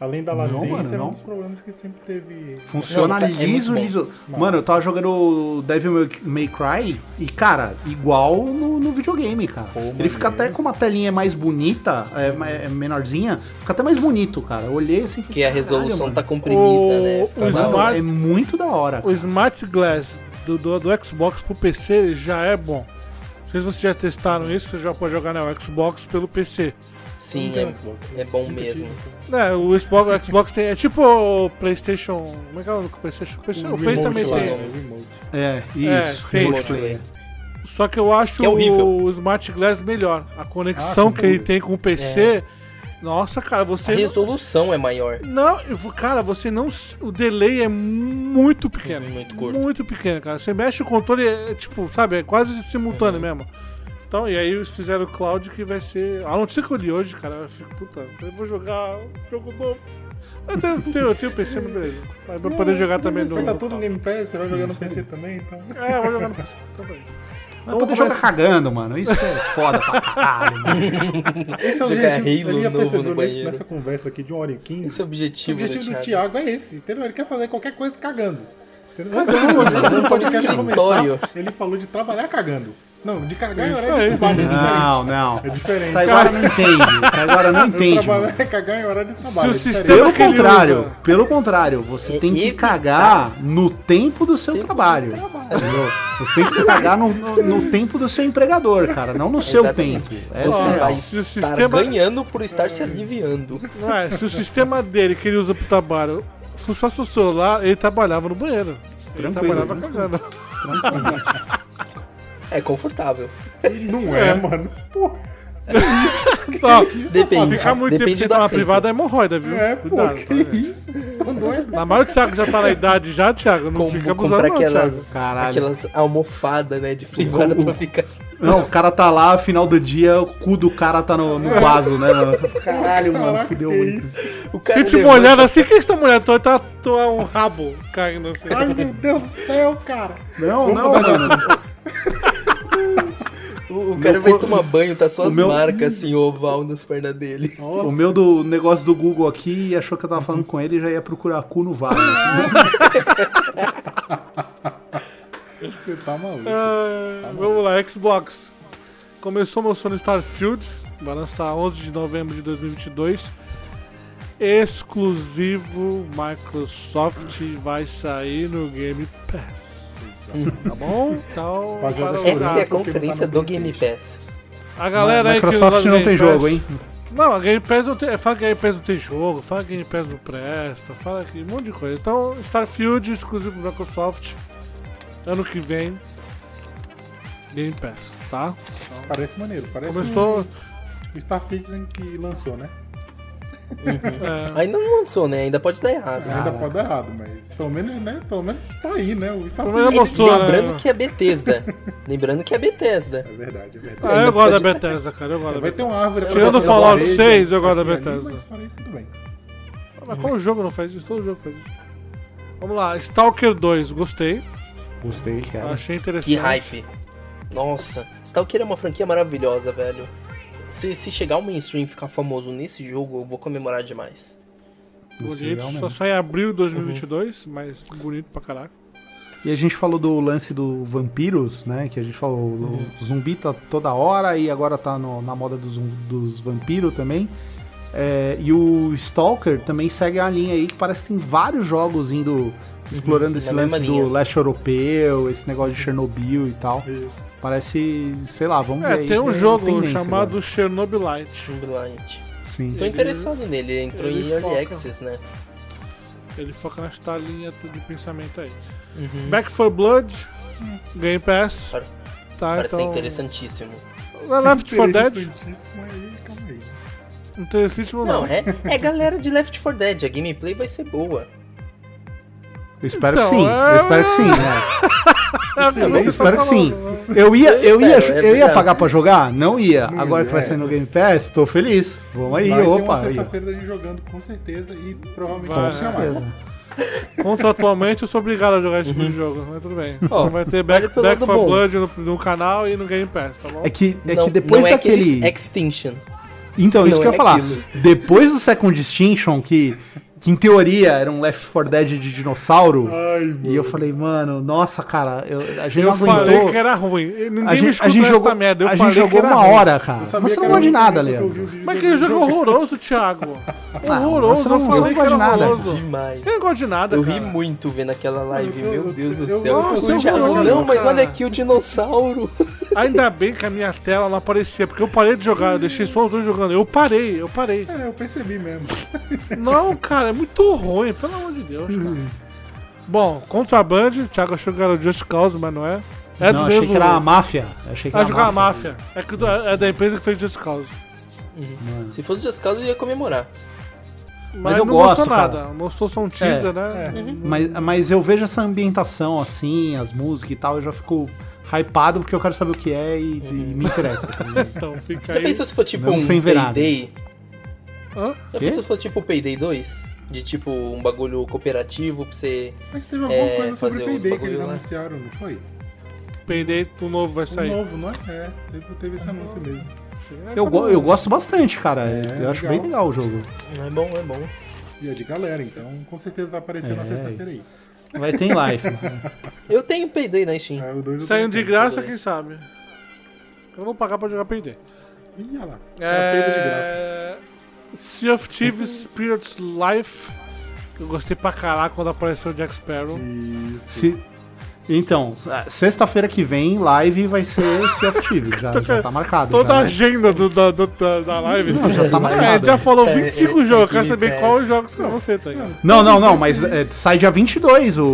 S3: Além da latência,
S5: mano,
S3: era
S5: não.
S3: um dos problemas que sempre teve.
S5: Funciona
S4: Não, cara, é
S5: liso,
S4: muito bom.
S5: liso. Mano, eu tava jogando Devil May Cry e, cara, igual no, no videogame, cara. Ele fica até com uma telinha mais bonita, é, ma- é menorzinha, fica até mais bonito, cara. Eu olhei assim e
S4: Porque a
S5: "Caralho,
S4: resolução
S5: mano."
S4: tá comprimida,
S2: O-
S4: né?
S2: o
S4: Fica da
S5: Mano,
S4: hora.
S2: smart-
S5: é muito da hora.
S2: O Smart Glass do, do, do Xbox pro PC já é bom. Não sei se vocês já testaram isso, você já pode jogar no Xbox pelo PC.
S4: Sim,
S3: Não tem Xbox.
S4: é, é bom
S3: Fica
S4: mesmo.
S3: aqui,
S2: É, o Xbox, o Xbox tem. É tipo o PlayStation. Como é que é o PlayStation? O PlayStation- o Play
S3: remote
S2: também
S3: lá,
S2: tem.
S3: né? O remote.
S5: É,
S2: É,
S5: isso.
S2: tem.
S5: Remote player.
S2: Só que eu acho
S4: Que é horrível.
S2: o Smart Glass melhor. A
S3: Ah,
S2: conexão
S3: sem
S2: que ele
S3: dúvida.
S2: tem com o
S4: É.
S2: PC. Nossa, cara,
S4: A
S2: você.
S4: resolução é maior.
S2: Não, eu vou- cara, você não. s- O delay é muito pequeno.
S4: É Muito curto.
S2: Muito pequeno, cara. Você mexe o controle, é, tipo, sabe, é quase simultâneo
S4: Uhum.
S2: mesmo. Então, e aí eles fizeram o Cloud que vai ser. A notícia que eu li hoje, cara, eu fico, puta, eu vou jogar um jogo novo. Eu tenho, eu tenho, eu tenho PC, mas beleza. Mas pra poder jogar também
S3: Você
S2: no.
S3: tá tudo no Game Pass, você vai jogar no PC também, então.
S2: É, eu vou jogar no PC também.
S5: Vai poder jogar cagando, mano. Isso é foda pra caralho. mano.
S3: Esse é o
S4: Jogar
S3: objetivo.
S4: Halo
S3: Eu ia
S4: novo no
S3: perceber nesse-
S4: banheiro.
S3: nessa conversa aqui de 1 hora e 15.
S4: Esse é o
S3: O
S4: objetivo,
S3: objetivo
S4: né,
S3: do
S4: Thiago?
S3: Thiago é esse, entendeu? Ele quer fazer qualquer coisa cagando. Entendeu?
S4: no
S3: Antes do podcast
S4: escritório.
S3: começar, ele falou de trabalhar cagando. Não, de cagar em
S2: Isso
S3: horário de
S2: aí.
S3: trabalho.
S5: Não, não.
S3: É diferente.
S4: Tá,
S3: É diferente.
S5: Taiguara não entende. Tá Taiguara não entende. mano.
S3: Trabalhar é cagar em horário de trabalho.
S2: Se o
S3: é diferente.
S2: sistema-
S5: Pelo
S2: que ele
S5: contrário,
S2: usa.
S5: pelo contrário, você
S4: É
S5: tem que
S4: evitar.
S5: cagar no tempo do seu trabalho. entendeu? Você tem que cagar no, no- no tempo do seu empregador, cara, não no seu
S4: Exatamente.
S5: tempo.
S4: Você
S5: Essa é a
S4: vai
S5: real.
S2: Se o
S4: estar
S2: sistema-
S4: ganhando por estar se aliviando.
S2: Não é, se o sistema dele que ele usa pro trabalho fosse o celular, ele trabalhava no banheiro. Ele
S5: Tranquilo,
S2: trabalhava
S5: tranquilo.
S2: cagando.
S4: É confortável.
S3: Não é, mano. Pô,
S2: Ó,
S4: Depende.
S2: Tá. ficar muito tempo
S4: Depende
S2: sem
S4: do
S2: tomar
S4: assento.
S2: privada é hemorroida, viu?
S3: é, pô,
S2: tá?
S3: que isso? Tá doido?
S2: Na maior o Thiago já tá na idade já, Thiago. Não
S4: Como
S2: fica abusando
S4: comprar
S2: não, Thiago. um-
S4: aquelas,
S5: Caralho.
S4: aquelas almofadas, né, de privada pra ficar...
S5: Não, o cara tá lá, final do dia, o cu do cara tá no, no vaso, né, mano? Caralho, mano,
S3: Caraca,
S5: fudeu
S3: que
S5: muito.
S4: O
S2: Se
S4: cara
S2: te
S4: levanta-
S2: molhando assim, que está molhando? Tô, tá, tô é um rabo caindo assim.
S3: Ai, meu Deus do céu, cara.
S5: Não, não, mano.
S4: O, o cara
S5: Meu
S4: vai
S5: cor-
S4: tomar banho, tá só
S5: o
S4: as
S5: meu-
S4: marcas, assim, oval nas pernas dele.
S5: O meu do negócio do Google aqui achou que eu tava
S4: Uhum.
S5: falando com ele e já ia procurar cu no vaso. Nossa,
S3: Você tá maluco.
S2: Ah, vamos lá, Xbox. Começou meu sono Starfield, vai lançar 11 de novembro de 2022. Exclusivo Microsoft vai sair no Game Pass. Tá bom? Então,
S3: Fazendo
S2: para o
S3: Exato,
S4: Essa é
S2: gato.
S4: a
S3: porque não tá
S4: conferência
S3: no
S4: do Game Pass.
S2: a galera aí que
S5: Microsoft
S2: usa
S5: não
S2: Game
S5: tem
S2: Pass-
S5: jogo, hein?
S2: Não, a Game Pass não tem. Fala que a Game Pass não tem jogo, fala que a Game Pass não presta, fala que um monte de coisa. Então, Starfield exclusivo Microsoft, ano que vem. Game Pass, tá?
S3: Parece maneiro, parece
S2: Começou.
S3: um, o Star Citizen que lançou, né?
S2: é,
S4: Ainda não lançou, né? Ainda pode dar errado.
S2: Ah,
S3: Ainda pode dar errado, mas pelo menos, né? Pelo menos tá aí, né? O Star
S2: Pelo menos
S3: Citizen.
S2: mostrou, né?
S4: Lembrando que é Bethesda. Lembrando que é Bethesda.
S3: É verdade, é verdade.
S2: ah, eu
S4: Ainda
S2: gosto da
S4: pode-
S2: Bethesda, cara. Eu gosto da
S3: Vai ter
S2: Bethesda.
S3: uma árvore
S2: Tirando
S3: atravessando
S2: o Fallout
S3: a parede,
S2: 6, eu gosto da
S3: aqui e ali,
S2: Bethesda.
S3: Mas fora isso, tudo bem.
S2: Mas qual jogo não faz isso? Todo jogo faz isso. Vamos lá, Stalker 2, gostei.
S5: Gostei, cara.
S2: Achei interessante.
S4: Que hype. Nossa, Stalker é uma franquia maravilhosa, velho. Se, se chegar ao mainstream e ficar famoso nesse jogo, eu vou comemorar demais.
S5: Gostei,
S2: Bonito, só
S5: realmente.
S2: sai em abril de 2022, mas bonito pra caraca.
S5: E a gente falou do lance do vampiros, né? Que a gente falou,
S4: Uhum.
S5: o zumbi tá toda hora e agora tá no- na moda dos, dos vampiros também. É, e o Stalker também segue a linha aí que parece que tem vários jogos indo explorando esse
S4: Uhum. na mesma
S5: lance
S4: linha.
S5: do leste europeu, esse negócio de Chernobyl e tal.
S3: Isso.
S5: Parece, sei lá, vamos ver.
S2: É,
S5: aí,
S2: tem
S5: que
S2: um
S5: é
S2: jogo
S5: tendência
S2: chamado Chernobylite.
S4: Brilliant.
S5: agora. Sim.
S4: Tô interessado nele, ele entrou
S2: ele
S4: em Early
S2: foca.
S4: Access, né?
S2: Ele foca nesta linha de pensamento aí.
S5: Uhum.
S2: Back for Blood, Game Pass.
S4: Pare-
S2: Tá,
S4: Parece
S2: então.
S4: interessantíssimo.
S2: Left 4 Dead,
S3: Interessantíssimo aí, calma aí.
S2: interessantíssimo não.
S4: Não, é, é galera de Left 4 Dead, a gameplay vai ser boa.
S5: Eu espero
S2: Então,
S5: que sim.
S2: é-
S5: Eu espero que sim. né?
S3: Sim,
S5: Eu
S3: você
S5: espero
S3: tá
S5: que sim.
S3: falando, né?
S5: Eu ia,
S4: Eu
S5: eu ia,
S4: espero, é
S5: eu ia
S4: verdade.
S5: pagar pra jogar? Não ia.
S3: Não
S5: Agora
S3: ia,
S5: que vai
S3: é.
S5: sair no Game Pass, tô feliz. Vamos aí,
S3: Vai ter uma
S5: opa. aí, ó.
S3: sexta-feira dele jogando, com certeza, e provavelmente
S2: Vai,
S5: Com
S3: vai chamar.
S5: certeza.
S4: é-
S2: Contratualmente eu sou obrigado a jogar esse
S5: Uhum.
S2: tipo de jogo, mas tudo bem. Então vai ter Back,
S4: olha pelo
S2: Back
S4: lado
S2: for
S4: bom.
S2: Blood no, no canal e no Game Pass, tá bom?
S5: É que, é
S4: não,
S5: que depois
S4: não é
S5: daquele.
S4: aquele Extinction.
S5: Então, isso
S4: não
S5: que eu ia
S4: é
S5: falar.
S4: aquilo.
S5: Depois do Second Distinction, que, que em teoria era um Left 4 Dead de dinossauro.
S3: Ai,
S5: E eu falei, mano, nossa, cara, eu- a gente
S2: Eu
S5: não aguentou.
S2: falei que era ruim. E Ninguém
S5: a
S2: me
S5: gente, a
S2: escutou
S5: gente
S2: essa
S5: jogou,
S2: merda. Eu
S5: a gente
S2: falei
S5: jogou
S2: que era
S5: uma
S2: ruim.
S5: hora, cara. Você não gosta de nada, Leandro.
S2: Mas que jogo horroroso, Thiago.
S5: Ah,
S2: horroroso,
S5: você não-
S2: eu
S5: você
S2: falei
S5: não
S2: que era
S5: gosta de nada.
S2: horroroso.
S4: Demais.
S2: Eu não gosto de nada,
S4: Eu
S2: cara.
S4: ri muito vendo aquela live,
S3: Eu- eu-
S4: meu Deus
S3: eu-
S4: do céu.
S3: nossa,
S4: o Thiago,
S2: horroroso,
S4: não, mas
S2: cara.
S4: olha aqui o dinossauro.
S2: Ainda bem que a minha tela não aparecia, porque eu parei de jogar, eu deixei só os dois jogando. Eu parei, eu parei.
S3: É, eu percebi mesmo.
S2: Não, cara, é muito ruim, pelo amor de Deus, cara. Bom, Contraband, Thiago achou que era o Just Cause, mas não é. É
S5: não,
S2: do
S5: achei que
S2: mesmo...
S5: era a máfia. Achei que
S2: É
S5: era
S2: jogar a máfia. É, que do- é da empresa que fez Just Cause.
S4: Se fosse o Just Cause, eu ia comemorar.
S2: Mas,
S5: eu
S2: não
S5: gosto,
S2: mostrou nada.
S5: cara. É.
S2: Mostrou só um teaser, né?
S5: Mas, mas eu vejo essa ambientação assim, as músicas e tal, eu já fico hypado porque eu quero saber o que é e, e me interessa.
S2: Então fica
S4: Já
S2: aí.
S4: pensou se for tipo
S5: Não
S4: um
S5: sou enverado.
S4: Payday?
S2: Hã?
S4: Já
S5: Quê?
S4: pensou se for tipo o Payday 2? De tipo um bagulho cooperativo pra você.
S3: Mas teve alguma
S4: É,
S3: coisa sobre
S4: fazer
S3: o
S4: os
S3: Payday que
S4: bagulho
S3: eles
S4: lá.
S3: anunciaram, não foi?
S2: Pendei, o novo vai
S3: Um
S2: sair.
S3: novo, não é? É, teve, teve esse anúncio mesmo.
S2: É,
S5: Eu,
S2: tá
S5: go-
S2: bom.
S5: eu gosto bastante, cara.
S3: É,
S5: eu acho
S3: legal.
S5: bem legal o jogo.
S4: É bom, é bom.
S3: E é de galera, então com certeza vai aparecer na
S5: É.
S3: sexta-feira aí.
S5: Vai ter em live.
S4: Eu tenho Payday na Steam.
S3: É, o dois eu
S2: Saindo de
S3: tenho.
S2: graça,
S4: tudo
S2: quem sabe? Eu vou pagar pra jogar Pendei.
S3: Ih, olha lá. É... perda de graça.
S2: É... Sea of Thieves Spirits Life. Eu gostei pra caraca quando apareceu o Jack Sparrow.
S3: Isso.
S5: Se- Então, s- sexta-feira que vem, live vai ser Sea of Thieves. Já, já tá marcado.
S2: Toda a
S5: já, né?
S2: agenda do- da, do- da, da live.
S5: já tá
S2: é,
S5: marcado.
S2: já falou
S4: É,
S2: 25
S4: é,
S2: jogos.
S4: é
S2: Quero saber
S4: Game
S2: quais
S4: Pass.
S2: os jogos que eu não sei, tá ligado?
S5: Não, não, não, mas é, sai dia 22 o,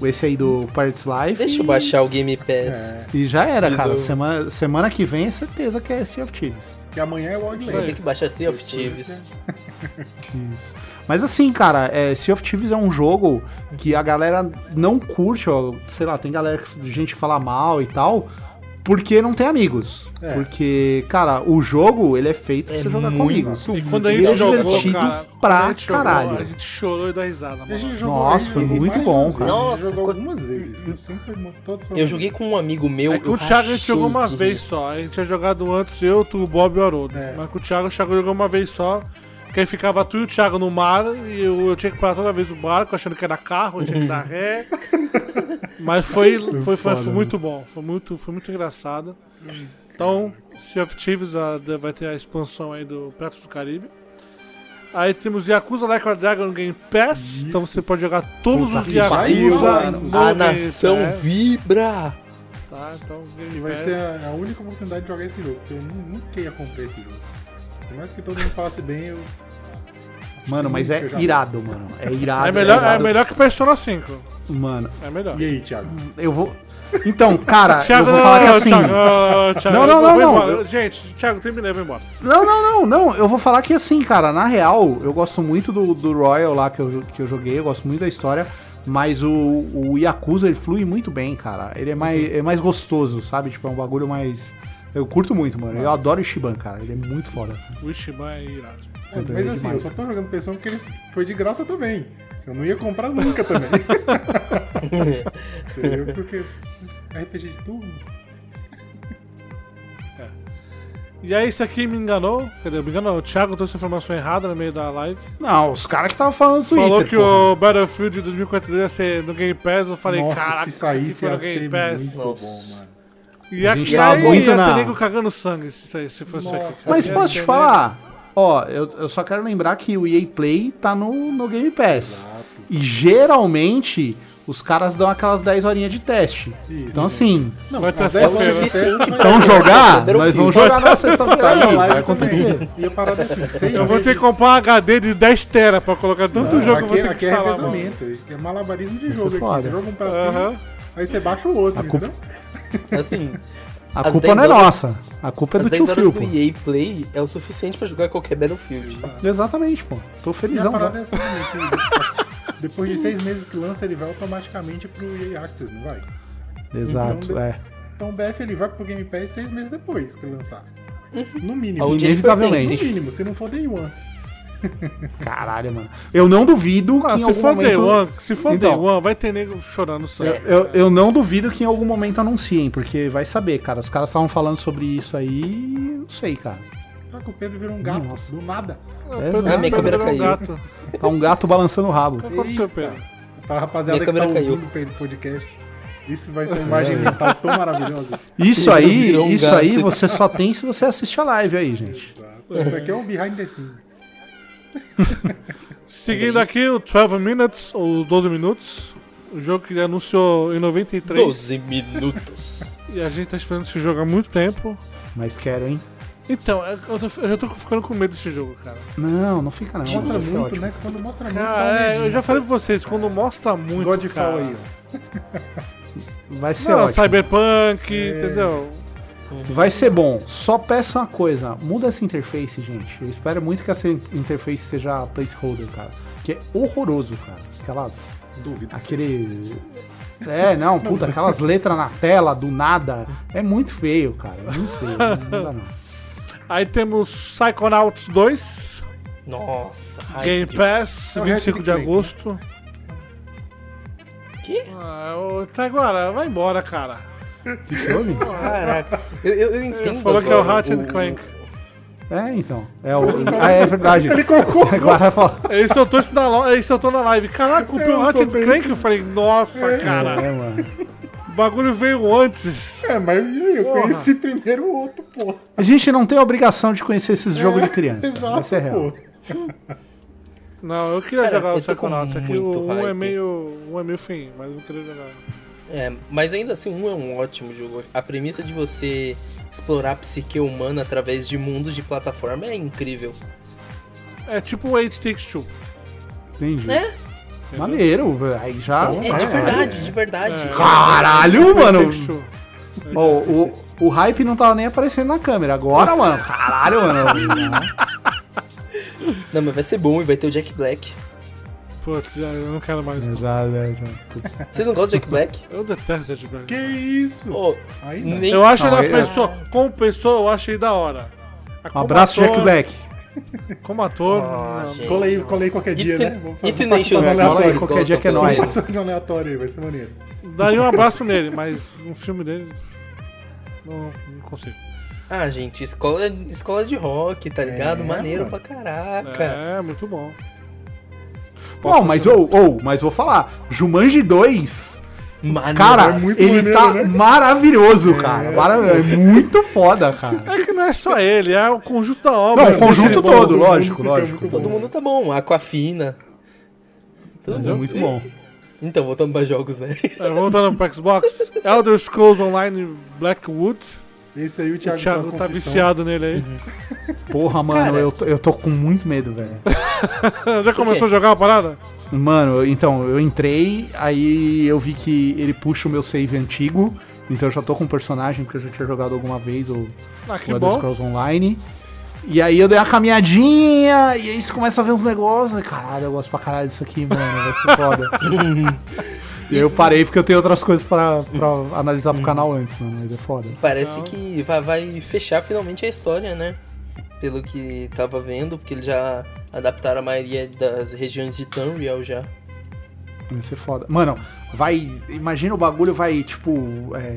S5: o, esse aí do Pirates Life.
S4: Deixa eu baixar o Game Pass.
S3: É,
S5: E já era, cara.
S4: do-
S5: Semana, semana que vem é certeza que é Sea of Thieves.
S3: que amanhã é o
S4: Vou
S3: Wildlands.
S4: ter que baixar Sea of
S3: Depois
S4: Thieves.
S5: Isso. Mas assim, cara, é, Sea of Thieves é um jogo que a galera não curte, ó, sei lá, tem galera que gente que fala mal e tal, porque não tem amigos.
S3: É.
S5: Porque, cara, o jogo ele é feito pra
S4: É
S5: você jogar com
S4: muito
S5: amigos.
S2: E quando a
S5: E
S2: gente
S5: é
S2: jogou,
S5: divertido
S2: cara,
S5: pra
S2: quando a gente jogou,
S5: caralho.
S2: a gente chorou e dá risada,
S3: E a gente
S2: mano.
S3: jogou
S5: Nossa,
S3: aí
S5: foi
S3: e
S5: muito
S3: mais
S5: bom,
S3: de uma
S5: cara.
S3: vez. A gente
S4: Nossa,
S3: jogou
S4: co-
S3: algumas vezes. Sempre, todos foram
S4: Eu joguei com um amigo meu.
S2: É que o
S4: eu
S2: Thiago a gente jogou uma
S4: rachei o
S2: vez só. A gente tinha jogado antes eu, tu, o Bob e o Haroldo.
S3: É.
S2: Mas com o Thiago, o Thiago jogou uma vez só. Que aí ficava tu e o Thiago no mar e eu, eu tinha que parar toda vez o barco, achando que era carro, eu tinha que dar ré. Mas foi, foi, foi, foi
S3: né?
S2: muito bom, foi muito, foi muito engraçado. Então, Sea of Thieves a- de- vai ter a expansão aí do Piratas do Caribe. Aí temos Yakuza Like a Dragon no Game Pass, então você pode jogar todos
S5: Puta
S2: os
S5: que pariu,
S2: Yakuza
S3: mano.
S2: no
S4: A
S2: Game
S4: nação
S2: Pass,
S4: vibra!
S2: Tá, então Game
S3: E vai
S4: É.
S2: Pass.
S3: ser a, a única oportunidade de jogar esse jogo, porque eu nu- nunca ia comprar esse jogo. Por mais que todo mundo falasse bem, eu.
S5: Mano, mas é irado, mano. É irado.
S2: É melhor, é
S5: irado.
S2: melhor que Persona 5.
S5: Mano,
S2: É melhor.
S3: E aí, Thiago?
S5: eu vou. Então, cara, eu
S2: Thiago,
S5: vou falar que
S2: não, é
S5: assim.
S2: Thiago, não, Thiago,
S5: Não, não,
S2: eu vou
S5: não,
S2: embora.
S5: não.
S2: Gente, Thiago, terminei, eu vou embora.
S5: Não, não, não, não. Eu vou falar que assim, cara, na real, eu gosto muito do, do Royal lá que eu, que eu joguei, eu gosto muito da história, mas o, o Yakuza ele flui muito bem, cara. Ele é mais, é mais gostoso, sabe? Tipo, é um bagulho mais. Eu curto muito, mano. Eu adoro o Shiban, cara. Ele é muito foda.
S2: O Ishiban é irado.
S3: É,
S5: Puta,
S3: mas
S5: é
S3: assim, eu
S5: demais.
S3: só tô jogando Persona porque ele foi de graça também. Eu não ia comprar nunca também. Entendeu? Porque RPG de turno.
S2: E aí, isso aqui me enganou. Cadê? Me enganou. O Thiago trouxe informação errada no meio da live.
S5: Não, os caras que estavam falando do Twitter.
S2: Falou que
S5: porra.
S2: o Battlefield 2042 ia ser no Game Pass. Eu falei,
S3: Nossa,
S2: caraca,
S3: se saísse
S2: isso
S3: ia
S2: aqui foi no
S3: ser
S2: Game Pass.
S3: muito
S4: Nossa.
S3: bom, mano.
S2: E aqui
S5: gente tava muito
S2: ia ter
S5: na-
S2: nego cagando sangue se, isso aí- se fosse isso aqui. tá
S3: Nossa.
S5: Mas
S3: Assim,
S2: é
S5: posso te falar? Ó, eu, eu só quero lembrar que o EA Play tá no, no Game Pass. E geralmente os caras dão aquelas 10 horinhas de teste.
S3: Isso.
S5: Então assim,
S3: Não,
S2: Vai ter
S3: mas é
S2: sexta-feira.
S3: só
S4: Suficiente
S3: festa, mas-
S5: então jogar,
S4: Primeiro
S5: nós vamos
S4: filme.
S5: jogar na sexta-feira
S3: Tá
S5: aí,
S3: na live
S5: vai acontecer.
S3: também. E a parada é assim, seis
S2: Eu vou ter que
S3: vezes-
S2: comprar um HD de 10 tera pra colocar tanto jogo
S3: Não,
S2: que eu
S3: aqui,
S2: vou ter que
S3: aqui é
S2: instalar. mano.
S3: revezamento. É malabarismo de
S5: Isso é
S3: jogo aqui.
S5: foda.
S3: Você joga um pra cima,
S2: Aham.
S3: aí você baixa o outro,
S5: A culpa-
S3: entendeu?
S4: Assim,
S5: A
S4: Às
S5: culpa
S4: 10
S5: não é
S4: horas-
S5: nossa, a culpa é
S4: as
S5: do tio
S4: 10 horas
S5: Phil,
S4: do
S5: pô.
S4: EA Play é o suficiente pra jogar qualquer Battlefield.
S5: Exatamente, pô.
S3: E
S5: Tô
S3: a
S5: felizão.
S3: parada
S5: já.
S3: é essa também, que depois de seis meses que lança, ele vai automaticamente pro EA Access, não vai?
S5: Exato,
S3: Então,
S5: é.
S3: Então o BF ele vai pro Game Pass seis meses depois que lançar.
S5: Uhum.
S3: No mínimo.
S4: Aonde ele
S5: Inevitavelmente.
S3: No
S4: pertence.
S3: mínimo, se não for Day One.
S5: Caralho, mano. Eu não duvido que
S2: Ah,
S5: em
S2: se
S5: algum
S2: for Day
S5: momento...
S2: One, se for Day
S5: Então.
S2: One, vai ter nego chorando
S4: É,
S2: sangue. É,
S5: Eu, eu não duvido que em algum momento anunciem, porque vai saber, cara. Os caras estavam falando sobre isso aí, não sei, cara.
S3: Tá que o Pedro virou um gato,
S5: Nossa.
S3: do nada.
S5: É,
S2: Pedro,
S5: né?
S4: minha
S2: Pedro
S4: câmera
S2: era um
S4: caiu.
S2: gato.
S5: Tá um gato balançando o rabo.
S2: O que aconteceu,
S3: Eita.
S2: Pedro?
S3: Pra rapaziada
S4: Minha
S3: que tá
S4: câmera caiu.
S3: ouvindo o podcast, isso vai ser uma
S5: É.
S3: imagem mental tão maravilhosa.
S5: Isso
S4: Ele
S5: aí,
S4: virou um
S5: isso
S4: gato.
S5: aí você só tem se você assiste a live aí, gente.
S3: Isso aqui é o behind the scenes.
S2: Seguindo aqui o 12 Minutes, ou os 12 Minutos. O jogo que ele anunciou em 93.
S4: 12 minutos.
S2: E a gente tá esperando esse jogo há muito tempo.
S5: Mas quero, hein?
S2: Então, eu, tô, eu já tô ficando com medo desse jogo, cara.
S5: Não, não fica não.
S3: Mostra
S5: vai ser
S3: muito,
S5: é ótimo.
S3: né? Quando mostra muito,
S2: Ah,
S3: dá um
S2: é,
S3: medinho.
S2: eu já falei pra vocês, quando mostra muito.
S3: Godfall
S2: cara,
S3: aí, ó.
S5: Vai ser
S2: Não,
S5: é ótimo. É.
S2: Cyberpunk, entendeu?
S5: Vai ser bom. Só peço uma coisa, muda essa interface, gente. Eu espero muito que essa interface seja placeholder, cara. Que é horroroso, cara. Aquelas
S3: Dúvida.
S5: Aquele. É, não, puta, aquelas letras na tela do nada. É muito feio, cara. É muito feio. Não dá, não.
S2: Aí temos Psychonauts 2,
S4: Nossa, ai,
S2: Game
S4: que-
S2: Pass,
S3: É o
S2: 25 de
S3: Ratchet Clank, né?
S2: agosto.
S4: Que?
S2: Ah, ô, tá agora, vai embora, cara.
S5: Que chove?
S4: Caraca. Eu, eu, eu entendo.
S2: Ele falou que é o
S4: agora
S2: Ratchet Clank.
S5: É, então. É o. Ah, é verdade. Ele colocou. Agora fala.
S2: Esse eu tô esse da lo- esse eu tô na live. Caraca, comprei
S3: Eu
S2: o
S3: sou
S2: Ratchet
S3: bem
S2: Clank. Eu falei, nossa, cara,
S5: É, mano.
S2: o bagulho veio antes.
S3: É, mas e aí? Eu conheci primeiro o outro, pô.
S5: A gente não tem a obrigação de conhecer esses jogos de criança.
S3: Exato,
S5: Essa é real.
S3: pô.
S2: Não, eu queria
S4: Cara,
S2: jogar o
S4: eu tô com
S2: Psychonauts aqui.
S4: muito
S2: O um é
S4: hype.
S2: meio. Um é meio feio, mas eu queria jogar.
S4: É, mas ainda assim, um é um ótimo jogo. A premissa de você explorar a psique humana através de mundos de plataforma é incrível.
S2: É tipo o 8 Takes Two.
S5: Entendi.
S4: É?
S5: Maneiro. velho. Aí já.
S4: É, de verdade, de verdade.
S5: Caralho, mano.
S2: Takes Two.
S5: Ó, o, o hype não tava nem aparecendo na câmera. Agora, mano. Caralho, mano.
S4: Não, mas vai ser bom e vai ter o Jack Black.
S2: Putz, já- eu não quero mais.
S5: Já, já, já.
S4: Vocês não gostam do Jack Black?
S2: Eu detesto Jet Black.
S3: Que isso?
S4: Pô,
S3: Aí não.
S4: nem...
S2: Eu acho
S5: Não,
S2: ele a
S5: eu-
S2: pessoa. Como pessoa, eu achei da hora. Ah,
S5: Um
S2: como
S5: abraço,
S2: ator-
S5: Jack Black.
S2: Como ator.
S4: Ah,
S2: não.
S4: gente.
S3: Colei, colei qualquer dia,
S4: Ethan-
S3: né? Vou
S4: Ethan
S3: participar
S4: Nation,
S3: de um
S4: né?
S5: Fala aí,
S3: aleatório.
S4: Vocês
S5: qualquer dia
S4: gostam,
S5: que é
S4: pelo
S5: nóis.
S4: menos.
S3: Vou de um aleatório aí, vai ser maneiro.
S2: Daria um abraço nele, mas um filme dele. Não, não consigo.
S4: Ah, gente, escola, escola de rock, tá ligado?
S3: É,
S4: Maneiro
S3: mano.
S4: pra caraca.
S2: É, muito bom.
S5: Não, mas ou, ou, mas vou falar, Jumanji 2,
S4: é Maneiro.
S5: cara,
S3: muito
S5: ele
S3: maneiro,
S5: tá
S3: né?
S5: maravilhoso, cara. Mara- É muito foda, cara.
S2: É que não é só ele, é o conjunto da
S5: Não,
S2: obra.
S5: o conjunto
S2: Ele é bom.
S5: todo,
S3: todo mundo
S5: lógico,
S3: fica
S5: lógico.
S3: muito
S4: Todo mundo tá bom, Aquafina.
S3: é
S4: Todo
S5: Mas é
S4: mundo.
S5: muito bom.
S4: Então, voltando pra jogos, né?
S2: É, voltando pro Xbox, Elder Scrolls Online Blackwood.
S3: Esse aí o
S2: O
S3: Thiago,
S2: Thiago
S3: uma
S2: tá
S3: confissão.
S5: Uhum.
S2: viciado nele aí.
S5: Porra, mano,
S4: Cara.
S5: eu, tô- eu tô com muito medo, velho.
S2: Já começou a jogar a parada?
S5: Mano, eu- então, eu entrei, aí eu vi que ele puxa o meu save antigo, então eu já tô com o personagem, porque eu já tinha jogado alguma vez o
S2: Ah,
S5: o
S2: que
S5: Elder
S2: bom.
S5: Scrolls Online. E aí eu dei uma caminhadinha, e aí você começa a ver uns negócios, e caralho, eu gosto pra caralho disso aqui, mano, vai ser foda. e eu parei porque eu tenho outras coisas pra, pra analisar pro canal antes, mano, mas é foda.
S4: Parece que vai, vai fechar finalmente a história, né? Pelo que tava vendo, porque eles já adaptaram a maioria das regiões de Tamriel já.
S5: Vai ser foda. Mano, vai. Imagina o bagulho vai, tipo. é,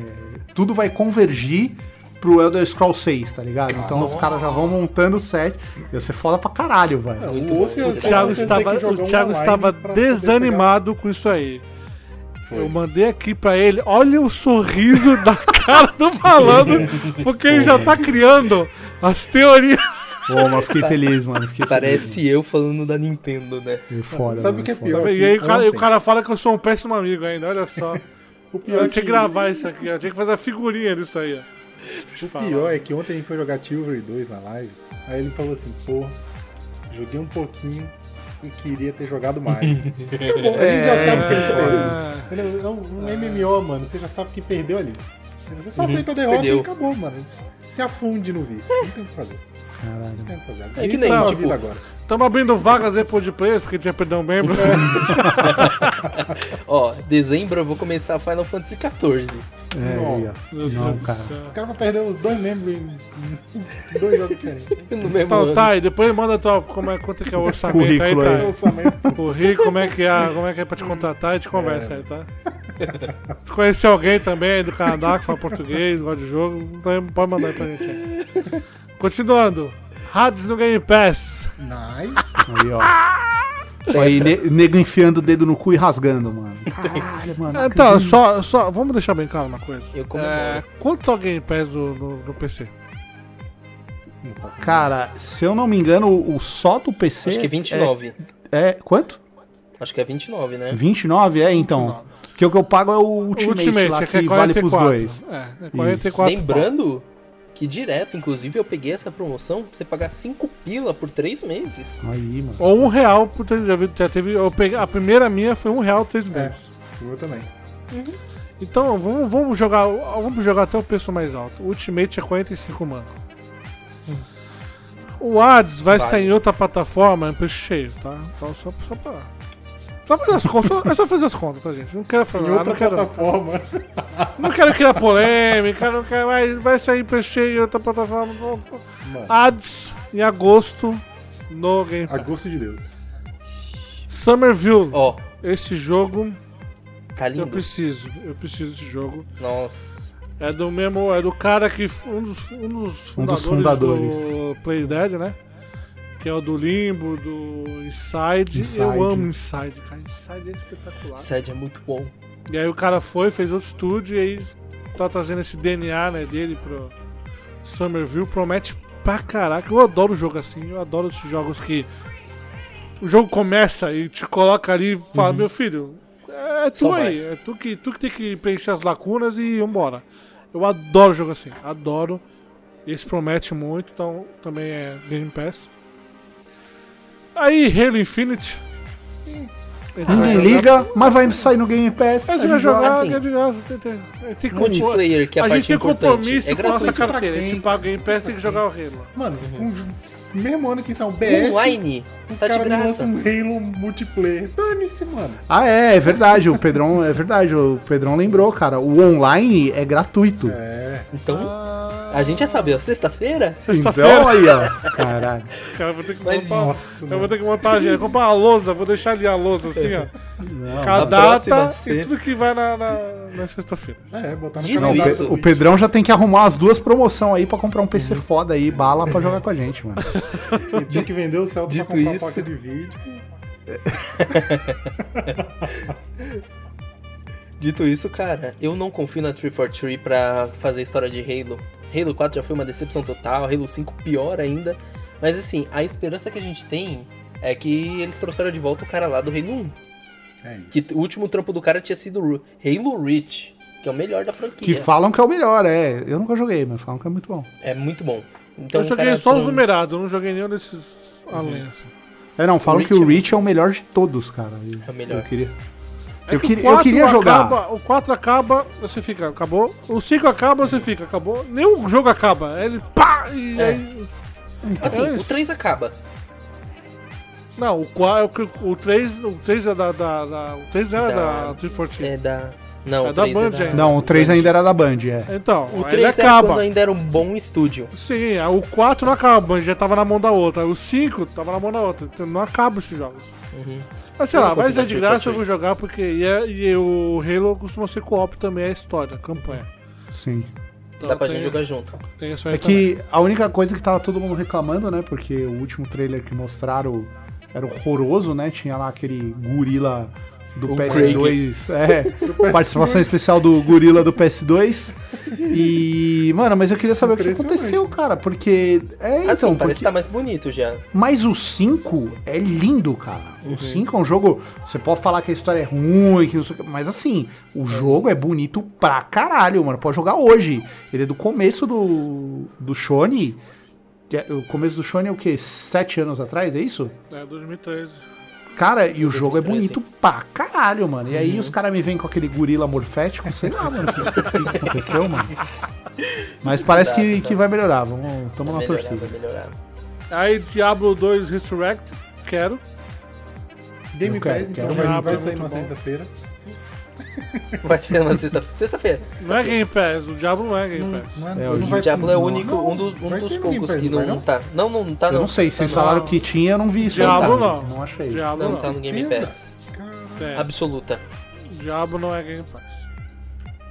S5: tudo vai convergir pro Elder Scrolls 6, tá ligado? Então os caras já vão montando o set. Ia ser foda pra caralho, velho.
S4: Muito
S3: ou
S4: bom.
S3: se-
S4: O
S2: O
S3: se
S2: Thiago
S3: você
S2: estava,
S3: tem que jogar
S2: o
S3: um
S2: Thiago
S3: online
S2: estava
S3: pra poder
S2: desanimado com isso aí. Eu mandei aqui pra ele, olha o sorriso da cara do malandro, porque ele já tá criando as teorias.
S5: Pô, mas fiquei feliz, mano. Fiquei
S4: Parece eu falando da Nintendo, né?
S5: Feliz, mano. É foda,
S3: Sabe
S5: mano,
S3: o que é
S5: foda.
S3: pior?
S2: e aí o cara, e o
S3: ontem-
S2: cara fala que eu sou um péssimo amigo ainda, olha só.
S3: O pior,
S2: Eu
S3: é
S2: tinha que
S3: que,
S2: gravar isso aqui, eu tinha que fazer a figurinha disso aí. ó. Te
S3: o
S2: falar.
S3: pior é que ontem a gente foi jogar Tilbury 2 na live. Aí ele falou assim, pô, joguei um pouquinho e queria ter jogado mais. tá bom, a gente
S2: É.
S3: já sabe o que ele fez.
S2: Ah,
S3: Ele é um um MMO, mano, você já sabe que perdeu ali. Você
S2: Uhum.
S3: só aceita a derrota
S4: Perdeu.
S3: e acabou, mano. Se afunde no vício. Não tem o que fazer.
S5: Caralho.
S3: Não tem o que fazer.
S4: É que
S3: Isso
S4: nem,
S3: a
S4: tipo,
S3: vida agora.
S2: Estamos abrindo vagas aí pro de players, porque tinha perdido um membro.
S4: Ó, dezembro eu vou começar Final Fantasy XIV.
S5: É, aí, ó.
S2: Meu
S5: Não,
S2: Deus do
S5: cara.
S2: céu.
S3: Os caras vão perder os dois membros em dois jogos diferentes.
S4: No mesmo
S2: Então
S4: ano.
S2: tá, e depois manda tua, como é, quanto é que é o orçamento aí,
S5: Currículo
S2: tá?
S5: aí.
S3: Orçamento.
S2: Corri, como é que é, como é que é pra te contratar, a gente conversa aí, tá? Se tu conhecer alguém também aí do Canadá que fala português, gosta de jogo, também pode mandar aí pra gente aí. Continuando. Hades no Game Pass.
S3: Nice.
S5: Aí, ó. Aí, ne- nego enfiando o dedo no cu e rasgando, mano. Caralho, mano. não
S2: Então,
S5: acredito.
S2: só, só, vamos deixar bem claro uma coisa.
S4: Eu comemoro.
S2: É, quanto ao Game Pass do- no, no PC?
S5: Cara, se eu não me engano, o o só do PC.
S4: Acho que é 29.
S5: É, é quanto?
S4: Acho que é 29, né?
S5: 29, é, então. Porque o que eu pago é o Ultimate, lá, que, vale pros dois.
S2: É, é 44.
S4: Lembrando que direto, inclusive, eu peguei essa promoção pra você pagar 5 pila por 3 meses.
S5: Aí, mano.
S2: Ou um real por três já vi- já teve. Eu peguei, a primeira minha foi um real
S5: É.
S2: três meses.
S3: Eu também.
S2: Então vamos, vamos jogar. Vamos jogar até o preço mais alto. O Ultimate é 45 mano. O Hades vai,
S4: Vai.
S2: sair em outra plataforma, em preço cheio, tá? Então só, só pra. Só fazer as contas, só- é só fazer as contas, tá, gente? Não quero falar,
S3: Em outra
S2: não quero,
S3: plataforma.
S2: não quero criar polêmica, não quero, vai, vai sair em preço cheio em outra plataforma. não-
S3: Mano,
S2: Hades em agosto no Game
S3: a
S2: Pass.
S3: gosto de Deus.
S2: Somerville.
S4: Ó,
S2: Esse jogo
S4: tá
S2: eu
S4: lindo.
S2: preciso, eu preciso desse jogo.
S4: Nossa.
S2: É do mesmo, é do cara que f- um dos, um dos
S5: Um
S2: fundadores,
S5: dos
S2: do Play Dead, né? Que é o do Limbo, do Inside.
S5: Inside.
S2: Eu amo Inside, cara. Inside é espetacular.
S4: Sede é muito bom.
S2: E aí o cara foi, fez outro estúdio e aí tá trazendo esse DNA né, dele pro Somerville. Promete pra caraca. Eu adoro o jogo assim, eu adoro esses jogos que o jogo começa e te coloca ali e fala, meu filho, é tu
S4: Uhum. Só vai.
S2: aí, é tu que, tu que tem que preencher as lacunas e vambora. Eu adoro jogo assim, adoro. Esse promete muito, então também é Game Pass. Aí, Halo Infinite.
S5: Ninguém liga, mas vai sair no Game
S2: é,
S5: Pass.
S2: Mas você
S5: a
S2: vai
S5: gente
S2: jogar,
S5: joga.
S4: assim,
S2: é de graça. Tem, tem, tem com-
S4: Multiplayer, que é a,
S2: a
S4: parte
S2: gente tem
S4: importante.
S2: compromisso
S4: é
S2: com a nossa
S4: gratuito.
S2: carteira. A
S3: Pra
S2: gente
S3: quem?
S2: paga o Game Pass, tem que jogar o Halo.
S3: Mano, um, mesmo ano que isso é um BS,
S4: Online,
S3: o
S4: tá de
S3: cara me lança
S4: graça.
S3: um Halo multiplayer. Dane-se, mano.
S5: Ah, é, é verdade. O Pedrão, é verdade. O Pedrão lembrou, cara. O online é gratuito.
S3: É.
S4: Então, a gente já sabe, ó, sexta-feira?
S5: Então, aí, ó. Caralho.
S2: Cara, eu vou ter que
S4: Mas-
S2: montar.
S3: Nossa,
S2: Eu
S3: mano.
S2: vou ter que montar a agenda. Comprar uma lousa, vou deixar ali a lousa assim, ó. Com a
S4: a próxima
S2: data e
S4: sexta.
S2: tudo que vai na, na, na sexta-feira.
S3: É, botar no
S4: Dito
S5: Não, o,
S3: calendário
S5: Pe-
S4: isso.
S5: o Pedrão já tem que arrumar as duas promoções aí pra comprar um PC foda aí, bala pra jogar com a gente, mano.
S3: Eu tinha que vender o Celta pra
S4: Dito
S3: comprar
S4: isso.
S3: placa de vídeo.
S4: Dito isso, cara, eu não confio na 343 pra fazer a história de Halo. Halo 4 já foi uma decepção total, Halo 5 pior ainda. Mas assim, a esperança que a gente tem é que eles trouxeram de volta o cara lá do Halo 1.
S3: É
S4: Que
S3: isso.
S4: o último trampo do cara tinha sido Ru- Halo Reach, que é o melhor da franquia.
S5: Que falam que é o melhor, é. Eu nunca joguei, mas falam que é muito bom.
S4: É muito bom. Então,
S2: eu
S4: o
S2: joguei
S4: cara
S2: só os
S4: tran-
S2: numerados, eu não joguei nenhum desses além. assim.
S5: É, não, falam
S4: Reach
S5: que o
S4: é
S5: Reach é o melhor de todos, cara. Eu-
S4: É o melhor.
S5: Eu queria,
S2: É
S5: eu
S2: que o
S5: queria, eu
S2: quatro
S5: queria jogar.
S2: acaba- o 4 acaba, você fica, acabou. O 5 acaba, você fica, acabou. Nenhum jogo acaba. Ele pá! E
S4: É.
S2: aí.
S4: Assim,
S2: É
S4: o
S2: isso.
S4: 3 acaba.
S2: Não, o 4. O 3. O 3 é da. da, da- o 3 é da,
S4: Da-
S2: da 314.
S4: É da. Não,
S2: É
S4: o
S2: da
S4: 3 é
S2: Band, é.
S5: Não, o 3 ainda era da Band, é.
S2: Então,
S4: O
S2: ele
S4: 3 era
S2: acaba.
S4: quando ainda era um bom estúdio.
S2: Sim, é, o 4 não acaba, já tava na mão da outra. O 5 tava na mão da outra. Então não acaba esses jogos. Mas sei
S4: Uhum.
S2: lá,
S4: Eu não
S2: vai
S4: confio
S2: ser
S4: na
S2: de graça, eu
S4: Free
S2: vou jogar, porque e, é- e o Halo costuma ser co-op também, é a história, a campanha.
S5: Sim.
S2: Então,
S4: Dá pra
S2: tem-
S4: gente jogar junto.
S2: Tem essa
S5: É que a única coisa que tava todo mundo reclamando, né? Porque o último trailer que mostraram era horroroso, né? Tinha lá aquele gorila do
S4: O
S5: PS2. É, participação especial do gorila do PS2. E, mano, mas eu queria saber o que
S3: Impressionante.
S5: aconteceu, cara. Porque. É,
S4: Assim,
S5: então.
S4: parece
S5: porque-
S4: que tá mais bonito já.
S5: Mas o 5 é lindo, cara. O 5 é um jogo. Você pode falar que a história é ruim, que não sei o que, mas assim, o jogo é bonito pra caralho, mano. Pode jogar hoje. Ele é do começo do, do Shone. que é- O começo do Shone é o quê? Sete anos atrás, é isso?
S2: É, 2013.
S5: Cara, e o jogo é
S4: 2013.
S5: bonito pra caralho, mano. E aí os caras me vêm com aquele gorila morfético, sei lá, mano, o que, o que aconteceu, mano. Mas parece
S4: Dá,
S5: que,
S4: dá.
S5: que vai melhorar. Vamos, tamo na
S4: Vai melhorar,
S5: torcida.
S4: vai melhorar.
S2: Aí Diablo 2 Resurrect, quero.
S3: Game
S5: Eu quero,
S3: Pass, então
S5: quero.
S3: vai,
S2: Ah,
S3: vai
S2: é
S3: sair
S2: muito
S3: na
S2: bom.
S3: sexta-feira.
S4: Vai ser uma sexta- sexta-feira.
S2: Não é Game Pass, o Diablo não é Game
S4: Hum,
S2: Pass.
S3: Não,
S5: É,
S3: não
S5: o
S3: vai-
S4: Diablo é o
S3: não,
S4: único,
S3: não,
S4: um, dos, um
S3: vai
S4: dos
S3: ter no Game
S4: poucos
S3: Pass,
S4: que não,
S3: vai não?
S4: tá. Não, não tá
S5: Eu
S4: não.
S5: não sei, vocês
S4: tá
S5: falaram que tinha, eu não vi isso.
S2: Diablo
S5: cara.
S2: não.
S5: Não achei.
S2: Diablo
S4: Não,
S2: não.
S4: não tá no Game Pass.
S2: É,
S4: Absoluta.
S2: Diablo não é Game Pass.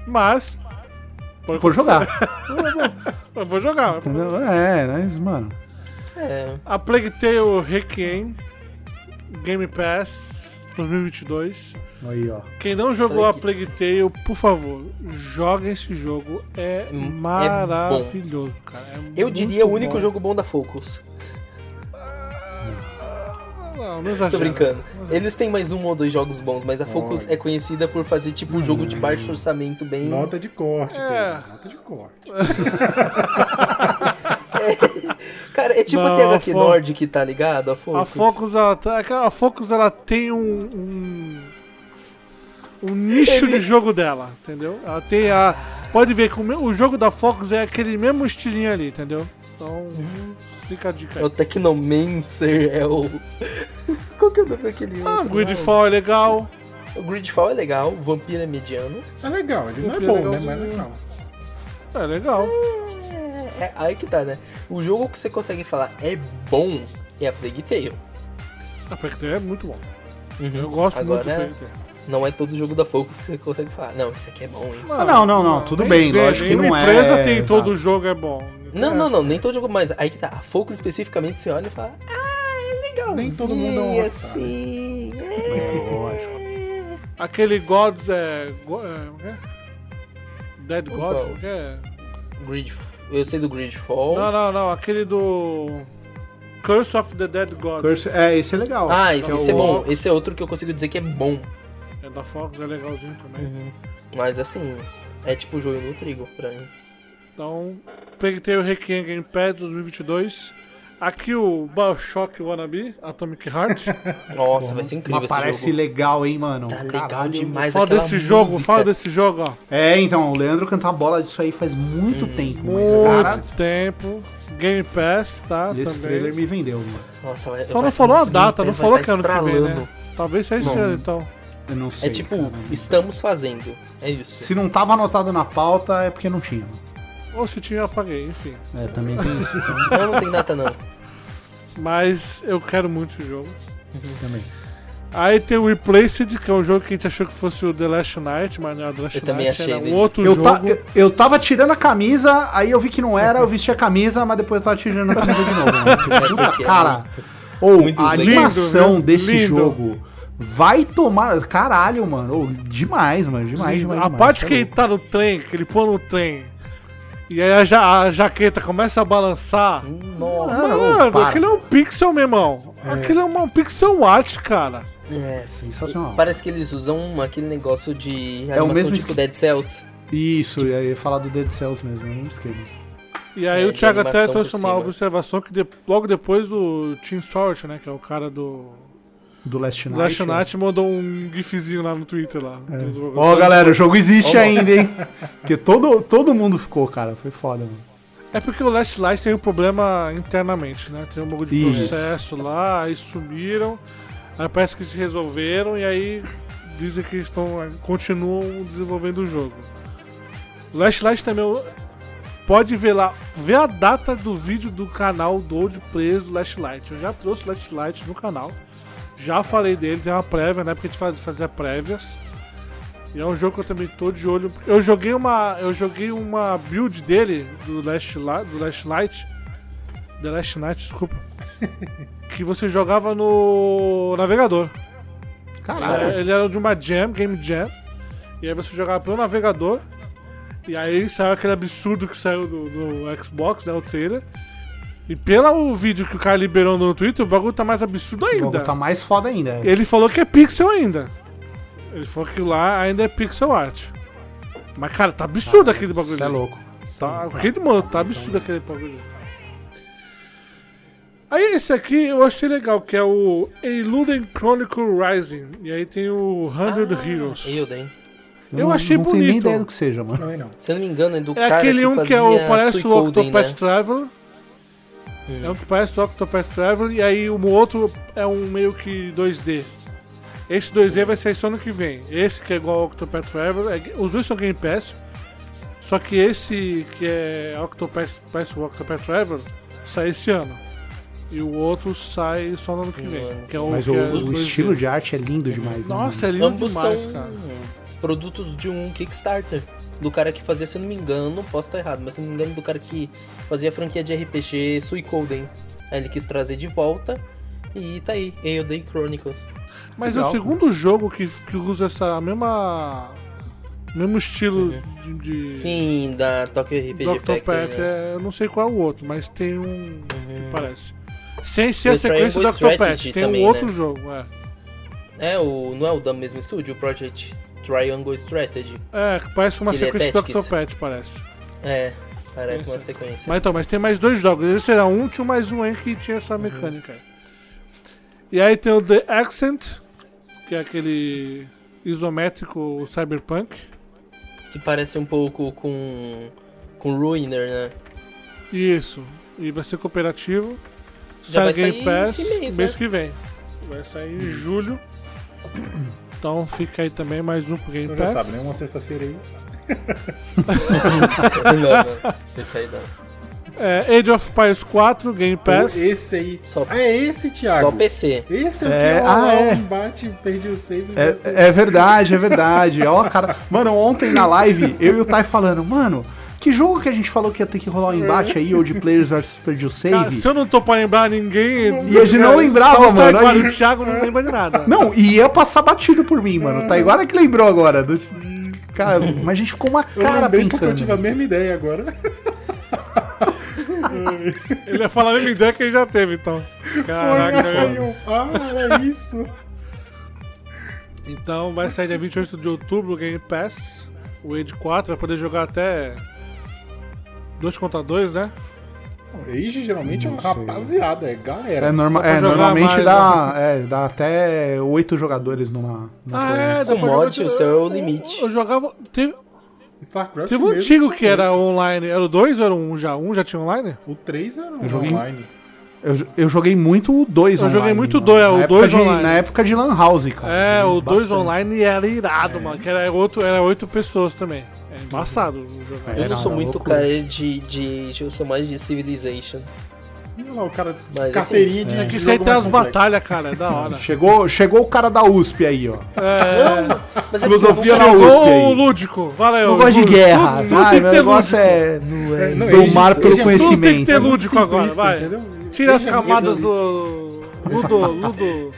S2: Mas. pode
S5: Vou jogar.
S2: acontecer. Eu vou jogar.
S5: entendeu? É, mas, mano.
S4: É.
S2: A Plague Tale Requiem, Game Pass 2022.
S5: Aí, ó.
S2: Quem não jogou a Plague Tale, por favor, joga esse jogo. É
S4: Hum, é
S2: maravilhoso, cara. É
S4: Eu
S2: muito
S4: diria o único
S2: bom.
S4: jogo bom da Focus.
S2: Não, não
S4: Tô
S2: exagera.
S4: brincando. Eles têm mais um ou dois jogos bons, mas a Focus é conhecida por fazer tipo um jogo de baixo orçamento bem.
S3: Nota de corte,
S2: É.
S3: Pedro, nota de corte.
S4: Cara, é tipo
S2: Não,
S4: a THQ
S2: a Fo-
S4: Nordic, tá ligado? A Focus.
S2: A Focus, ela, tá- é que a Focus, ela tem um, um, um nicho de jogo dela, entendeu? Ela tem a... Pode ver que o, me- o jogo da Focus é aquele mesmo estilinho ali, entendeu? Então, fica a dica
S4: É o
S2: aí.
S4: Technomancer, é o. Qual que é o nome daquele
S2: Ah,
S4: outro?
S2: Gridfall é legal.
S4: O Gridfall é legal, o Vampiro é mediano.
S3: É legal, ele não é
S2: Porque é
S3: bom, né? Mas é
S2: legalzinho.
S3: legal.
S2: É legal.
S4: É, é aí que tá, né? O jogo que você consegue falar é bom é a Plague Tale.
S2: A PQT é muito bom.
S4: Uhum.
S2: Eu gosto
S4: Agora,
S2: muito do PQT.
S4: Não é todo jogo da Focus que você consegue falar, não, isso aqui é bom, hein?
S5: Ah, não, não, não. Tudo bem, lógico que não é.
S2: A empresa tem todo jogo, é bom.
S4: Não, não, não,
S3: é.
S4: nem todo jogo, mas aí que tá. A Focus especificamente você olha e fala, ah, é legal.
S3: Nem todo mundo é um rockstar.
S4: assim. É.
S5: É, lógico.
S2: Aquele Gods é... Go- é, o quê? Dead Gods,
S4: qual?
S2: o que é?
S4: Grid, eu sei do Gridfall.
S2: Não, não, não. Aquele do. Curse of the Dead God.
S5: Curse- É, esse é legal.
S4: Ah, esse,
S2: Não,
S4: esse é
S2: o-
S4: bom. Esse é outro que eu consigo dizer que é bom.
S2: É da Fox, é legalzinho também.
S4: Mas assim, é tipo joio no trigo pra mim.
S2: Então, peguei o Requiem Game Pass 2022. Aqui o Bioshock Wannabe, Atomic Heart.
S4: Nossa, vai ser incrível
S5: Mas
S4: esse
S5: parece
S4: jogo.
S5: legal, hein, mano.
S4: Tá legal
S5: Caralho.
S4: demais
S2: fala
S4: aquela
S2: desse jogo,
S4: música.
S2: fala desse jogo, ó.
S5: É, então, o Leandro cantar bola disso aí faz muito
S4: Hum.
S5: tempo, mas,
S2: Muito
S5: cara,
S2: tempo. Game Pass, tá?
S5: esse
S2: também.
S5: trailer me vendeu, mano.
S4: Nossa, vai,
S2: Só
S4: vai-
S2: não falou a
S4: nossa,
S2: data, não
S4: Game Pass
S2: falou
S4: vai
S2: que ano que
S4: tá
S2: vem, né?
S4: estralando.
S2: Talvez seja esse
S4: Bom.
S2: ano, então.
S5: Eu não sei.
S4: É tipo,
S5: cara.
S4: estamos fazendo. É isso.
S5: Se não tava anotado na pauta, é porque não tinha. mano.
S2: Ou se tinha, eu apaguei, enfim.
S5: É, também tem isso.
S4: Não, não tem data não.
S2: Mas eu quero muito esse jogo.
S5: também.
S2: Aí tem o Replaced, que é um jogo que a gente achou que fosse o The Last Night, mas não é o The Last
S4: Eu também
S2: Night,
S4: achei,
S2: era um
S4: Denis.
S2: outro
S5: Eu,
S2: jogo.
S5: ta- eu- eu tava tirando a camisa, aí eu vi que não era, eu vesti a camisa, mas depois eu tava tirando a camisa de novo. mano.
S4: É porque é
S5: Cara, ou
S4: muito
S5: a
S4: lindo. né?
S5: animação
S2: Lindo, viu?
S5: desse
S2: Lindo.
S5: jogo vai tomar. Caralho, mano. Ô, demais, mano. Demais, demais.
S2: a
S5: demais,
S2: parte
S5: tá
S2: que ele
S5: louco.
S2: tá no trem, que ele pôr no trem, e aí a, ja- a jaqueta começa a balançar.
S4: Nossa.
S5: Ah, ô,
S2: Mano,
S5: para.
S2: aquilo é um pixel, meu irmão. Aquilo é uma pixel art, cara.
S4: É.
S5: Sensacional.
S4: Parece que eles usam um, aquele negócio de animação
S5: É mesmo
S4: tipo
S5: esqui-
S4: Dead Cells.
S5: Isso, eu ia falar do Dead Cells mesmo, eu não esqueci.
S2: E aí
S4: É,
S2: o
S4: de
S2: Thiago até
S4: animação por
S2: trouxe uma
S4: cima.
S2: observação que de- logo depois o Team Sort, né, que é o cara do
S5: Do Last Night. né?
S2: Last Night, mandou um gifzinho lá no Twitter lá. Do-
S5: É. Ó, galera, o jogo existe
S4: Ó,
S5: ainda, hein? Porque todo, todo mundo ficou, cara. Foi foda, mano.
S2: É porque o Last Light tem um problema internamente, né? Tem um bagulho de
S5: Isso.
S2: processo lá, aí sumiram, aí parece que se resolveram e aí dizem que estão continuam desenvolvendo o jogo. O Last Light também eu- pode ver lá, vê a data do vídeo do canal do Old Players do Last Light. Eu já trouxe o Last Light no canal, já falei dele, tem uma prévia, na época a gente faz- fazia prévias. E é um jogo que eu também tô de olho. Eu joguei uma, eu joguei uma build dele do Last, Li- do Last Light, The Last Night, desculpa, que você jogava no navegador.
S4: Caralho.
S2: Ele era de uma jam, game jam, e aí você jogava pelo navegador. E aí saiu aquele absurdo que saiu do, do Xbox, né, o trailer. E pelo vídeo que o cara liberou no Twitter, o bagulho tá mais absurdo
S5: O
S2: ainda.
S5: jogo tá mais foda ainda.
S2: Ele falou que é pixel ainda. Ele falou que lá ainda é pixel art. Mas, cara, tá absurdo aquele bagulho.
S5: Isso é louco.
S2: Tá, aquele, mano, tá absurdo aquele bagulho. Aí esse aqui eu achei legal, que é o Eluden Chronicle Rising. E aí tem o 100 Heroes.
S4: Eu, daí.
S2: Eu achei
S5: não tenho nem
S2: bonito.
S5: ideia do que seja, mano.
S3: Também não.
S4: Se eu não me engano, é do
S2: É
S4: cara
S2: aquele
S4: que
S2: um que
S4: fazia
S2: é o, parece o
S4: Suicoden,
S2: Octopath
S4: né? Hum.
S2: Traveler. É um que parece o Octopath Traveler. E aí o outro é um meio que 2D. Esse 2D vai sair só ano que vem. Esse que é igual ao Octopath Traveler. é- os dois são Game Pass. Só que esse que é Octopath, parece o Octopath Traveler sai esse ano. E o outro sai só no ano que
S4: Hum.
S2: vem. Que é o,
S5: Mas
S2: que
S5: o,
S2: é
S5: o
S2: 2D.
S5: estilo de arte é lindo demais. né,
S2: Nossa, é lindo
S4: Ambos
S2: demais,
S4: são
S2: cara.
S4: produtos de um Kickstarter. Do cara que fazia, se eu não me engano, não posso estar errado, mas se eu não me engano, do cara que fazia a franquia de RPG Suicoden. Aí ele quis trazer de volta e tá aí, Eoday Chronicles.
S2: Mas é o
S5: Legal.
S2: segundo jogo que, que usa essa mesma. mesmo estilo de. de
S4: Sim, da Tokyo RPG
S2: do Octopath.
S4: Factory. né?
S2: é, eu não sei qual é o outro, mas tem um. que parece. Sem ser a
S4: E o
S2: sequência do
S4: Triangle
S2: Octopath,
S4: Strategy
S2: tem um
S4: também,
S2: outro
S4: né?
S2: jogo, é.
S4: É, o, não é o da mesma estúdio, o Project Triangle Strategy.
S2: É, que parece uma
S4: Ele é
S2: sequência do
S4: Tactics.
S2: Octopath, parece.
S4: É, parece uma sequência.
S2: Mas então, mas tem mais dois jogos. Esse era um, tinha mais um aí que tinha essa mecânica. E aí tem o The Accent, que é aquele isométrico cyberpunk.
S4: Que parece um pouco com. com Ruiner, né?
S2: Isso. E vai ser cooperativo.
S4: Já
S2: Sai
S4: vai
S2: Game
S4: sair
S2: Pass
S4: esse mês, né?
S2: que vem. Vai sair em julho. Então fica aí também mais um pro Game
S3: Então
S2: Pass.
S3: já sabe, né? Uma sexta-feira aí.
S4: não, não, esse aí não.
S2: É, Age of Empires 4, Game Pass.
S3: Esse aí.
S4: Só-
S3: Ah, é esse, Thiago.
S4: Só PC.
S3: Esse é o
S5: É,
S3: que eu
S5: ah,
S3: lá,
S5: é.
S3: um embate, perdi o save. mas
S5: É, é verdade, é verdade. Ó, cara. Mano, ontem na live, eu e o Thay falando, mano, que jogo que a gente falou que ia ter que rolar um embate aí, ou de players versus perdi o
S2: É. Cara,
S5: save?
S2: se eu não tô pra lembrar ninguém.
S5: E a gente não lembrava,
S2: Então,
S5: mano,
S2: Tá igual,
S5: a gente-
S2: O Thiago não lembra de nada.
S5: Não, e ia passar batido por mim, mano. Tá igual é que lembrou agora. do- Cara, mas a gente ficou uma
S3: Eu
S5: cara
S3: lembrei porque eu
S5: pensando.
S3: tive a mesma ideia agora.
S2: Ele ia falar a mesma ideia que ele já teve, então. Caraca,
S3: Foi, aí
S2: mano.
S3: eu, ah, era isso.
S2: Então vai sair dia 28 de outubro o Game Pass. O Age 4 vai poder jogar até 2 contra 2, né?
S3: Age geralmente é uma
S5: Não sei.
S3: rapaziada, é galera.
S5: É, norma-
S2: pra
S5: é,
S2: jogar
S5: normalmente
S2: mais, né?
S5: dá, é, dá até oito jogadores numa. numa
S2: Ah, é,
S5: play.
S4: O
S2: depois
S4: mod,
S2: eu-
S4: o seu é o limite.
S2: Eu jogava. Teve,
S3: StarCraft
S2: teve um
S3: mesmo,
S2: antigo que
S3: sim.
S2: era online. Era o 2 ou era um já? Um já tinha online?
S3: O 3 era um
S5: Eu joguei em-
S3: online.
S5: eu, jo- eu joguei muito o 2
S2: Eu
S5: online.
S2: joguei muito o
S5: mano.
S2: dois, é, o
S5: Na época
S2: dois
S5: de-
S2: online.
S5: Na época de Lan House, cara.
S2: É, o 2
S5: Bastante.
S2: online era irado, mano. Que era outro, era 8 pessoas também. É embaçado jogar.
S5: É,
S4: Eu não
S5: não,
S4: sou
S5: era
S4: muito
S5: loucura.
S4: cara de, de. Eu sou mais de Civilization.
S3: E olha lá, o cara,
S4: Mas,
S3: carteirinha de.
S2: É, Que
S3: jogo
S2: isso aí tem
S3: mais
S2: as
S3: complexo.
S2: batalhas, cara, é da hora.
S5: Chegou, chegou o cara da USP aí, ó.
S4: Não, mas é
S5: Filosofia
S4: porque eu não-
S5: na USP
S2: Chegou
S5: aí.
S2: o lúdico. Valeu.
S5: Não gosto de
S2: lúdico.
S5: guerra.
S2: Tudo- tudo
S5: Tá?
S2: tem
S5: Meu
S2: que ter
S5: negócio
S2: lúdico.
S5: é, não é,
S3: não,
S5: domar
S3: Age- Age é-
S5: pelo
S2: Tudo tem que
S5: conhecimento.
S2: ter
S3: muito
S2: lúdico agora,
S3: simplista,
S2: vai.
S3: entendeu?
S2: Tira as
S3: Age é muito
S2: camadas do. Ludo, Ludo.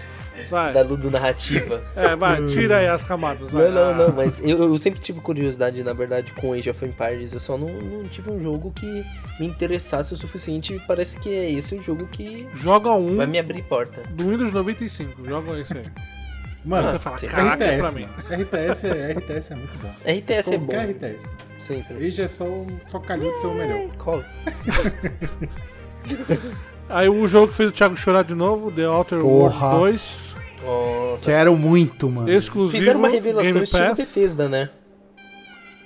S4: Da
S2: Vai.
S4: Ludo narrativa.
S2: É, vai, tira aí as camadas. Vai.
S4: Não, não, não, mas eu, eu sempre tive curiosidade, na verdade, com Age of Empires. Eu só não, não tive um jogo que me interessasse o suficiente e parece que é esse o jogo que
S2: Joga um
S4: vai me abrir porta.
S2: do Windows 95. Joga esse aí.
S3: Mano,
S4: Ah,
S2: Você fala,
S4: sim.
S2: caraca, é
S3: RTS,
S2: pra mim.
S3: mano. RTS, é, RTS é muito bom.
S4: RTS é bom,
S3: Qualquer RTS.
S4: sempre.
S3: Age é só, só calhou de ser o melhor.
S4: Qual?
S2: Aí o jogo que fez o Thiago chorar de novo, The Outer Worlds
S5: Porra.
S2: 2,
S4: Nossa.
S5: Quero muito, mano.
S2: exclusivo
S4: Fizeram uma revelação
S2: Game
S4: estilo
S2: Pass.
S4: Bethesda, né?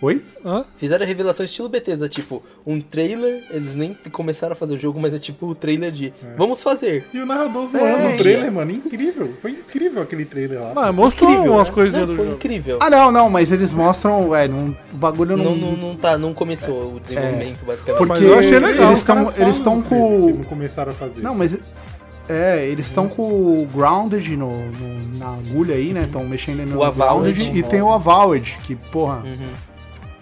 S5: Oi?
S2: Hã?
S4: Fizeram a revelação estilo Bethesda, tipo, um trailer, eles nem começaram a fazer o jogo, mas é tipo o trailer de vamos fazer.
S3: E o narrador zoando
S5: É,
S3: o trailer, mano. Incrível. Foi incrível aquele trailer lá.
S2: Mas Ah, mostrou
S4: Incrível,
S2: umas
S4: né?
S2: coisinhas
S4: Não,
S2: do
S4: foi
S2: jogo.
S4: incrível.
S5: Ah, não, não, mas eles mostram, velho, um, o bagulho
S4: não, não,
S5: não.
S4: não, tá, não começou o desenvolvimento, basicamente.
S5: Porque
S2: eu achei legal,
S5: eles
S3: o cara
S5: estão
S3: fala um assim,
S5: eles
S3: no
S5: estão
S3: trailer
S5: com
S3: que começaram a fazer.
S5: Não, mas. É, eles estão com o Grounded no, no- na agulha aí, né? Estão mexendo no
S4: O Avowed.
S5: Grounded e tem o Avowed, que, porra.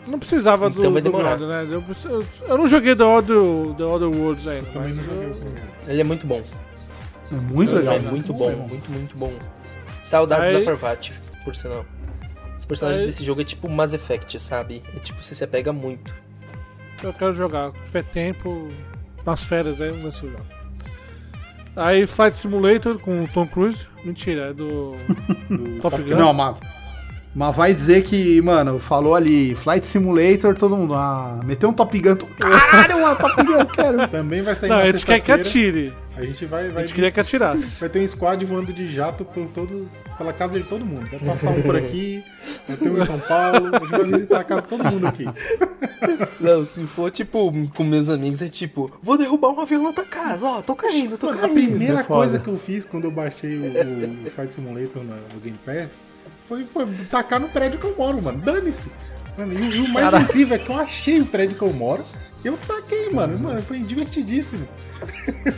S2: Não precisava do,
S4: Então vai
S2: do
S4: demorar.
S2: Grounded, né? Eu, preciso- eu não joguei The Other, The Other Worlds ainda.
S3: Também não
S2: mas
S3: joguei o
S2: eu-
S3: primeiro.
S4: Ele é muito bom.
S5: É muito legal.
S4: é
S5: né?
S4: muito bom, muito, muito bom. Saudades
S2: Aí-
S4: da Parvati, por sinal. Os personagens
S2: Aí-
S4: desse jogo é tipo Mass Effect, sabe? É tipo, você se apega muito.
S2: eu quero jogar. Se tiver tempo, nas férias aí, vamos ver se eu jogo. Aí Flight Simulator com o Tom Cruise. Mentira, é do Top Gun.
S5: Não, mas, mas vai dizer que, mano, falou ali Flight Simulator, todo mundo. Ah, meteu um Top Gun. tu- Caralho, uma Top Gun, eu quero.
S3: Também vai sair
S2: Não,
S3: na
S2: a gente quer que
S3: sexta-feira.
S2: atire.
S3: A gente vai...
S2: A
S3: vai
S2: gente queria que atirasse.
S3: Vai ter um squad voando de jato por todo, pela casa de todo mundo. Vai passar um por aqui, vai ter um em São Paulo, a gente vai visitar a casa de todo mundo aqui.
S4: Não, se for tipo com meus amigos, é tipo, vou derrubar uma vela na tua casa, ó, tô caindo, tô
S3: Mano, a
S4: caindo.
S3: primeira
S5: é foda.
S3: coisa que eu fiz quando eu baixei o, o Fight Simulator na- no Game Pass foi, foi tacar no prédio que eu moro, mano. Dane-se. Mano, e o- e o mais incrível é que eu achei o prédio que eu moro. Eu taquei, mano. Mano, foi divertidíssimo. é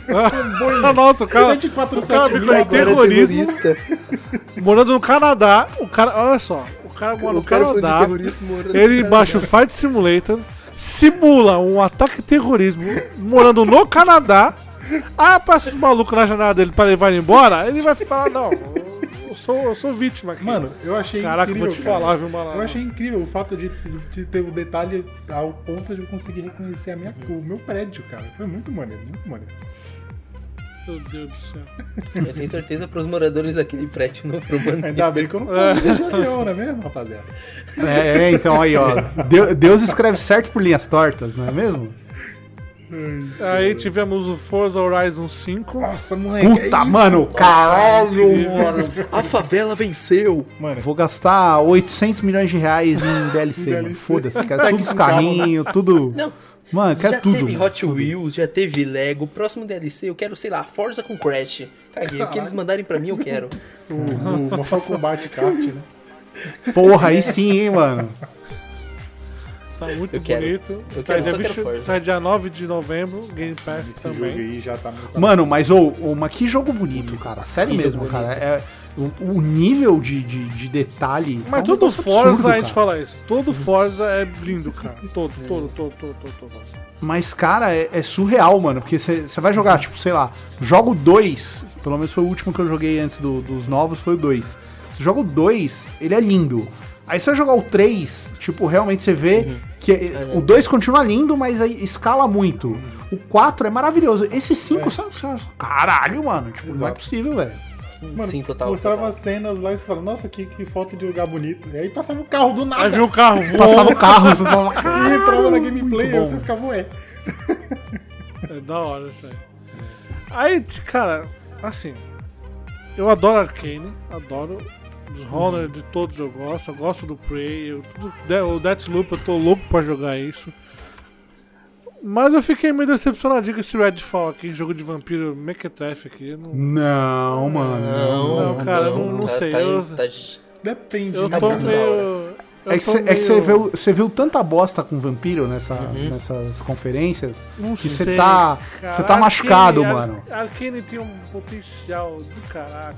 S2: Ah, Nossa, o cara, o
S3: 74,
S2: cara me
S3: agora é
S2: conectou em terrorismo. Morando no Canadá, o cara. Olha só, o cara mora no Canadá. Ele baixa o Fight Simulator, simula um ataque terrorismo morando no Canadá. Ah, passa os malucos na janela dele pra levar ele embora. Ele vai falar: Não, eu- eu sou, eu sou vítima aqui.
S3: Mano, eu achei
S2: Caraca,
S3: incrível.
S2: vou te falar,
S3: cara.
S2: viu, malandro?
S3: Eu achei incrível o fato de, de ter o detalhe ao ponto de eu conseguir reconhecer a minha, o meu prédio, cara. Foi muito maneiro, muito maneiro.
S2: Meu Deus do céu.
S4: Eu tenho certeza pros moradores daquele prédio não pro
S3: Ainda bem que eu não sou do avião, não é mesmo, rapaziada?
S5: É, é, então aí, ó. Deu- Deus escreve certo por linhas tortas, não é mesmo?
S2: Aí tivemos o Forza Horizon 5.
S3: Nossa, moleque. é
S5: Puta,
S3: isso?
S5: mano, caralho, mano.
S4: A favela venceu!
S3: Mano,
S5: Vou gastar 800 milhões de reais em DLC, mano. Foda-se, quero tudo os carrinhos, tudo.
S4: Não.
S5: Mano, quero
S4: já
S5: tudo.
S4: teve
S5: mano.
S4: Hot Wheels, já teve Lego, próximo DLC eu quero, sei lá, Forza com Crash. Caguei, o que eles mandarem pra mim eu quero.
S3: o, o Mortal Kombat Kart, né?
S5: Porra, aí sim, hein, mano.
S2: Tá muito
S4: Eu quero.
S2: bonito.
S4: Eu
S2: Sai
S4: quero,
S2: dia
S4: só quero
S2: 20
S4: Forza.
S2: sai dia 9 de novembro, Game Pass
S3: Esse jogo
S2: também.
S3: aí já tá muito...
S5: Mano, mas ô, ô, mas que jogo bonito, cara. Sério mesmo, cara. É, o, o nível de, de, de detalhe.
S2: Mas
S5: é um
S2: todo
S5: negócio
S2: Forza
S5: absurdo,
S2: a gente
S5: cara.
S2: fala isso. Todo Forza é lindo, cara. Todo, todo, todo, todo, todo, todo.
S5: Mas, cara, é, é surreal, mano. Porque você vai jogar, tipo, sei lá, jogo 2. Pelo menos foi o último que eu joguei antes do- dos novos, foi o 2. Você joga o 2, ele é lindo. Aí você vai jogar o 3, tipo, realmente você vê que é, o 2 continua lindo, mas aí escala muito. O 4 é maravilhoso. Esse 5, sabe, sabe- Caralho, mano. Tipo, não é
S3: Exato.
S5: possível, velho.
S3: Mano,
S4: Sim, total.
S3: mostrava
S4: total.
S3: as cenas lá e você falava, nossa, que, que foto de lugar bonito. E aí passava o carro do nada.
S2: Aí viu o carro voando.
S5: Passava o carro, você falava,
S3: E entrava na
S5: muito
S3: gameplay e
S5: bom.
S3: você ficava, ué.
S2: É da hora isso aí. Aí, t- cara, assim, eu adoro Arcane, adoro. Os
S5: Uhum.
S2: Honor de todos eu gosto, eu gosto do Prey, eu, tudo, de- o Deathloop eu tô louco pra jogar isso. Mas eu fiquei meio decepcionadinho com esse Redfall aqui, jogo de vampiro Mequetrefe aqui. eu Não,
S5: Não, mano.
S2: não, cara, eu não- não
S4: tá-
S2: sei,
S4: tá-
S2: eu-
S4: tá-
S3: Depende.
S2: eu
S3: né,
S2: tô
S3: cara?
S4: bom, da hora.
S2: meio. eu
S5: É que
S2: tô
S5: você
S2: meio-
S5: viu, cê viu tanta bosta com vampiro nessa, nessas conferências
S2: Não
S5: que
S2: sei,
S5: você tá,
S2: cara.
S5: cê tá
S2: Arcane-
S5: machucado,
S2: Ar-
S5: mano.
S2: Arcane tem um potencial do caraca.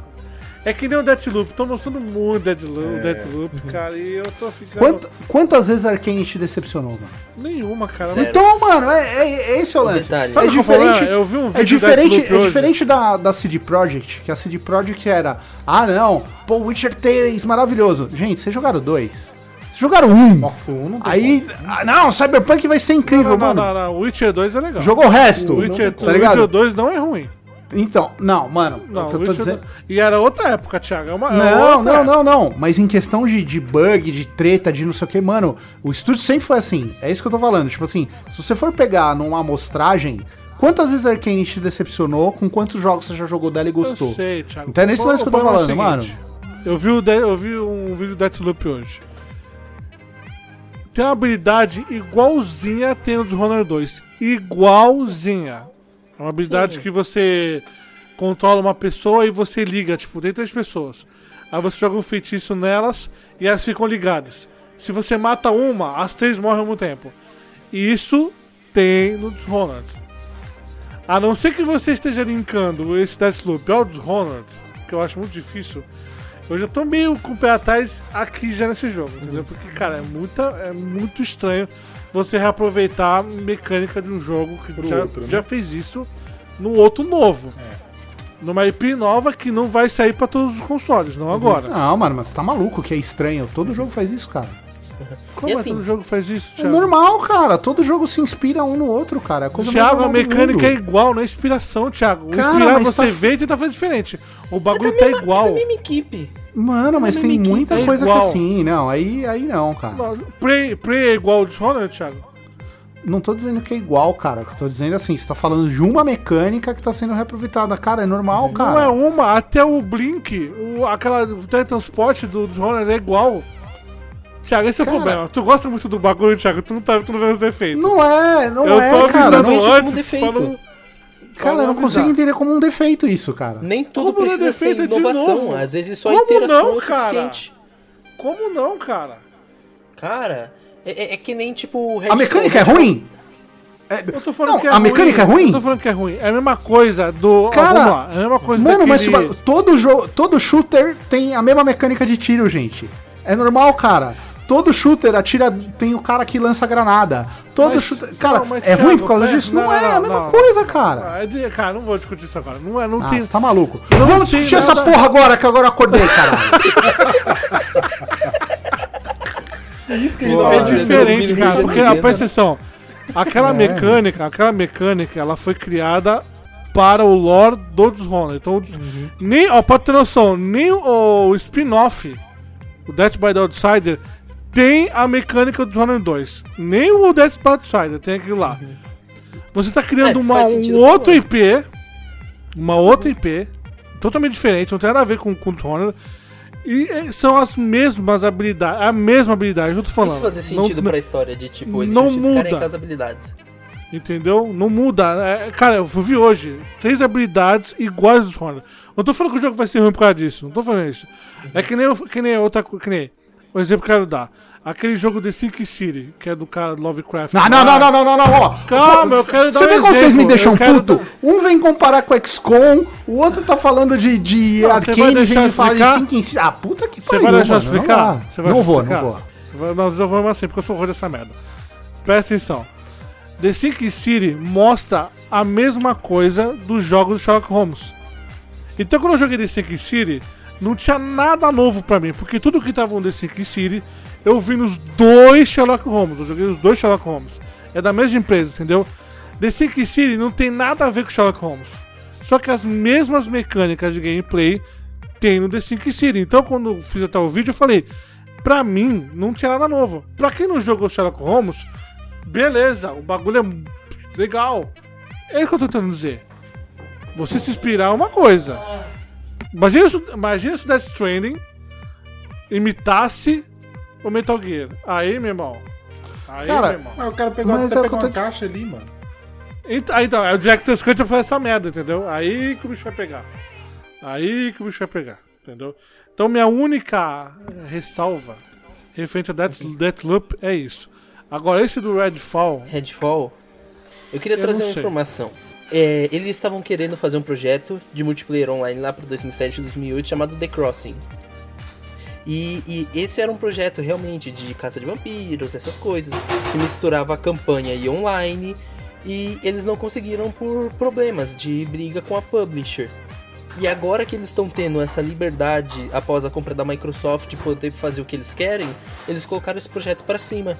S2: É que nem o Deathloop, tô mostrando muito
S5: É.
S2: Deathloop, Deathloop, cara, e eu tô ficando.
S5: Quant- quantas vezes Arkane te decepcionou, mano?
S2: Nenhuma, cara.
S4: Sério?
S5: Então, mano, é, é- é esse é o lance.
S4: detalhe.
S5: É
S2: Sabe o que eu falei?
S5: diferente.
S2: Eu vi um vídeo
S5: É
S2: do
S5: diferente,
S2: Deathloop
S5: é
S2: hoje.
S5: diferente da, da CD Projekt, que a CD Projekt era, ah não, pô, Witcher 3, maravilhoso. Gente, vocês jogaram dois. Vocês jogaram um.
S3: Nossa, o 1 não tem
S5: Aí, ah, não, Cyberpunk vai ser
S2: Não,
S5: incrível,
S2: não,
S5: mano.
S2: não, não, Witcher 2 é legal.
S5: Jogou o resto.
S2: Witcher,
S5: tá ligado?
S2: Witcher 2 não é ruim.
S5: Então, não, mano.
S2: Não,
S5: o que eu tô
S2: Witcher
S5: dizendo.
S2: não. E era outra época, Thiago. É uma, é
S5: Não,
S2: outra
S5: não,
S2: época.
S5: não, não. Mas em questão de, de bug, de treta, de não sei o que, mano, o estúdio sempre foi assim. É isso que eu tô falando. Tipo assim, se você for pegar numa amostragem, quantas vezes a Arkane te decepcionou, com quantos jogos você já jogou dela e gostou?
S2: Eu sei, Thiago.
S5: Então é nesse
S2: O
S5: lance que eu tô
S2: problema é o
S5: falando,
S2: seguinte, Eu vi, o de- eu vi um vídeo do Deathloop hoje. Tem uma habilidade igualzinha a tem no Dishonored 2. Igualzinha. É uma habilidade
S4: Sim.
S2: que você controla uma pessoa e você liga, tipo, tem três pessoas. Aí você joga um feitiço nelas e elas ficam ligadas. Se você mata uma, as três morrem ao mesmo tempo. E isso tem no Dishonored. A não ser que você esteja linkando esse Deathloop ao Dishonored, que eu acho muito difícil, eu já tô meio com o pé atrás aqui já nesse jogo,
S3: Uhum.
S2: entendeu? Porque, cara, é, muita, é muito estranho você reaproveitar a mecânica de um jogo que
S3: Pro
S2: já,
S3: outro, né? É.
S2: já fez isso no outro novo. Numa IP nova que não vai sair pra todos os consoles,
S3: Uhum.
S2: não agora.
S5: Não, mano, mas você tá maluco que é estranho. Todo jogo faz isso, cara.
S2: Como
S4: E
S2: é que
S4: assim,
S2: todo jogo faz isso,
S5: É
S2: Thiago?
S5: normal, cara. Todo jogo se inspira um no outro, cara. É a coisa mais
S2: Thiago, a
S5: normal do
S2: mecânica
S5: mundo.
S2: é igual, não é inspiração, Thiago. O
S5: Cara,
S2: inspirar
S5: mas
S2: você
S5: tá-
S2: vê e tentar fazer diferente. O
S4: Mas é a
S2: bagulho tá
S4: mesma- É a
S2: igual.
S4: mesma equipe.
S5: Mano, mas
S4: a
S5: tem
S4: mecânica
S5: muita
S2: é
S5: coisa que
S2: igual.
S5: assim, não. Aí, aí não, cara. Não.
S2: Não, Prey, Prey é igual ao Dishonored, Thiago?
S5: tô dizendo que é igual, cara. Eu tô dizendo assim, você tá falando de uma mecânica que tá sendo reaproveitada. Cara, é normal,
S2: Não é
S5: cara.
S2: uma, até o Blink, o, aquela o teletransporte do Dishonored é igual. Thiago, esse é
S5: Cara.
S2: o problema. Tu gosta muito do bagulho, Thiago, tu não, tá, tu não vê os defeitos.
S5: Não é, não
S2: Eu
S5: é,
S2: tô
S5: cara.
S2: avisando
S5: Não,
S4: vejo como
S2: antes, pra
S4: defeito.
S2: não- pra
S5: cara, eu não
S2: avisar.
S5: consigo entender como um defeito isso, cara.
S4: Nem tudo
S2: Como não é
S4: precisa ser
S2: defeito de novo?
S4: inovação. Às vezes só a
S2: Como
S4: interação
S2: não,
S4: é o
S2: cara?
S4: suficiente.
S2: Como não, cara?
S4: Cara, é, é- é que nem tipo.
S5: A mecânica é ruim?
S2: Eu tô falando
S5: Não,
S2: que é
S5: a
S2: ruim.
S5: mecânica é ruim?
S2: Eu tô falando que é ruim. É a mesma coisa do.
S5: Cara,
S2: ah, vamos lá, é a mesma coisa
S5: Mano, mas
S2: daquele-
S5: tipo, todo jogo, todo shooter tem a mesma mecânica de tiro, gente. É normal, cara. Todo shooter atira, tem o cara que lança granada. Todo
S2: Mas-
S5: shooter, cara,
S2: não, mas,
S5: é ruim
S2: Thiago,
S5: por causa
S2: pera-
S5: disso? Não,
S2: não,
S5: é a
S2: não,
S5: mesma
S2: não.
S5: coisa, cara.
S2: Ah, é de- Cara, não vou discutir isso agora. Não, é, não
S5: Ah,
S2: tem.
S5: você tá maluco.
S2: Não
S5: Vamos
S2: tem
S5: discutir essa
S2: nada-
S5: porra agora que agora eu acordei, caralho.
S3: Isso que ele
S5: Boa,
S3: tá
S2: É
S5: Ah,
S3: falando.
S2: diferente,
S4: não,
S2: cara.
S4: não, né?
S2: Porque,
S4: não,
S2: ah,
S4: não.
S2: presta atenção. Aquela
S5: É.
S2: mecânica, aquela mecânica, ela foi criada para o lore do Dishonored. Então, o Dis-
S5: Uhum.
S2: nem, ó, pra ter noção, nem o, o spin-off, o Death by the Outsider, tem a mecânica do Dishonored 2. Nem o Death by the Outsider tem aquilo lá.
S5: Uhum.
S2: Você tá criando
S4: É,
S2: uma,
S4: faz sentido
S2: um outro IP, uma outra IP, totalmente diferente, não tem nada a ver com, com o Dishonored. E eh, são as mesmas habilidades, a mesma habilidade, eu tô falando.
S4: Isso fazer sentido
S2: não,
S4: pra história de tipo, eles
S2: não
S4: justificarem
S2: muda.
S4: com as habilidades.
S2: Entendeu? Não muda. É, cara, eu vi hoje três habilidades iguais ao Dishonored. Não tô falando que o jogo vai ser ruim por causa disso, não tô falando isso. É que nem, o- que nem outra co- que nem o exemplo que eu quero dar. Aquele jogo The Silk City, que é do cara Lovecraft.
S5: Não, não, não, não, não, não, não, ó.
S2: Calma, eu quero dar
S5: Você
S2: um
S5: vê como vocês
S2: exemplo,
S5: me deixam
S2: eu quero
S5: puto? Um vem comparar com o XCOM, o outro tá falando de, de
S2: Não, você vai
S5: Arcane,
S2: deixar
S5: vem
S2: eu
S5: falar de
S2: explicar?
S5: 5 em 5. Ah, puta que
S2: Você vai deixar eu
S5: mano, não
S2: explicar?
S5: dá.
S2: Você vai
S5: Não vou,
S2: explicar?
S5: não vou.
S2: Você vai- não, eu vou mesmo assim, porque eu sou horror dessa merda. Presta atenção. The Sick City mostra a mesma coisa dos jogos do Sherlock Holmes. Então quando eu joguei The Sick City, não tinha nada novo pra mim, porque tudo que tava no The Sick City, eu vi nos dois Sherlock Holmes. Eu joguei os dois Sherlock Holmes. É da mesma empresa, entendeu? The Sick City não tem nada a ver com Sherlock Holmes. Só que as mesmas mecânicas de gameplay tem no The Sick City. Então quando eu fiz até o vídeo, eu falei, pra mim, não tinha nada novo. Pra quem não jogou Sherlock Holmes, beleza, o bagulho é legal. É isso que eu tô tentando dizer. Você se inspirar é uma coisa. Imagina se, imagina se o Death Stranding imitasse o Metal Gear. Aí, meu irmão. Aí,
S5: Cara,
S2: meu irmão.
S3: Mas o cara pegou,
S5: Mas
S3: até
S5: é o que
S3: pegou
S5: eu
S3: uma
S5: tô-
S3: caixa ali, mano.
S2: Então, aí, então, é o Director's Cut pra fazer essa merda, entendeu? Aí que o bicho vai pegar. Aí que o bicho vai pegar, entendeu? Então minha única ressalva referente a Death, Deathloop é isso. Agora esse do Redfall,
S4: Redfall. Eu queria
S2: Eu
S4: trazer
S2: não
S4: uma
S2: sei.
S4: informação. É, eles estavam querendo fazer um projeto de multiplayer online lá para 2007 2008 chamado The Crossing. E, e esse era um projeto realmente de caça de vampiros, essas coisas, que misturava campanha e online. E eles não conseguiram por problemas de briga com a publisher. E agora que eles estão tendo essa liberdade após a compra da Microsoft de poder fazer o que eles querem, eles colocaram esse projeto pra cima.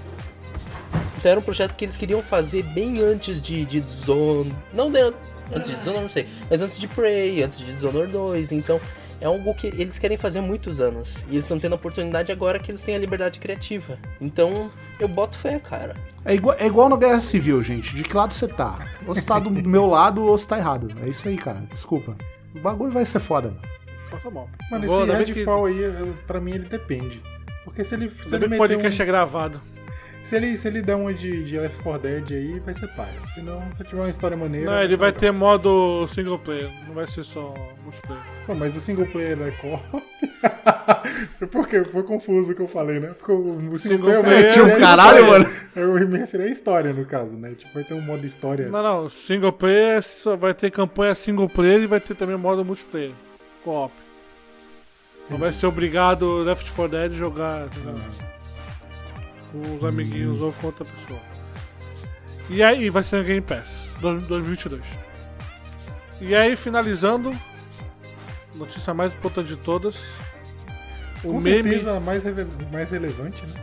S4: Então era um projeto que eles queriam fazer bem antes de, de Dishonored. Não, de, antes de Dishonored, não sei. Mas antes de Prey, antes de Dishonored 2. Então é algo que eles querem fazer há muitos anos. E eles estão tendo a oportunidade agora que eles têm a liberdade criativa. Então eu boto fé, cara.
S5: É igual, é igual na Guerra Civil, gente. De que lado você tá? Ou você tá do meu lado ou você tá errado. É isso aí, cara. Desculpa. O bagulho vai ser foda. mano.
S2: Então tá bom.
S3: Mano,
S2: Bom,
S3: esse
S2: ainda bem
S3: Redfall aí, eu- pra mim, ele depende. Porque se ele, se
S2: Ainda
S3: ele,
S2: bem que o
S3: meter
S2: podcast é
S3: um,
S2: gravado.
S3: se ele, se ele der uma de, de Left 4 Dead aí, vai ser pai. Se não, se tiver uma história maneira...
S2: Não, ele vai
S3: ser
S2: ter modo single player, não vai ser só multiplayer.
S3: legal. Pô, mas o single player é qual? Porque foi confuso o que eu falei, né? Porque o, o single,
S2: Single
S3: player...
S2: player um
S3: eu me referi
S5: é
S3: à
S5: caralho,
S3: história. é
S5: mano.
S3: Eu me referi à história, no caso, né? Tipo, vai ter um modo história...
S2: Não, não, single player é só vai ter campanha single player e vai ter também modo multiplayer. Co-op. Não vai ser obrigado Left 4 Dead jogar entendeu? com
S3: Hum.
S2: os amiguinhos ou com outra pessoa. E aí vai ser no Game Pass do- 2022. E aí finalizando, notícia mais importante de todas. O
S3: Com
S2: meme,
S3: certeza, a mais, reve- mais relevante, né?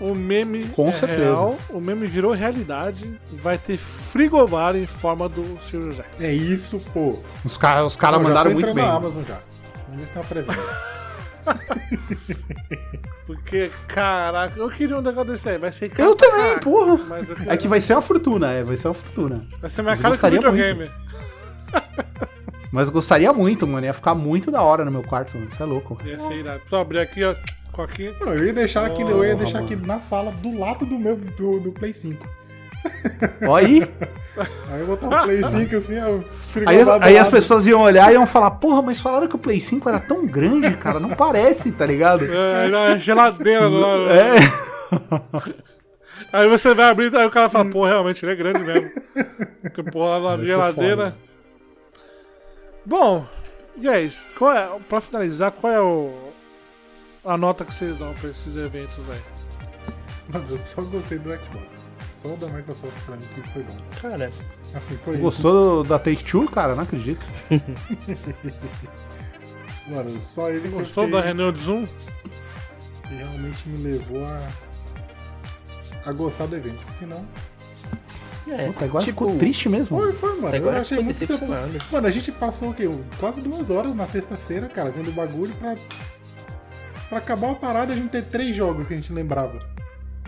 S2: o meme
S5: Com
S2: é
S5: certeza.
S2: real, o meme virou realidade, vai ter frigobar em forma do Sirius X.
S3: É isso, pô.
S5: Os caras os cara
S3: Pô, já
S5: mandaram
S3: tô
S5: muito
S3: entrando
S5: bem.
S3: na Amazon já. Vamos ver se tem uma pré-venda.
S2: Porque, caraca, eu queria um negócio desse aí. Vai ser caro
S5: Eu
S2: pra
S5: também,
S2: caraca,
S5: porra.
S2: Mas eu queria...
S5: É que vai ser uma fortuna, é, vai ser uma fortuna.
S2: vai ser minha
S5: eu
S2: cara de
S5: gostaria
S2: videogame.
S5: Mas gostaria muito, mano. Ia ficar muito da hora no meu quarto, mano. Você é louco.
S2: Ia ser irado. Só abrir aqui, ó. Coquinha.
S3: Não, eu ia deixar aqui, eu ia
S5: Porra,
S3: deixar aqui na sala do lado do meu do, do Play 5.
S5: Ó aí.
S3: Aí eu botar o Play 5 assim, ó, frigobar
S5: Aí, as-
S3: do
S5: aí as
S3: lado.
S5: pessoas iam olhar e iam falar, porra, mas falaram que o Play 5 era tão grande, cara. Não parece, tá ligado?
S2: É, na geladeira do lado.
S5: É.
S2: Aí você vai abrir, aí o cara fala, pô, realmente, ele é grande mesmo. Porque, porra, lá na
S5: ser
S2: geladeira.
S5: foda.
S2: Bom, e é isso. Qual é, pra finalizar, qual é o, a nota que vocês dão pra esses eventos aí?
S3: Mano, eu só gostei do Xbox. Só o da Microsoft pra mim que foi bom.
S4: Cara,
S3: Assim, foi
S5: Gostou do- da Take-Two, cara? Não acredito.
S3: isso. Mano, só ele que eu
S2: Gostou
S3: fiquei-
S2: da reunião de Zoom?
S3: que realmente me levou a... a gostar do evento. Senão,
S4: é.
S5: Puta, agora ficou triste mesmo.
S3: foi, foi, mano.
S4: Agora
S3: eu achei
S4: ficou
S3: muito
S4: decepcionado.
S3: decepcionante. Mano, a gente passou o quê? Um, Quase duas horas na sexta-feira, cara, vendo o bagulho pra. Pra acabar a parada, a gente ter três jogos que a gente lembrava.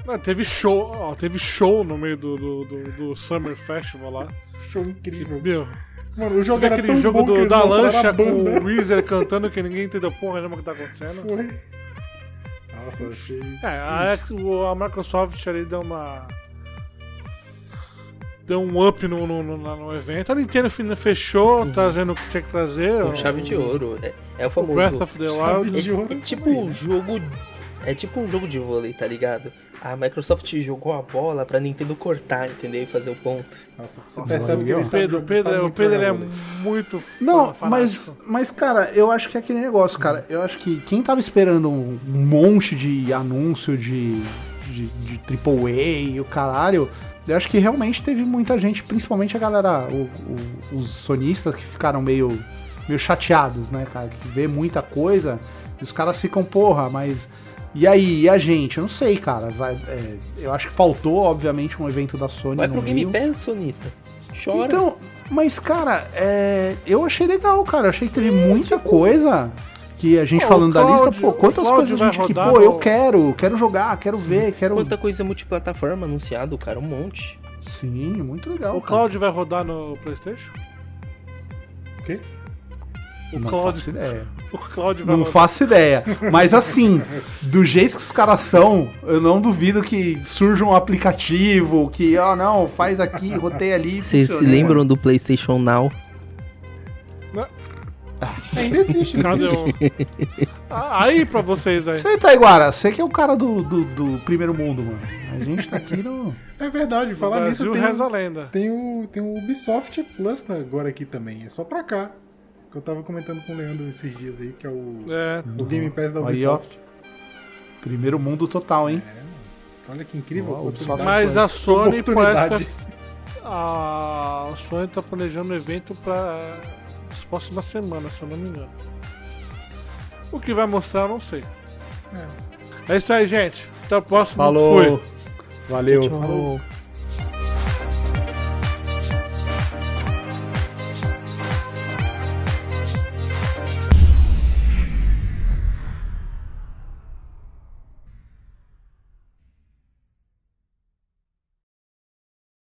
S2: Ah, teve show, ó, teve show no meio do, do, do- do Summer Festival lá.
S3: Show incrível.
S2: Meu,
S3: Mano, o jogo
S2: teve
S3: era
S2: aquele
S3: tão
S2: jogo
S3: bom que
S2: do-
S3: eles
S2: da
S3: mostraram a
S2: lancha com
S3: banda.
S2: o Weezer cantando que ninguém entendeu porra nenhuma o que tá acontecendo.
S3: Foi. Nossa, eu achei.
S2: É, a, Ex- o- a Microsoft ali deu uma. Deu um up no, no, no- na- no evento. A Nintendo fin- fechou,
S3: Uhum.
S2: trazendo o que tinha que trazer.
S4: Com um chave de ouro. É, é o
S2: O
S4: famoso.
S2: Breath of the Wild.
S3: de ouro
S4: É, é tipo um jogo. É tipo um jogo de vôlei, tá ligado? A Microsoft jogou a bola pra Nintendo cortar, entendeu? E fazer o ponto.
S3: Nossa, você
S5: Nossa,
S3: percebe que
S5: Miguel.
S3: ele
S2: O
S3: sabe-
S2: Pedro, o Pedro,
S3: sabe
S2: é- o
S3: muito né?
S2: Pedro ele
S3: jogar
S2: é
S3: vôlei.
S2: muito fã,
S5: Não, mas,
S2: fanático.
S5: mas, cara, eu acho que é aquele negócio, cara. Eu acho que quem tava esperando um monte de anúncio de, de, de AAA e o caralho, eu acho que realmente teve muita gente, principalmente a galera, o- o- os sonistas que ficaram meio, meio chateados, né, cara? Que vê muita coisa e os caras ficam, porra, mas. E aí, e a gente? Eu não sei, cara. Vai- é, eu acho que faltou, obviamente, um evento da Sony
S4: Vai
S5: no
S4: pro Game
S5: meio.
S4: Pass, sonista. Chora.
S5: Então, mas cara, é, eu achei legal, cara. Eu achei que teve muita coisa que a gente
S2: Pô, o
S5: falando da lista,
S2: Cloud-
S5: pô,
S2: o
S5: quantas
S2: Cloud
S5: coisas a
S2: vai
S5: gente aqui,
S2: rodar
S5: pô,
S2: no-
S5: eu quero, quero jogar, quero ver, quero.
S4: Quanta coisa multiplataforma anunciado, cara, um monte.
S5: Sim, muito legal.
S2: O
S5: cara.
S2: Cloud vai rodar no PlayStation?
S3: O quê?
S2: O
S5: Não
S2: Cloud,
S5: faço ideia.
S2: o Cloud vai
S5: Não
S2: rodar.
S5: faço ideia. Mas assim, do jeito que os caras são, eu não duvido que surja um aplicativo que, ó, não, faz aqui, roteia ali.
S4: Vocês se
S5: funciona,
S4: lembram do PlayStation Now?
S3: Ainda existe, né?
S2: Cadê o- Ah, Aí pra vocês aí.
S5: Você, Taiguara, você que é o cara do, do, do primeiro mundo, mano. A gente tá aqui no.
S3: É verdade,
S2: O
S3: falar nisso
S2: Brasil
S3: tem,
S2: reza a
S3: um-
S2: lenda.
S3: tem, o, tem o Ubisoft Plus né, agora aqui também. É só pra cá. Que eu tava comentando com o Leandro esses dias aí, que é o,
S2: É,
S3: o Game Pass da
S5: Aí, ó.
S3: Ubisoft.
S5: Primeiro mundo total, hein?
S3: Olha que incrível.
S5: Ó,
S3: a
S5: o Ubisoft
S3: oportunidade.
S2: Mas a Sony
S3: Oportunidade.
S2: parece que a, a Sony tá planejando um evento para as próximas semanas, se eu não me engano. O É que vai mostrar, eu não sei. É isso aí, gente. Até o próximo.
S5: Falou.
S2: Fui.
S6: Valeu.
S5: Tchau.